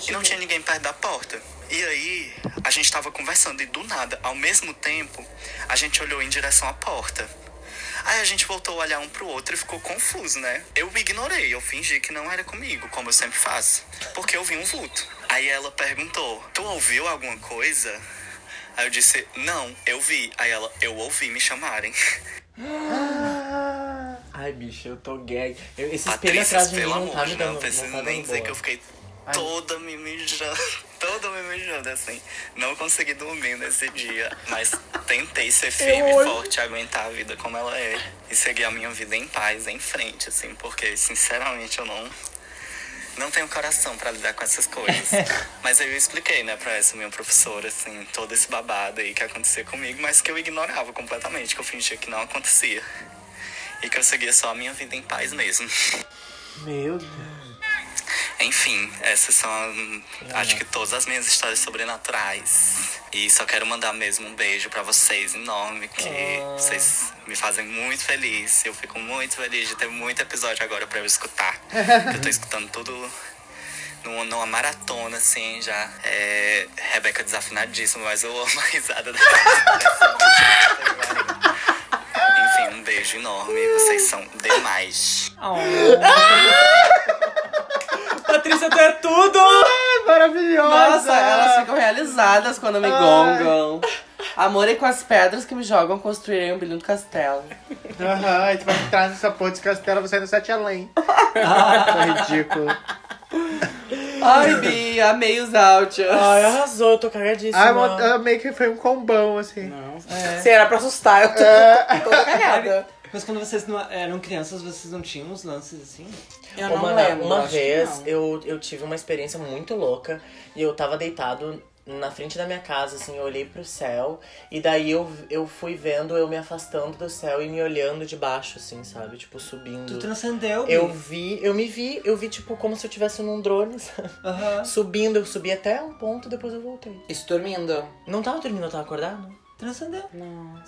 N: E não tinha ninguém perto da porta. E aí, a gente tava conversando e do nada, ao mesmo tempo, a gente olhou em direção à porta. Aí a gente voltou a olhar um pro outro e ficou confuso, né? Eu ignorei, eu fingi que não era comigo, como eu sempre faço. Porque eu vi um vulto. Aí ela perguntou: Tu ouviu alguma coisa? Aí eu disse: Não, eu vi. Aí ela: Eu ouvi me chamarem. [LAUGHS]
D: Ai, bicho, eu tô gag. Eu- esse espelho
N: Patrícia,
D: atrás de mim
N: pelo
D: não
N: amor
D: tá me
N: de
D: dando
N: Deus,
D: não
N: não
D: tá
N: preciso
D: dando
N: nem dizer
D: boa.
N: que eu fiquei toda me mijando, [LAUGHS] toda me mijando, assim. Não consegui dormir nesse dia, mas tentei ser firme e forte, aguentar a vida como ela é. E seguir a minha vida em paz, em frente, assim, porque, sinceramente, eu não... Não tenho coração pra lidar com
D: [LAUGHS]
N: essas coisas. mas aí eu expliquei, né, pra essa minha professora, assim, todo esse babado aí que acontecia comigo, mas que eu ignorava completamente, que eu fingia que não acontecia. E que eu seguia só a minha vida em paz mesmo.
A: Meu Deus.
N: Enfim, essas são, hum, acho que todas as minhas histórias sobrenaturais. E só quero mandar mesmo um beijo pra vocês enorme, que vocês me fazem muito feliz. Eu fico muito feliz de ter muito episódio agora pra eu escutar. que eu tô escutando tudo numa, numa maratona, assim, já. É, Rebeca desafinadíssima, mas eu amo a risada da Enfim, um beijo enorme. Vocês são demais.
E: Patrícia, tu é tudo!
A: É Maravilhosa!
E: Nossa,
A: é.
E: elas ficam realizadas quando me gongam. Amorei com as pedras que me jogam, construirei um bilhão do castelo.
A: Aham, aí tu vai entrar nessa porra de castelo, você é no sete
F: [LAUGHS]
A: além. Tá ridículo.
E: Ai, Bi, amei os áudios.
D: Ai, arrasou, eu tô cagadíssima.
A: Ai, mo- Ah, eu meio que foi um combão, assim.
B: É.
F: Se era pra assustar, eu tô, tô, tô cagada.
B: Mas quando vocês não eram crianças, vocês não tinham uns lances assim?
F: Eu
D: Ô,
F: não
D: mana,
F: lembro.
D: uma
F: acho que
D: vez
F: não.
D: eu, eu tive uma experiência muito louca e eu tava deitado na frente da minha casa, assim, eu olhei pro céu e daí eu, eu fui vendo eu me afastando do céu e me olhando de baixo, assim, sabe? Tipo,
B: Tu
D: subindo.
B: transcendeu, Bi.
D: Eu vi, eu me vi, eu vi, tipo, como se eu estivesse num drone, sabe?
F: Tá.
B: Aham.
D: Subindo, eu subi até um ponto, depois eu voltei.
F: Isso dormindo.
D: Não tava dormindo, eu tava acordado?
B: Transcendeu.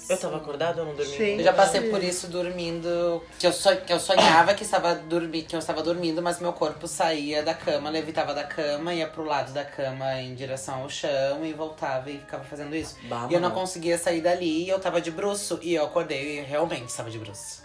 D: Eu tava acordado, eu não dormi.
A: Sim.
F: Eu já passei por isso dormindo, que eu, so- que eu sonhava que estava, dormi, que eu estava dormindo, mas meu corpo saía da cama, levitava da cama, ia pro lado da cama em direção ao chão e voltava e ficava fazendo isso.
D: Bah,
F: e eu não
D: mano.
F: conseguia sair dali e eu tava de bruço. E eu acordei e realmente estava de bruço.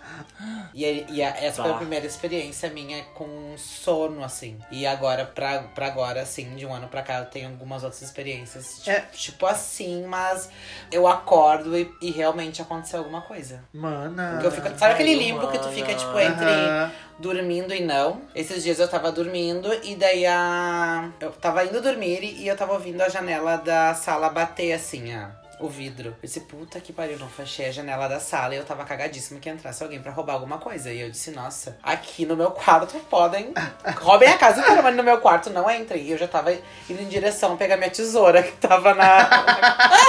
F: E, aí- e a- essa foi a
D: Bah.
F: primeira experiência minha com sono, assim. E agora, pra, pra agora, assim, de um ano pra cá, eu tenho algumas outras experiências. Tipo,
A: É.
F: tipo assim, mas eu acordo e, e realmente aconteceu alguma coisa.
A: Mana.
F: Porque eu fico, sabe aquele
D: Ai,
F: limbo que tu fica,
D: mana.
F: tipo, entre
A: Aham.
F: dormindo e não? Esses dias eu tava dormindo e daí a. Eu tava indo dormir e eu tava ouvindo a janela da sala bater assim, a. O vidro. Eu disse, puta que pariu, não fechei a janela da sala e eu tava cagadíssimo que entrasse alguém pra roubar alguma coisa. E eu disse, nossa, aqui no meu quarto podem.
A: [LAUGHS]
F: Roubem a casa inteira, mas no meu quarto não entrem. E eu já tava indo em direção a pegar minha tesoura que
A: [LAUGHS]
F: tava na. [LAUGHS]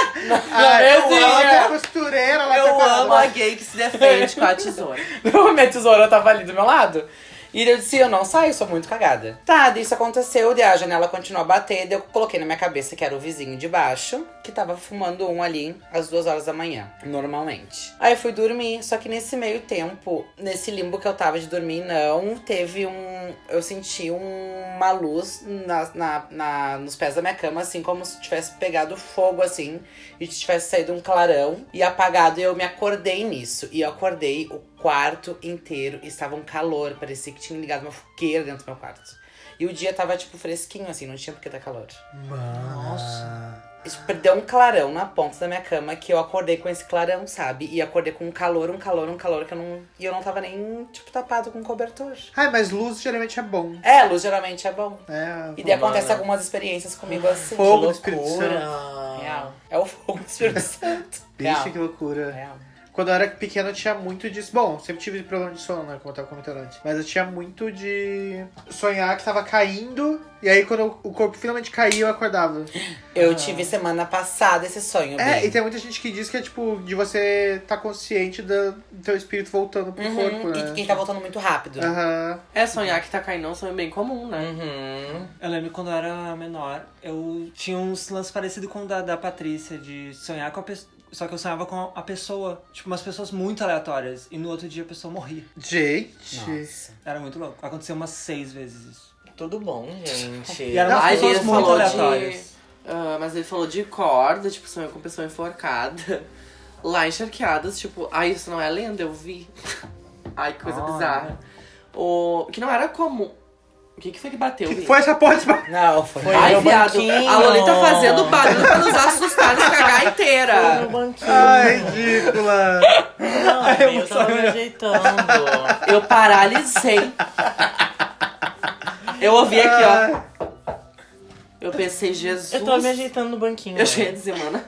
A: Ah, eu
E: Não,
A: amo,
E: assim,
A: ela é costureira, ela
E: Eu
A: tá
E: amo a gay que se defende com a tesoura.
F: [LAUGHS] Não, minha tesoura tava ali do meu lado. E eu disse, eu não saio, sou muito cagada. Tá, daí isso aconteceu, daí a janela continuou a bater, daí eu coloquei na minha cabeça que era o vizinho de baixo, que tava fumando um ali às duas horas da manhã, normalmente. Aí eu fui dormir, só que nesse meio tempo, nesse limbo que eu tava de dormir, não, teve um. Eu senti um- uma luz na, na- na- nos pés da minha cama, assim, como se tivesse pegado fogo, assim, e tivesse saído um clarão e apagado. E eu me acordei nisso. E eu acordei o quarto inteiro. E estava um calor. Parecia que tinha ligado uma fogueira dentro do meu quarto. E o dia tava, tipo, fresquinho, assim, não tinha porque tá calor.
A: Nossa.
F: E, tipo, deu um clarão na ponta da minha cama que eu acordei com esse clarão, sabe? E acordei com um calor, um calor, um calor que eu não. E eu não tava nem, tipo, tapado com cobertor.
A: Ai, mas luz geralmente é bom.
F: É, luz geralmente é bom.
A: É,
F: E daí
D: Humana.
F: acontece algumas experiências comigo assim.
A: Fogo do Espírito
D: Loucura.
A: Santo.
F: Real. É o fogo do Espírito Santo.
A: Bicho,
F: Real.
A: que loucura.
F: Real.
A: Quando eu era pequeno, eu tinha muito disso. Bom, sempre tive problema de sono, né? Como eu tava comentando antes. Mas eu tinha muito de sonhar que tava caindo. E aí, quando o corpo finalmente caiu, eu acordava.
F: Eu tive semana passada esse sonho.
A: É,
F: Bem.
A: e tem muita gente que diz que é tipo de você tá consciente do do teu espírito voltando pro
F: Uhum,
A: corpo,
F: e
A: né?
F: quem tá voltando muito rápido.
M: Ah.
A: Aham.
E: É, sonhar que tá caindo é um sonho bem comum, né?
D: Uhum.
B: Eu lembro quando eu era menor, eu tinha uns lances parecidos com o da, da Patrícia, de sonhar com a pessoa. Só que eu sonhava com a pessoa, tipo, umas pessoas muito aleatórias. E no outro dia a pessoa morria.
A: Gente.
F: Nossa.
B: Era muito louco. Aconteceu umas seis vezes isso.
D: Tudo bom,
F: [LAUGHS]
D: gente.
B: E eram
A: Não,
B: umas
A: a
B: pessoas
A: Elias
B: muito
E: falou de-
B: aleatórias.
E: Ah, mas ele falou de corda, tipo, sonhou com pessoa enforcada. Lá encharqueadas, tipo, ai, isso não é lenda, eu vi. Ai, que coisa
B: Ah,
E: bizarra. O... Que não era comum. O que, que foi que bateu?
A: O que
E: Vi?
A: foi essa porta?
F: Não, foi.
D: Foi
E: Ai,
D: no
E: viado,
D: banquinho.
E: a Lolita fazendo barulho pra nos assustar, nos cagar
D: Foi no
E: inteira.
D: banquinho. [LAUGHS]
A: Ai, ridícula.
D: Não, eu tava me ajeitando.
E: Eu paralisei. Eu ouvi aqui, ó. Eu pensei, Jesus.
D: Eu tava me ajeitando no banquinho.
E: Eu já ia dizer, mana,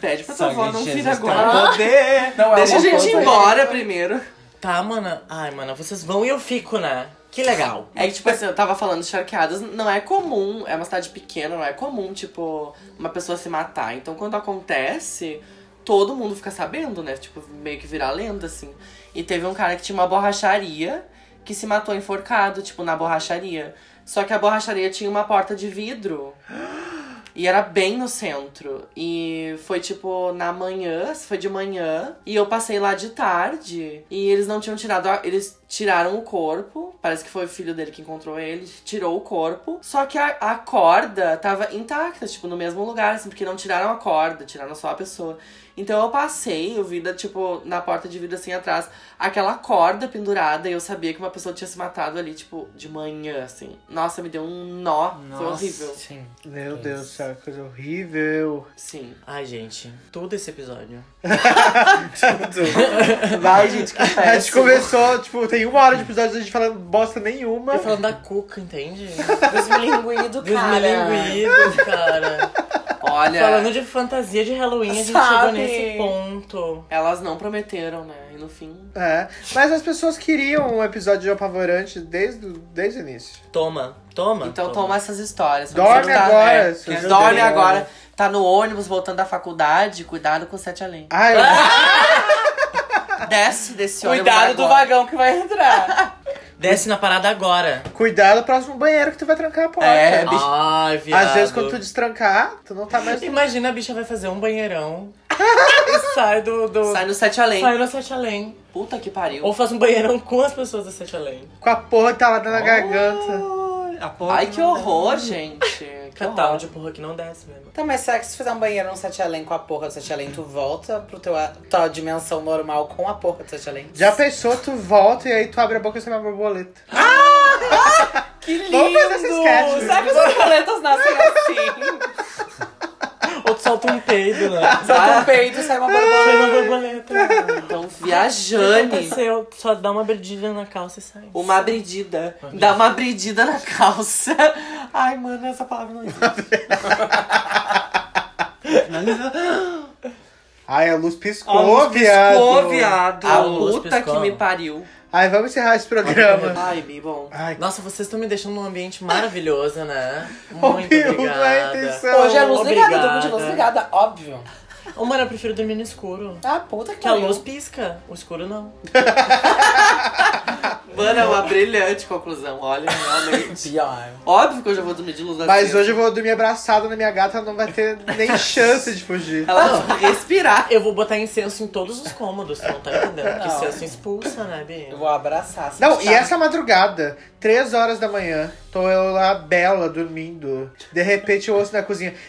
E: pede pra tua
B: Sangue
E: avó
B: de
E: Tá não vir
B: Jesus, tá
E: agora.
A: é
E: Deixa a gente ir embora primeiro.
D: Tá, mana. Ai, mana, vocês vão e eu fico, né? Que legal.
E: É que, tipo assim, eu tava falando de charqueadas, não é comum, é uma cidade pequena, não é comum, tipo, uma pessoa se matar. Então, quando acontece, todo mundo fica sabendo, né? Tipo, meio que virar lenda, assim. E teve um cara que tinha uma borracharia que se matou enforcado, tipo, na borracharia. Só que a borracharia tinha uma porta de vidro. E era bem no centro. E foi tipo na manhã, foi de manhã. E eu passei lá de tarde. E eles não tinham tirado. a- Eles tiraram o corpo. Parece que foi o filho dele que encontrou ele. Tirou o corpo. Só que a, a corda tava intacta, tipo, no mesmo lugar, assim, porque não tiraram a corda, tiraram só a pessoa. Então eu passei, eu vi, da, tipo, na porta de vidro assim atrás, aquela corda pendurada e eu sabia que uma pessoa tinha se matado ali, tipo, de manhã, assim. Nossa, me deu um nó. Foi horrível.
M: Sim.
A: Meu Deus do céu, que coisa horrível.
E: Sim.
D: Ai, gente, todo esse episódio.
A: [LAUGHS]
E: Vai, gente, [LAUGHS] que
A: A gente
E: péssimo.
A: começou, tipo, tem uma hora de episódio a gente falando bosta nenhuma.
D: Eu falando da cuca,
E: [LAUGHS]
D: entende?
M: Deus me linguido,
D: Dos
M: cara.
D: milinguidos, cara.
E: Olha,
D: Falando de fantasia de Halloween, a gente chegou
E: Sabe?
D: nesse ponto.
E: elas não prometeram, né? E no fim...
A: É. Mas as pessoas queriam um episódio apavorante desde, o- desde o início.
D: Toma, toma.
E: Então toma essas histórias. pra
A: Dorme
E: você que tá-
A: agora,
E: é,
A: seu
E: que
A: Deus.
E: dorme agora. Tá no ônibus, voltando da faculdade, cuidado com o sete além.
A: Ai, eu-
E: Desce desse ônibus
F: Cuidado do
E: agora.
F: vagão que
M: [LAUGHS]
F: vai entrar.
D: Desce na parada agora.
A: cuidado, próximo banheiro que tu vai trancar a porta.
E: É, bicho.
D: Ai, viado.
A: Às vezes, quando tu destrancar, tu não tá
D: [LAUGHS]
A: mais.
D: Imagina a bicha vai fazer um
E: [LAUGHS]
D: banheirão e sai do. do...
E: Sai no sete além.
D: Sai na Sete Além.
E: Puta que pariu.
D: Ou faz um banheirão com as pessoas da Sete Além.
A: Com a porra tá talada na garganta.
B: A porra
E: Ai, que
B: não-
E: horror, gente. Que
D: Catal
E: horror.
D: de porra que Tipo, não desce mesmo.
M: Então, mas será que se fizer um banheiro num sete além com a porra do sete além, tu volta pro teu, tua dimensão normal com a porra do sete além?
A: Já pensou, tu volta e aí tu abre a boca e sai uma borboleta. Ah! que lindo! Vamos fazer esse sketch.
F: Será que os borboletas nascem assim?
E: [LAUGHS]
D: Ou tu solta um peido, né?
F: Solta um peito e sai uma borboleta.
D: Sai uma borboleta.
E: Então,
D: O que
E: viajane.
D: aconteceu? Tu Só dá uma berdilha na calça e sai.
E: Uma abridida. Dá uma abridida na calça. Ai, mano, essa palavra não existe.
A: Ai, a luz piscou,
E: A
A: [LAUGHS]
E: luz
A: viado.
E: piscou, viado.
D: A
E: A
D: luz
E: puta
D: piscou.
E: que me pariu.
A: Ai, vamos encerrar esse programa.
E: Ai, me bom.
A: Ai,
D: Nossa, vocês estão me deixando num ambiente maravilhoso, [LAUGHS] né?
A: [LAUGHS] Ô,
D: Muito
A: Bill, não é a
D: obrigada.
A: intenção.
M: Hoje é luz ligada, eu
D: obrigada.
M: durmo de luz ligada, óbvio. [LAUGHS]
D: Ô, mano, eu prefiro dormir no escuro.
M: Ah, puta que
D: Que a
M: pariu.
D: luz pisca, o escuro não.
E: Mano, é uma brilhante conclusão. Olha, realmente.
M: Pior.
E: Óbvio que eu já vou dormir de luz assim.
A: Mas
E: acesa.
A: hoje eu vou dormir abraçado na minha gata, ela não vai ter nem chance de fugir.
E: Ela vai respirar.
D: Eu vou botar incenso em todos os cômodos, tu não tá entendendo? Porque incenso expulsa, né, Bia?
M: Eu vou abraçar. se
A: Não, e
F: né?
M: deixar.
A: essa madrugada, três horas da manhã, tô eu lá bela, dormindo. De repente eu ouço na cozinha. [LAUGHS]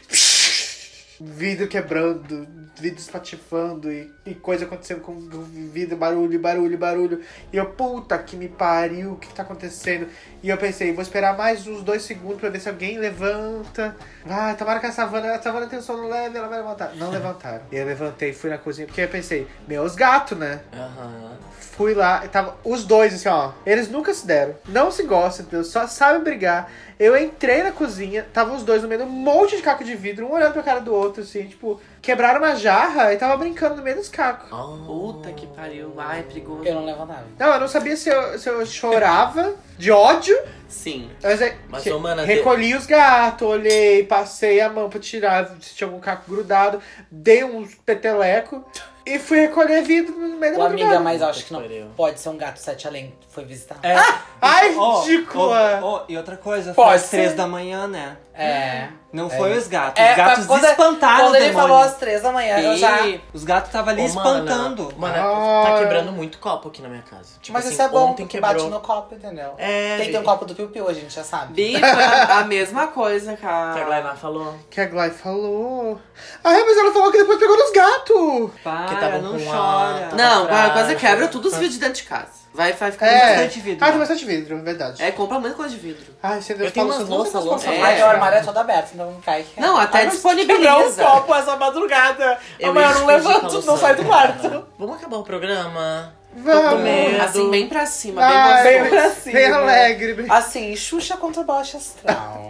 A: Vidro quebrando, vidro espatifando e, e coisa acontecendo com com vidro, barulho, barulho, barulho. E eu, puta que me pariu, o que, que tá acontecendo? E eu pensei, vou esperar mais uns dois segundos pra ver se alguém levanta. Vai, tomara que a savana, a savana tem um sono leve, ela vai levantar. Não levantaram. E eu levantei, fui na cozinha, porque eu pensei, meus gatos, né?
D: Aham.
A: Fui lá, e tava os dois assim, ó. Eles nunca se deram, não se gostam, entendeu? Só sabem brigar. Eu entrei na cozinha, tava os dois no meio de um monte de caco de vidro, um olhando pra cara do outro, assim, tipo, quebraram uma jarra e tava brincando no meio dos cacos.
D: Ah,
E: Puta que pariu. Ai, perigoso.
M: Eu não levantava.
A: Não, eu não sabia se eu, se eu chorava de ódio.
E: Sim.
A: Mas, é-
D: Mas,
A: que-
D: ô, mana,
A: recolhi os gatos, olhei, passei a mão pra tirar se tinha algum caco grudado, dei um peteleco e fui recolher vidro no meio da
M: Ô, amiga,
A: madrugada.
M: mas eu acho que
D: Pariu.
M: não pode ser um gato sete além que foi visitar.
B: É.
A: Ai,
B: Ó,
A: ridícula!
B: ó, ó, e outra coisa,
F: Pode
B: foi às
F: ser.
B: três da manhã, né?
M: É.
B: Não foi os gatos.
F: É,
B: os gatos
F: quando-
B: espantaram
F: Quando
B: o
F: ele
B: demônio.
F: falou
E: assim,
F: às três da manhã, eu
E: E-
F: já.
B: Os gatos estavam ali
D: Ô, mana,
B: espantando.
D: Mana,
A: Ah.
D: tá quebrando muito copo aqui na minha casa. Tipo
M: Mas
D: assim,
M: isso é bom,
D: ontem
M: porque
D: quebrou.
M: bate no copo, entendeu?
D: É,
M: Tem que ter um copo do Piu Piu, a gente já sabe.
E: Bi, foi a, a mesma coisa,
D: que a
E: cara.
D: Glainá falou.
A: Que a Glai falou. Ah, é, mas ela falou que depois pegou nos gatos.
B: Para,
D: Que tava
B: Ah, não
D: com
B: chora.
D: a-
E: Não,
D: Pra-
E: quase quebra
D: tá.
E: todos os vidros de dentro de casa. Vai, vai ficar
A: É.
E: bastante vidro.
A: Ah, tem bastante vidro, é verdade.
E: É, compra muita coisa de vidro.
A: Ai, você
D: Eu tenho umas louças, louças.
E: É.
M: Mas o armário é todo aberto, então não cai.
E: Não, até
D: um
E: disponibiliza.
F: essa madrugada.
D: Eu
F: Amanhã
D: ia te pedir
F: eu não
D: pra
F: levanto,
D: almoçar.
F: não saio do quarto.
D: né? Vamos acabar o programa?
A: Vamos.
D: medo.
E: Assim, bem pra cima, bem
A: Ai,
E: gostoso.
A: bem,
M: né?
F: pra cima.
A: alegre. bem-
M: Assim, Xuxa contra baixa astral.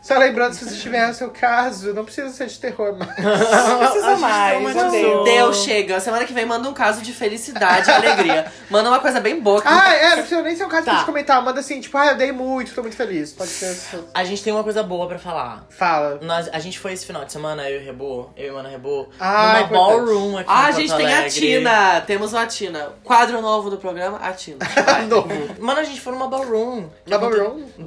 A: Só lembrando, se você tiver no seu caso, não precisa ser de terror, mas.
F: Não precisa mais, já deu.
E: Deu, chega. Semana que vem manda um caso de felicidade e alegria. Manda uma coisa bem boa. que-
A: Ah, é, não precisa nem ser um caso pra
D: Tá.
A: gente comentar. Manda assim, tipo, ah, eu dei muito, tô muito feliz. Pode ser. assim.
D: A gente tem uma coisa boa pra falar.
A: Fala.
D: Nós, a gente foi esse final de semana, eu e o Rebu, eu e o Mano Rebu,
A: Ah,
D: numa
A: importante.
D: ballroom aqui
E: Ah,
D: em
E: a
D: Porto
E: gente tem a
D: Alegre.
E: Tina. Temos uma Tina. Quadro novo do programa, a Tina.
A: Novo.
D: Mano, a gente foi numa ballroom.
A: Na Ballroom?
D: Ballroom.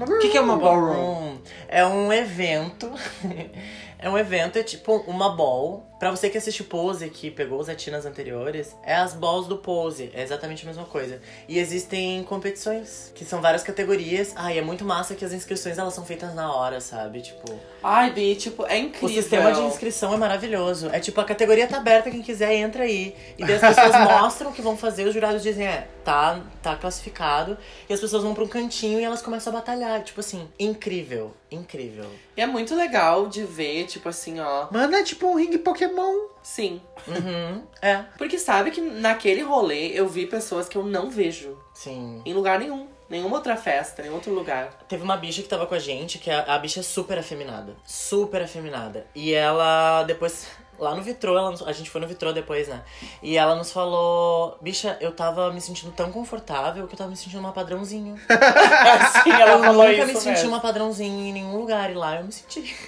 A: Ballroom.
D: O que, que é uma ballroom? É um evento. [LAUGHS] é um evento, é tipo uma ball. Pra você que assiste Pose, que pegou os atinas anteriores, é as balls do Pose. É exatamente a mesma coisa. E existem competições, que são várias categorias. Ai, é muito massa que as inscrições, elas são feitas na hora, sabe? Tipo,
E: Ai, Bi, tipo, é incrível.
D: o sistema de inscrição é maravilhoso. É tipo, a categoria tá aberta, quem quiser entra aí. E daí as pessoas mostram o que vão fazer, os jurados dizem, é, tá, tá classificado. E as pessoas vão pra um cantinho e elas começam a batalhar. Tipo assim, incrível, incrível.
E: E é muito legal de ver, tipo assim, ó.
A: Mano, é tipo um ringue Pokémon.
E: Sim.
D: Uhum, é.
E: Porque sabe que naquele rolê eu vi pessoas que eu não vejo
D: Sim.
E: em lugar nenhum. Nenhuma outra festa, nenhum outro lugar.
D: Teve uma bicha que tava com a gente, que a, a bicha é super afeminada. Super afeminada. E ela depois. Lá no vitrô, ela nos- a gente foi no vitrô depois, né? E ela nos falou: Bicha, eu tava me sentindo tão confortável que eu tava me sentindo uma padrãozinho.
F: Assim, ela
D: eu
F: falou
D: nunca
F: isso
D: me senti
F: mesmo.
D: uma padrãozinha em nenhum lugar. E lá eu me senti. [LAUGHS]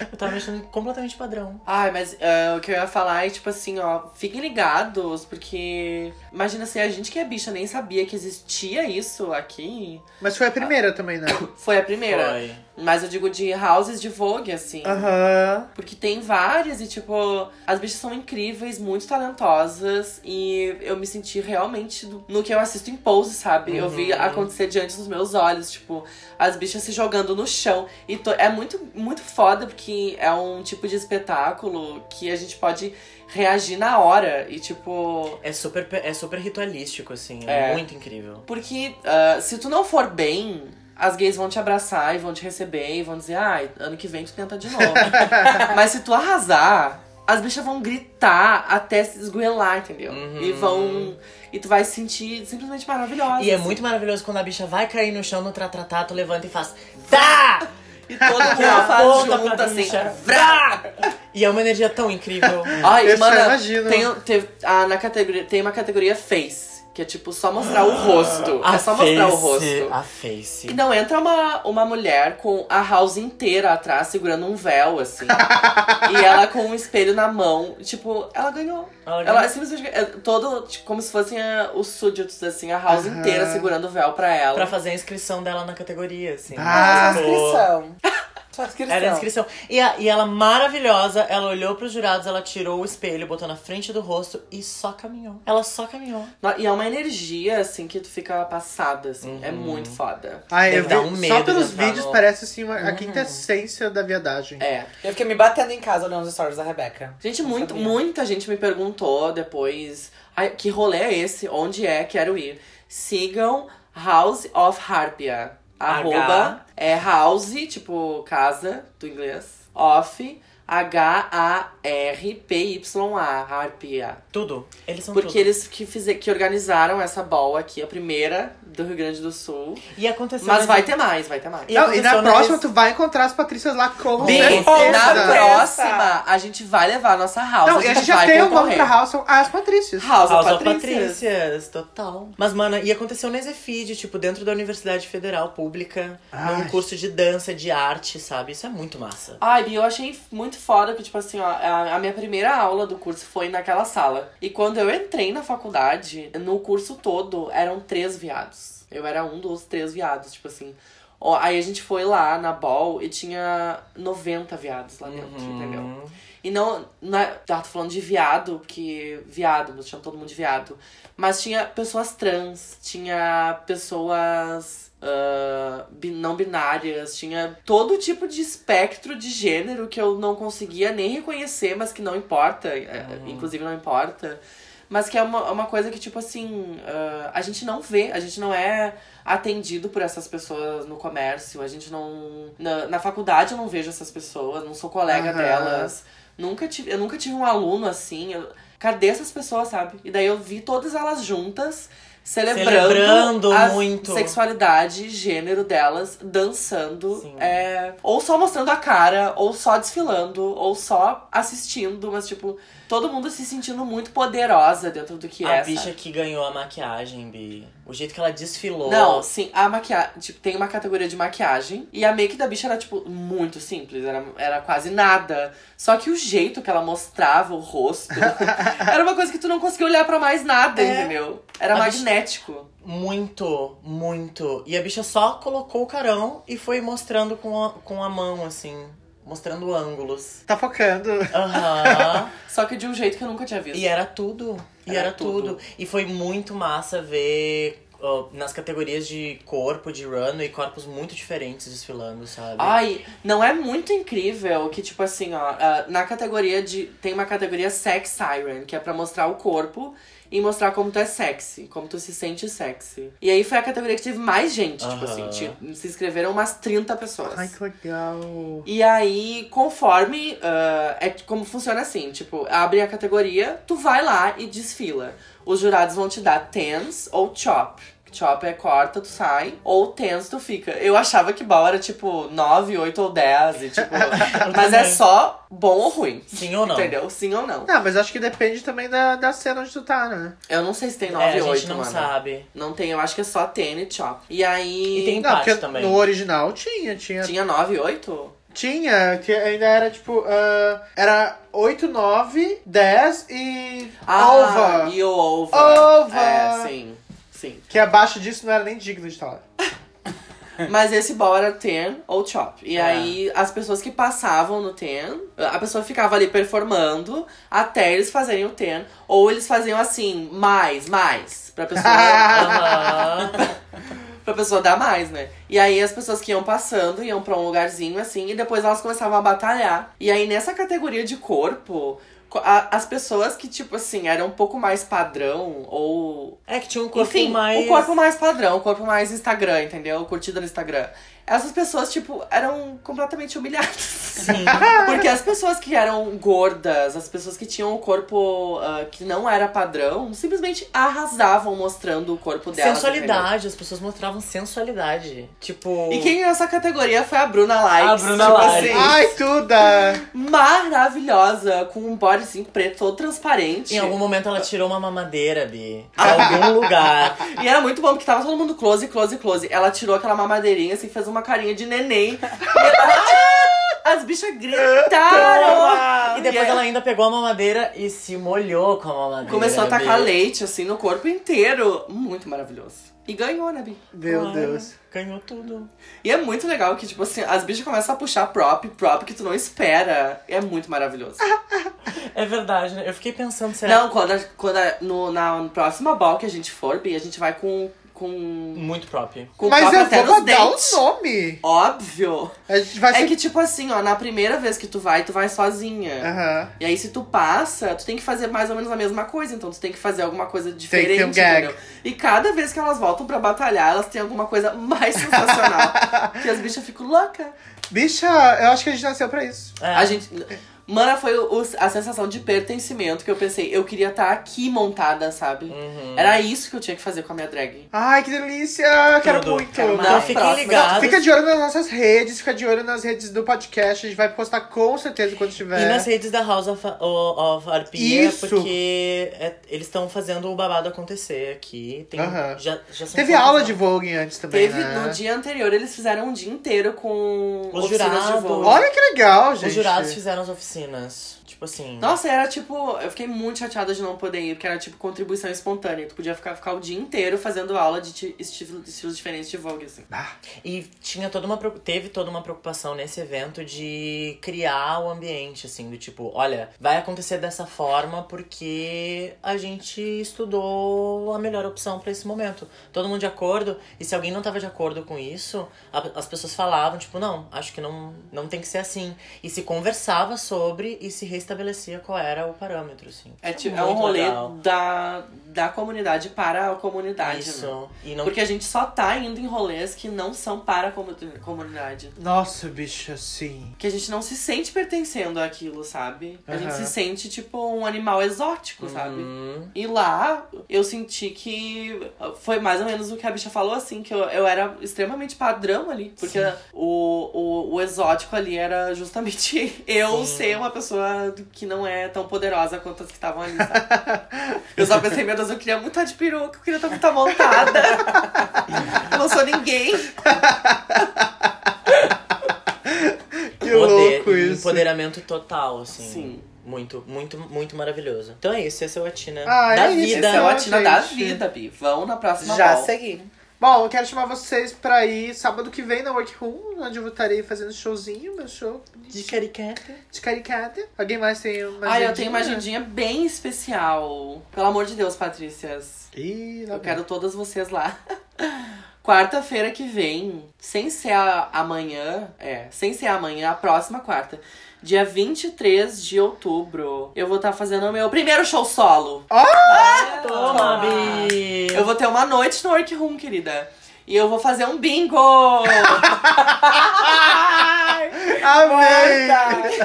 D: Eu tava me achando completamente padrão.
E: Ai, mas ah, o que eu ia falar é tipo assim, ó, fiquem ligados, porque imagina assim, a gente que é bicha nem sabia que existia isso aqui.
A: Mas foi a primeira também,
D: [COUGHS]
A: né?
E: Foi a primeira.
D: Foi.
E: Mas eu digo de houses de Vogue, assim.
A: Aham.
E: Porque tem várias e, tipo, as bichas são incríveis, muito talentosas. E eu me senti realmente do- no que eu assisto em pose, sabe? Eu vi acontecer diante dos meus olhos, tipo, as bichas se jogando no chão. E to- é muito, muito foda, porque é um tipo de espetáculo que a gente pode reagir na hora. E, tipo.
D: É super, pe- é super ritualístico, assim.
E: É.
D: É, muito incrível.
E: Porque ah, se tu não for bem. As gays vão te abraçar e vão te receber e vão dizer, ai, ano que vem tu tenta de
D: [LAUGHS]
E: novo. Mas se tu arrasar, as bichas vão gritar até se esgoelar, entendeu?
D: Uhum.
E: E vão. E tu vai se sentir simplesmente maravilhosa.
D: E é
E: assim.
D: muito maravilhoso quando a bicha vai cair no chão no tratratá, tu levanta e faz. Tá! [LAUGHS]
E: E todo mundo
D: Ela
E: faz
D: volta
E: junto,
D: pra
E: assim.
D: bicha.
E: Vrá!
D: E é uma energia tão
E: [LAUGHS]
D: incrível.
E: Ai,
A: Eu só
E: mana,
A: imagino.
E: Tem, teve- ah, na categoria, tem uma categoria face, que é tipo só mostrar o rosto. é só mostrar o rosto.
D: A face.
E: E não entra uma, uma mulher com a house inteira atrás, segurando um véu, assim. e ela com um espelho na mão. Tipo, ela ganhou.
D: Ela ganha-
E: Ela simplesmente. é Todo, tipo, como se fossem ah, os súditos, assim, a house
A: Aham.
E: inteira segurando o véu pra ela.
D: Pra fazer a inscrição dela na categoria, assim.
A: Ah,
D: Tipo,
F: Inscrição. Só inscrição.
D: Era a inscrição. E, a- e ela, maravilhosa, ela olhou pros jurados, ela tirou o espelho, botou na frente do rosto e só caminhou. Ela só caminhou.
E: No- E é uma energia, assim, que tu fica passada, assim. É muito foda.
A: Ah,
D: Deve
A: eu vi,
D: dar um medo
A: só
D: de
A: pelos
D: entrar
A: vídeos
D: no- Uhum.
A: parece assim uma, a quintessência da viadagem.
E: É.
F: Eu fiquei me batendo em casa olhando os stories da Rebeca.
E: Gente, muito, muita gente me perguntou depois "Ai, que rolê é esse, onde é, quero ir. Sigam House of Harpia. Arroba é house, tipo casa do inglês. Off, H-A-R-P-Y-A, Harpia.
D: Tudo. Eles são
E: Porque
D: tudo.
E: eles que, fize, que organizaram essa ball aqui, a primeira do Rio Grande do Sul.
D: E aconteceu.
E: Mas vai ter mais, vai ter mais.
D: E
A: Não, e na
D: aconteceu
A: próxima
D: vez-
A: tu vai encontrar as Patrícias lá com
D: Bem,
A: certeza.
E: Na
F: Beleza.
E: próxima, a gente vai levar a nossa house.
A: Não, e a gente já
E: vai
A: tem o nome
E: concorrer.
A: pra House, são as Patrícias.
E: House,
D: House
E: of
D: of
E: Patrícias.
D: Patrícias, total. Mas, mana, e aconteceu na Exefid, tipo, dentro da Universidade Federal Pública,
A: Ai.
D: num curso de dança, de arte, sabe? Isso é muito massa.
E: Ai, Bi, eu achei muito foda que, tipo assim, ó, a, a minha primeira aula do curso foi naquela sala. E quando eu entrei na faculdade, no curso todo, eram três viados. Eu era um dos três viados, tipo assim. Ó, aí a gente foi lá na Ball e tinha 90 viados lá dentro, entendeu?
D: Uhum.
E: E não, não é- tava falando de viado, porque viado, mas tinha todo mundo de viado. Mas tinha pessoas trans, tinha pessoas ah, bi- não binárias, tinha todo tipo de espectro de gênero que eu não conseguia nem reconhecer, mas que não importa, é, inclusive não importa. Mas que é uma, uma coisa que, tipo assim, ah, a gente não vê, a gente não é atendido por essas pessoas no comércio, a gente não. Na, na faculdade eu não vejo essas pessoas, não sou colega
A: Aham.
E: delas. Nunca tive, eu nunca tive um aluno assim. eu- cadê essas pessoas, sabe? E daí eu vi todas elas juntas, celebrando,
D: Celebrando
E: a
D: muito.
E: sexualidade e gênero delas, dançando.
D: Sim.
E: é, ou só mostrando a cara, ou só desfilando, ou só assistindo, mas tipo, todo mundo se sentindo muito poderosa dentro do que
D: a
E: é.
D: bicha
E: sabe?
D: que ganhou a maquiagem, Bi. O jeito que ela desfilou.
E: Não, sim, a maquiagem. Tipo, tem uma categoria de maquiagem. E a make da bicha era, tipo, muito simples. Era, era quase nada. Só que o jeito que ela mostrava
D: [LAUGHS]
E: o rosto era uma coisa que tu não conseguia olhar pra mais nada,
D: É.
E: entendeu? Era
D: A bicha-
E: magnético.
D: Muito, muito. E a bicha só colocou o carão e foi mostrando com a, com a mão, assim. Mostrando ângulos.
A: Tá focando.
E: [LAUGHS]
D: Aham.
E: Só que de um jeito que eu nunca tinha visto.
D: E era tudo. E era,
E: Era
D: tudo.
E: tudo.
D: E foi muito massa ver ó, nas categorias de corpo, de runway, corpos muito diferentes desfilando, sabe?
E: Ai, não é muito incrível que, tipo assim, ó, ah, na categoria de. Tem uma categoria sex siren, que é pra mostrar o corpo e mostrar como tu é sexy, como tu se sente sexy. E aí foi a categoria que teve mais gente,
D: Aham.
E: tipo assim, ti- se inscreveram umas 30 pessoas.
A: Ai, que legal.
E: E aí, conforme. ah, é como funciona assim: tipo, abre a categoria, tu vai lá e desfila. Os jurados vão te dar tens ou chop. Chop é corta, tu sai. Ou tens, tu fica. Eu achava que ball era tipo 9, 8 ou 10.
D: [LAUGHS]
E: E, tipo, mas é
D: também.
E: só bom ou ruim.
D: Sim ou não?
E: Entendeu? Sim ou não.
A: Ah, mas acho que depende também da, da cena onde tu tá, né?
E: Eu não sei se tem
D: É,
E: 9
D: a gente
E: ou 8,
D: não
E: mano. [LAUGHS]
D: sabe.
E: Não tem, eu acho que é só ten e chop. E aí.
D: E
A: Não,
D: tem empate
A: porque
D: também.
A: no original tinha, tinha.
E: Tinha 9 e 8?
A: Tinha, que ainda era tipo. ah, era 8, 9, 10 e.
D: Ah,
A: Alva!
E: Ah, E o Ova.
A: Ova!
E: É, sim. Sim.
A: Que abaixo disso não era nem digno de estar lá.
E: Mas esse ball era ten ou chop. E aí, as pessoas que passavam no ten, a pessoa ficava ali performando até eles fazerem o ten. Ou eles faziam assim, mais, mais. Pra pessoa,
D: Aham.
E: pra pessoa dar mais, né? E aí, as pessoas que iam passando, iam pra um lugarzinho assim. E depois elas começavam a batalhar. E aí, nessa categoria de corpo... co- a- As pessoas que, tipo assim, eram um pouco mais padrão ou
D: É que tinha um corpo
E: Enfim,
D: mais.
E: o corpo mais padrão, o corpo mais Instagram, entendeu? Curtida no Instagram. Essas pessoas, tipo, eram completamente humilhadas.
D: Sim.
E: [LAUGHS] Porque as pessoas que eram gordas, as pessoas que tinham o corpo ah, que não era padrão, simplesmente arrasavam mostrando o corpo delas.
D: Sensualidade, as pessoas mostravam sensualidade. Tipo.
E: entendeu? E quem nessa categoria foi a Bruna tipo Light.
D: A Bruna Lari.
A: Tipo assim, Ai, Tuda!
E: Maravilhosa, com um bodyzinho preto todo transparente.
D: Em algum momento ela tirou uma mamadeira, Bi. De algum lugar.
E: E era muito bom, porque tava todo mundo close, close, close. Ela tirou aquela mamadeirinha, assim, fez uma carinha de neném. E ela- "Ah!" As bichas gritaram!
D: E depois
E: aí
D: ela ainda pegou a mamadeira e se molhou com a mamadeira.
E: começou a tacar
D: Bi.
E: leite, assim, no corpo inteiro. Muito maravilhoso. E ganhou, né, Bi?
A: Meu
D: Claro,
A: Deus.
D: Ganhou tudo.
E: E é muito legal que, tipo assim, as bichas começam a puxar prop, prop que tu não espera. É muito maravilhoso.
A: Ah,
D: É verdade, né? Eu fiquei pensando,
A: tá.
D: será
E: Não, quando, a- quando a- no, na próxima ball que a gente for, Bi, a gente vai com. com.
D: Muito próprio.
E: com
A: Mas
E: prop
A: eu
E: até
A: vou
E: nos
A: dar
E: dentes.
A: um nome.
E: Óbvio!
A: A gente vai
E: É
A: ser.
E: que, tipo assim, ó, na primeira vez que tu vai, tu vai sozinha.
A: Aham.
E: E aí, se tu passa, tu tem que fazer mais ou menos a mesma coisa. Então, tu tem que fazer alguma coisa
A: ter
E: diferente,
A: um gag.
E: entendeu? E cada vez que elas voltam pra batalhar, elas têm alguma coisa mais
A: [LAUGHS]
E: sensacional. que as bichas ficam loucas.
A: Bicha, eu acho que a gente nasceu pra isso.
D: É.
E: A gente... Mana, foi o- o- a sensação de pertencimento que eu pensei. Eu queria estar aqui montada, sabe?
A: Uhum.
E: Era isso que eu tinha que fazer com a minha drag.
A: Ai, que delícia! Quero
D: Tudo.
A: muito.
E: Quero mais.
D: Então
E: Na
D: fiquem
E: próxima-
D: ligados.
A: Fica de olho nas nossas redes, fica de olho nas redes do podcast. A gente vai postar com certeza quando tiver.
D: E nas redes da House of, of Arpia,
A: Isso.
D: porque é- eles estão fazendo o babado acontecer aqui. Tem,
A: Aham.
D: já, já são
A: Teve
D: quantas-
A: aula de Vogue antes também,
E: Teve,
A: né?
E: no dia anterior, eles fizeram um dia inteiro com
D: Os
E: oficinas
D: jurados.
E: de voo.
A: Olha que legal, gente.
D: Os jurados fizeram as oficinas. Tipo assim.
E: Nossa, era tipo. Eu fiquei muito chateada de não poder ir, porque era tipo contribuição espontânea. Tu podia ficar, ficar o dia inteiro fazendo aula de ti- estilo- estilos diferentes de Vogue, assim.
D: E tinha toda uma, preo- teve toda uma preocupação nesse evento de criar o ambiente, assim, do tipo, olha, vai acontecer dessa forma porque a gente estudou a melhor opção pra esse momento. Todo mundo de acordo, e se alguém não tava de acordo com isso, a- as pessoas falavam, tipo, não, acho que não, não tem que ser assim. E se conversava sobre e se restabelecia qual era o parâmetro, assim.
E: É,
D: Isso
E: tipo, é um
D: muito
E: rolê
D: legal.
E: da, da comunidade para a comunidade. né?
D: Isso. E não
E: Porque a gente só tá indo em rolês que não são para a comu- comunidade.
A: Nossa, bicho, assim.
E: Que a gente não se sente pertencendo àquilo, sabe? A gente
A: Aham.
E: se sente tipo um animal exótico, sabe?
O: Hum.
E: E lá eu senti que foi mais ou menos o que a bicha falou, assim, que eu, eu era extremamente padrão ali. Porque o, o, o exótico ali era justamente [LAUGHS] eu ser uma pessoa que não é tão poderosa quanto as que estavam ali, sabe? eu só pensei, meu Deus, eu queria muito estar de peruca, eu queria estar muito estar montada. eu não sou ninguém.
A: Que
D: poder,
A: louco isso.
D: empoderamento total, assim.
E: Sim.
D: Muito, muito, muito maravilhoso. Então é isso, esse é o Atina
A: Ah,
D: da
A: é isso,
D: vida.
E: Essa é a
A: Não,
E: latina da
A: gente.
E: vida, Bi. Vão na próxima
F: Já
E: volta.
F: segui.
A: Bom, eu quero chamar vocês pra ir sábado que vem na Workroom, onde eu estarei fazendo showzinho, meu show
D: De é caricatura.
A: de caricata. Alguém mais tem uma
E: Ai, eu tenho uma
A: agendinha?
E: agendinha bem especial. Pelo amor de Deus, Patrícias.
A: Ih, lá vem.
E: Eu quero todas vocês lá. [LAUGHS] Quarta-feira que vem, sem ser a- amanhã, é, sem ser amanhã, a próxima quarta, dia 23 de outubro, eu vou estar fazendo o meu primeiro show solo.
D: Toma, Bi!
E: Eu vou ter uma noite no Workroom, querida. E eu vou fazer um bingo!
A: Amei!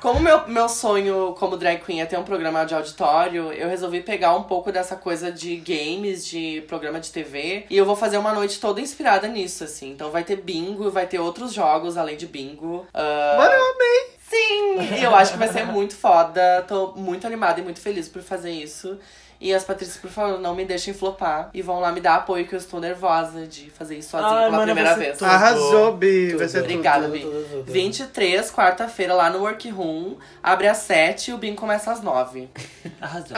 E: Como meu, meu sonho como drag queen é ter um programa de auditório, eu resolvi pegar um pouco dessa coisa de games, de programa de TV, e eu vou fazer uma noite toda inspirada nisso, assim. Então vai ter bingo, vai ter outros jogos além de bingo. Ah,
A: Mano, eu amei!
E: Sim! E eu acho que vai ser muito foda. Tô muito animada e muito feliz por fazer isso. E as Patrícias, por favor, não me deixem flopar. E vão lá me dar apoio, que eu estou nervosa de fazer isso sozinha
D: Ai,
E: pela
D: mano,
E: primeira
D: vai ser
E: vez.
D: tudo.
A: Arrasou, Bi! Vai
D: tudo.
A: ser tudo.
E: Obrigada, Bi. 23, quarta-feira, lá no Workroom. Abre às 7 e o bingo começa às 9.
B: Arrasou.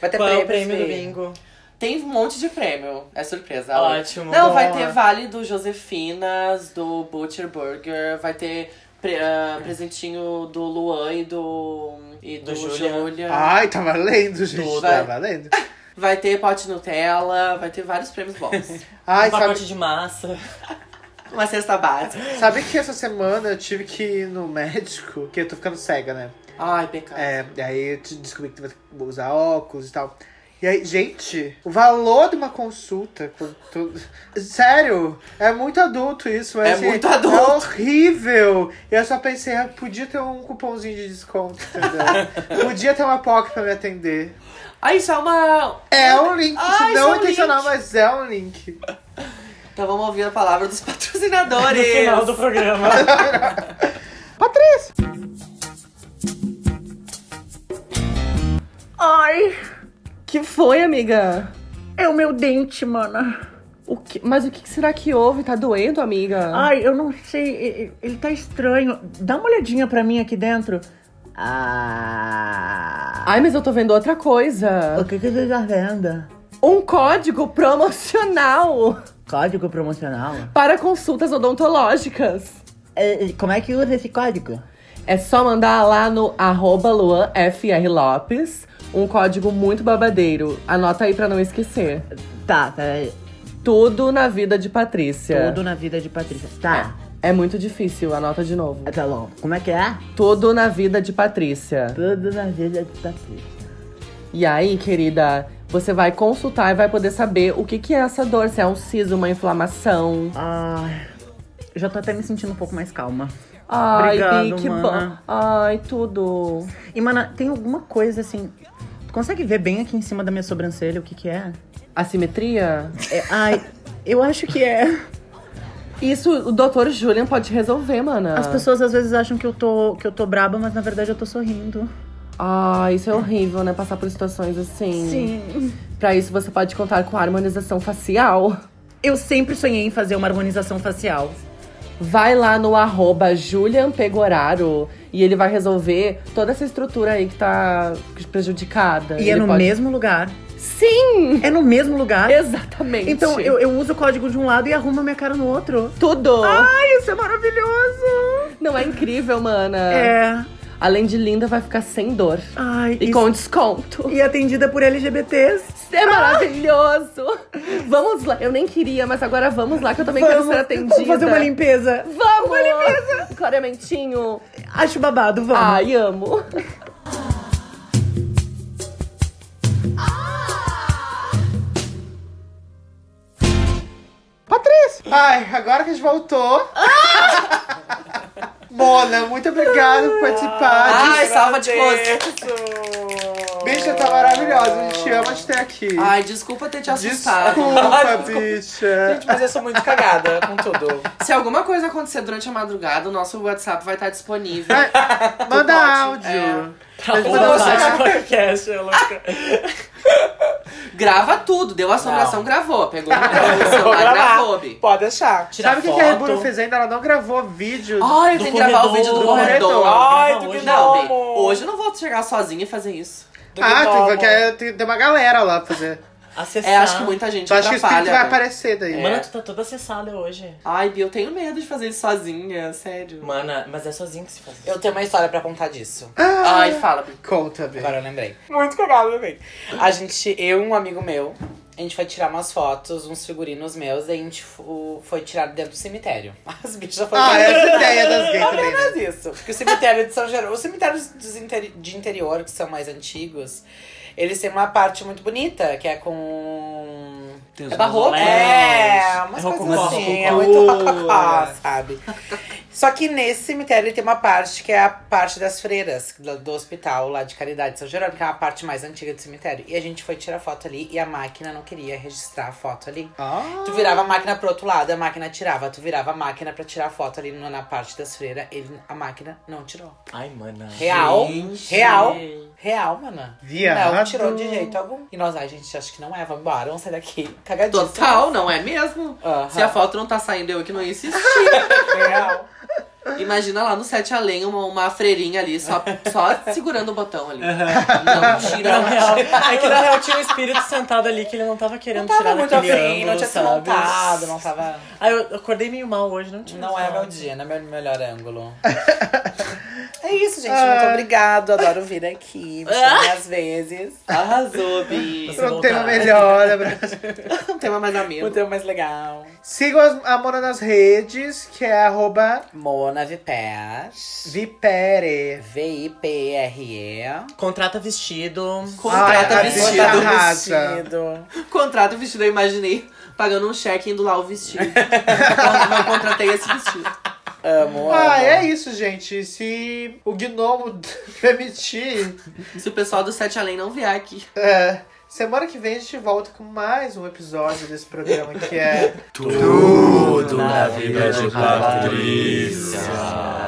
F: Vai ter
D: Qual é o
F: prêmios,
D: prêmio do Ah,
F: Bi?
D: bingo?
E: Tem um monte de prêmio. É surpresa.
D: Tá Ótimo.
E: Não,
A: Boa.
E: vai ter Vale do Josefinas, do Butcher Burger, vai ter pre- ah, presentinho do Luan e do, e do,
D: Do Julian.
E: Julian.
A: Ai, tá valendo, gente.
E: Tudo.
A: Tá valendo.
E: Vai ter pote Nutella, vai ter vários prêmios
O: [LAUGHS]
E: bons.
A: Ai,
D: um
A: sabe,
D: pacote de massa.
E: Uma cesta básica.
A: sabe que essa semana eu tive que ir no médico, que eu tô ficando cega, né?
E: Ai, pecado.
A: É, e aí eu te- descobri que vou usar óculos e tal. E aí, gente, o valor de uma consulta. com tudo- Sério, é muito adulto isso, mas
E: É
A: assim,
E: muito adulto.
A: É horrível. Eu só pensei, ah, podia ter um cupomzinho de desconto,
E: [LAUGHS]
A: entendeu? podia ter uma POC pra me atender.
E: Ah, isso é uma...
A: É um link,
E: Ai, isso
A: não
E: é um
A: intencional,
E: link.
A: mas é um link.
E: Então vamos ouvir a palavra dos [LAUGHS] patrocinadores.
D: do programa.
O: Ai! Que foi, amiga?
G: É o meu dente, mana.
O: O que- Mas o que será que houve? Tá doendo, amiga?
E: Ah.
G: Ai, eu não sei. e- e- Ele tá estranho. Dá uma olhadinha pra mim aqui dentro. Ah.
O: Ai, mas eu tô vendo outra coisa.
G: O que que você tá vendo?
O: Um código promocional
G: Código promocional?
O: para consultas odontológicas.
G: É, é, Como é que usa esse código?
O: É só mandar lá no arroba luanfrlopes, um código muito babadeiro. Anota aí pra não esquecer.
G: Tá, peraí.
O: Tudo na vida de Patrícia.
G: Tudo na vida de Patrícia. Tá,
O: É muito difícil, anota de novo.
G: tá bom. Como é que é?
O: Tudo na vida de Patrícia.
G: Tudo na vida de Patrícia.
O: E aí, querida, você vai consultar e vai poder saber o que, que é essa dor, se é um siso, uma inflamação.
G: Ai. Já tô até me sentindo um pouco mais calma.
O: Ai,
G: Obrigado,
O: Bi, que bom.
G: mana.
O: Ai, tudo.
G: E, mana, tem alguma coisa assim. Tu consegue ver bem aqui em cima da minha sobrancelha o que que é?
O: Assimetria?
G: É, ai, eu acho que é.
O: Isso o doutor Julian pode resolver, mana.
G: As pessoas às vezes acham que eu tô que eu tô braba, mas na verdade eu tô sorrindo.
O: Ah, isso é horrível, né? Passar por situações assim. Pra isso você pode contar com a harmonização facial.
G: Eu sempre sonhei em fazer uma harmonização facial.
O: Vai lá no arroba Julian Pegoraro e ele vai resolver toda essa estrutura aí que tá prejudicada.
G: E é
O: Ele
G: no
O: pode-
G: mesmo lugar.
O: Sim! [LAUGHS]
G: É no mesmo lugar.
O: Exatamente.
G: Então eu, eu uso o código de um lado e arrumo a minha cara no outro.
O: Tudo!
G: Ai, isso é maravilhoso!
O: Não é incrível, mana?
G: É.
O: Além de linda, vai ficar sem dor.
G: Ai,
O: E
G: isso-
O: com desconto.
G: e atendida por LGBTs.
O: Isso é maravilhoso! Vamos lá. Eu nem queria, mas agora vamos lá, que eu também quero ser atendida.
G: Vamos fazer uma limpeza.
O: Vamos! Uma limpeza! Clarementinho,
G: Acho babado, vamos.
P: Ai, amo.
A: Patrícia! Ai, agora que a gente voltou. Mona, muito obrigado por participar.
F: Ah! Ai, salva de rosto.
A: Bicha, tá maravilhosa. A gente ama te ter aqui.
E: Ai, desculpa ter te assustado.
A: Desculpa, bicha.
F: Gente, mas eu sou muito cagada com tudo.
E: Se alguma coisa acontecer durante a madrugada, o nosso WhatsApp vai estar disponível.
G: É.
A: Manda áudio.
D: Tá
A: Mas manda
D: Nossa,
A: áudio.
D: podcast, ela
E: Grava tudo. Deu assombração, gravou.
F: [LAUGHS]
E: Pegou no o
F: Vou
E: celular,
F: gravar.
E: gravou, Bi.
F: Pode deixar.
D: Tirar
A: Sabe o que,
D: foto.
A: que a Reburu fez ainda? Ela não gravou vídeo.
E: Ai, eu
D: Do
E: tenho que gravar o
D: corredor.
E: vídeo do
A: Corredor.
E: corredor.
F: Ai, do
D: Não, hoje
E: Não, Bi,
F: gnomo.
E: hoje eu não vou chegar sozinha e fazer isso.
F: Do
A: ah,
F: gnomo.
A: tem, que- tem, tem uma galera lá pra fazer.
D: Acessar.
E: É, acho que muita gente
A: Então acho que o espírito vai
E: atrapalha. né?
A: aparecer daí.
D: Mano, tu tá toda acessada hoje.
E: Ai, Bi, eu tenho medo de fazer isso sozinha, sério.
D: Mana, mas é sozinho que se faz.
F: Eu tenho uma história pra contar disso.
E: Ai, fala, Bi.
A: Conta, Bi.
F: Agora eu lembrei. Muito cagado também. A gente, eu e um amigo meu, a gente foi tirar umas fotos, uns figurinos meus, e a gente fo- foi tirar dentro do cemitério. As bichas foram
A: Ah,
F: pra-
A: essa é a ideia das gays
F: Não,
A: também, né?
F: apenas isso. Porque o cemitério de São Geraldo. Os cemitérios dos interi- de interior, que são mais antigos, eles têm uma parte muito bonita, que é com.
Q: Tem os
F: É barroco?
Q: mausoléus.
F: É, umas
D: É
F: coisas
D: rococó,
F: assim. É
D: rococó.
F: muito rococó, sabe? Só que nesse cemitério tem uma parte que é a parte das freiras do, do hospital lá de Caridade de São Jerônimo, que é uma parte mais antiga do cemitério. E a gente foi tirar foto ali e a máquina não queria registrar a foto ali.
A: Ah,
F: Tu virava a máquina pro outro lado, a máquina tirava. Tu virava a máquina pra tirar foto ali na na parte das freiras, ele, a máquina não tirou.
D: Ai, mana.
F: Real, real, real, mana.
A: Viado.
F: Não tirou de jeito algum. E nós, ai, gente, acho que não é, vamos embora, vamos sair daqui. Cagadíssimo.
E: Total, não é mesmo?
F: Aham.
E: Se a foto não tá saindo, eu que não ia
F: [LAUGHS]
E: insistir.
F: Real.
E: Imagina lá no Sete Além uma, uma freirinha ali, só, só segurando o botão
F: [LAUGHS]
E: ali. Não, tira.
D: Na real, é que na real tinha um espírito sentado ali que ele não tava querendo
F: Não
D: tirar
F: tava muito
D: daquele
F: afim,
D: ângulo,
F: não tinha se
D: sabe?
F: montado, não tava.
D: Ai, eu acordei meio mal hoje, não tinha.
F: [LAUGHS] Não é
D: sabe?
F: meu dia, não é meu melhor ângulo. é isso, gente. Muito obrigado. Adoro vir aqui. Me chamem às vezes.
E: Arrasou, Bi.
D: Você
A: não tem uma
D: voltar.
A: melhor, né, abraço.
E: [LAUGHS] Um tema mais
F: O
E: amigo.
F: teu mais legal.
A: Sigam as- a Mona nas redes, que é arroba
F: Mona Viper.
A: Vipere.
F: V-I-P-R-E.
D: Contrata vestido.
A: Ai,
E: Contrata
A: a
E: vestido.
A: bicha arrasa.
E: Contrata o vestido, eu imaginei pagando um cheque e indo lá o vestido. [LAUGHS] Quando eu contratei esse vestido.
F: Amo.
A: Ah,
F: amo.
A: é isso, gente. Se o gnomo [LAUGHS] permitir,
E: Se o pessoal do Sete Além não vier aqui.
A: é, semana que vem a gente volta com mais um episódio desse programa que é.
B: Tudo na vida de Patrícia.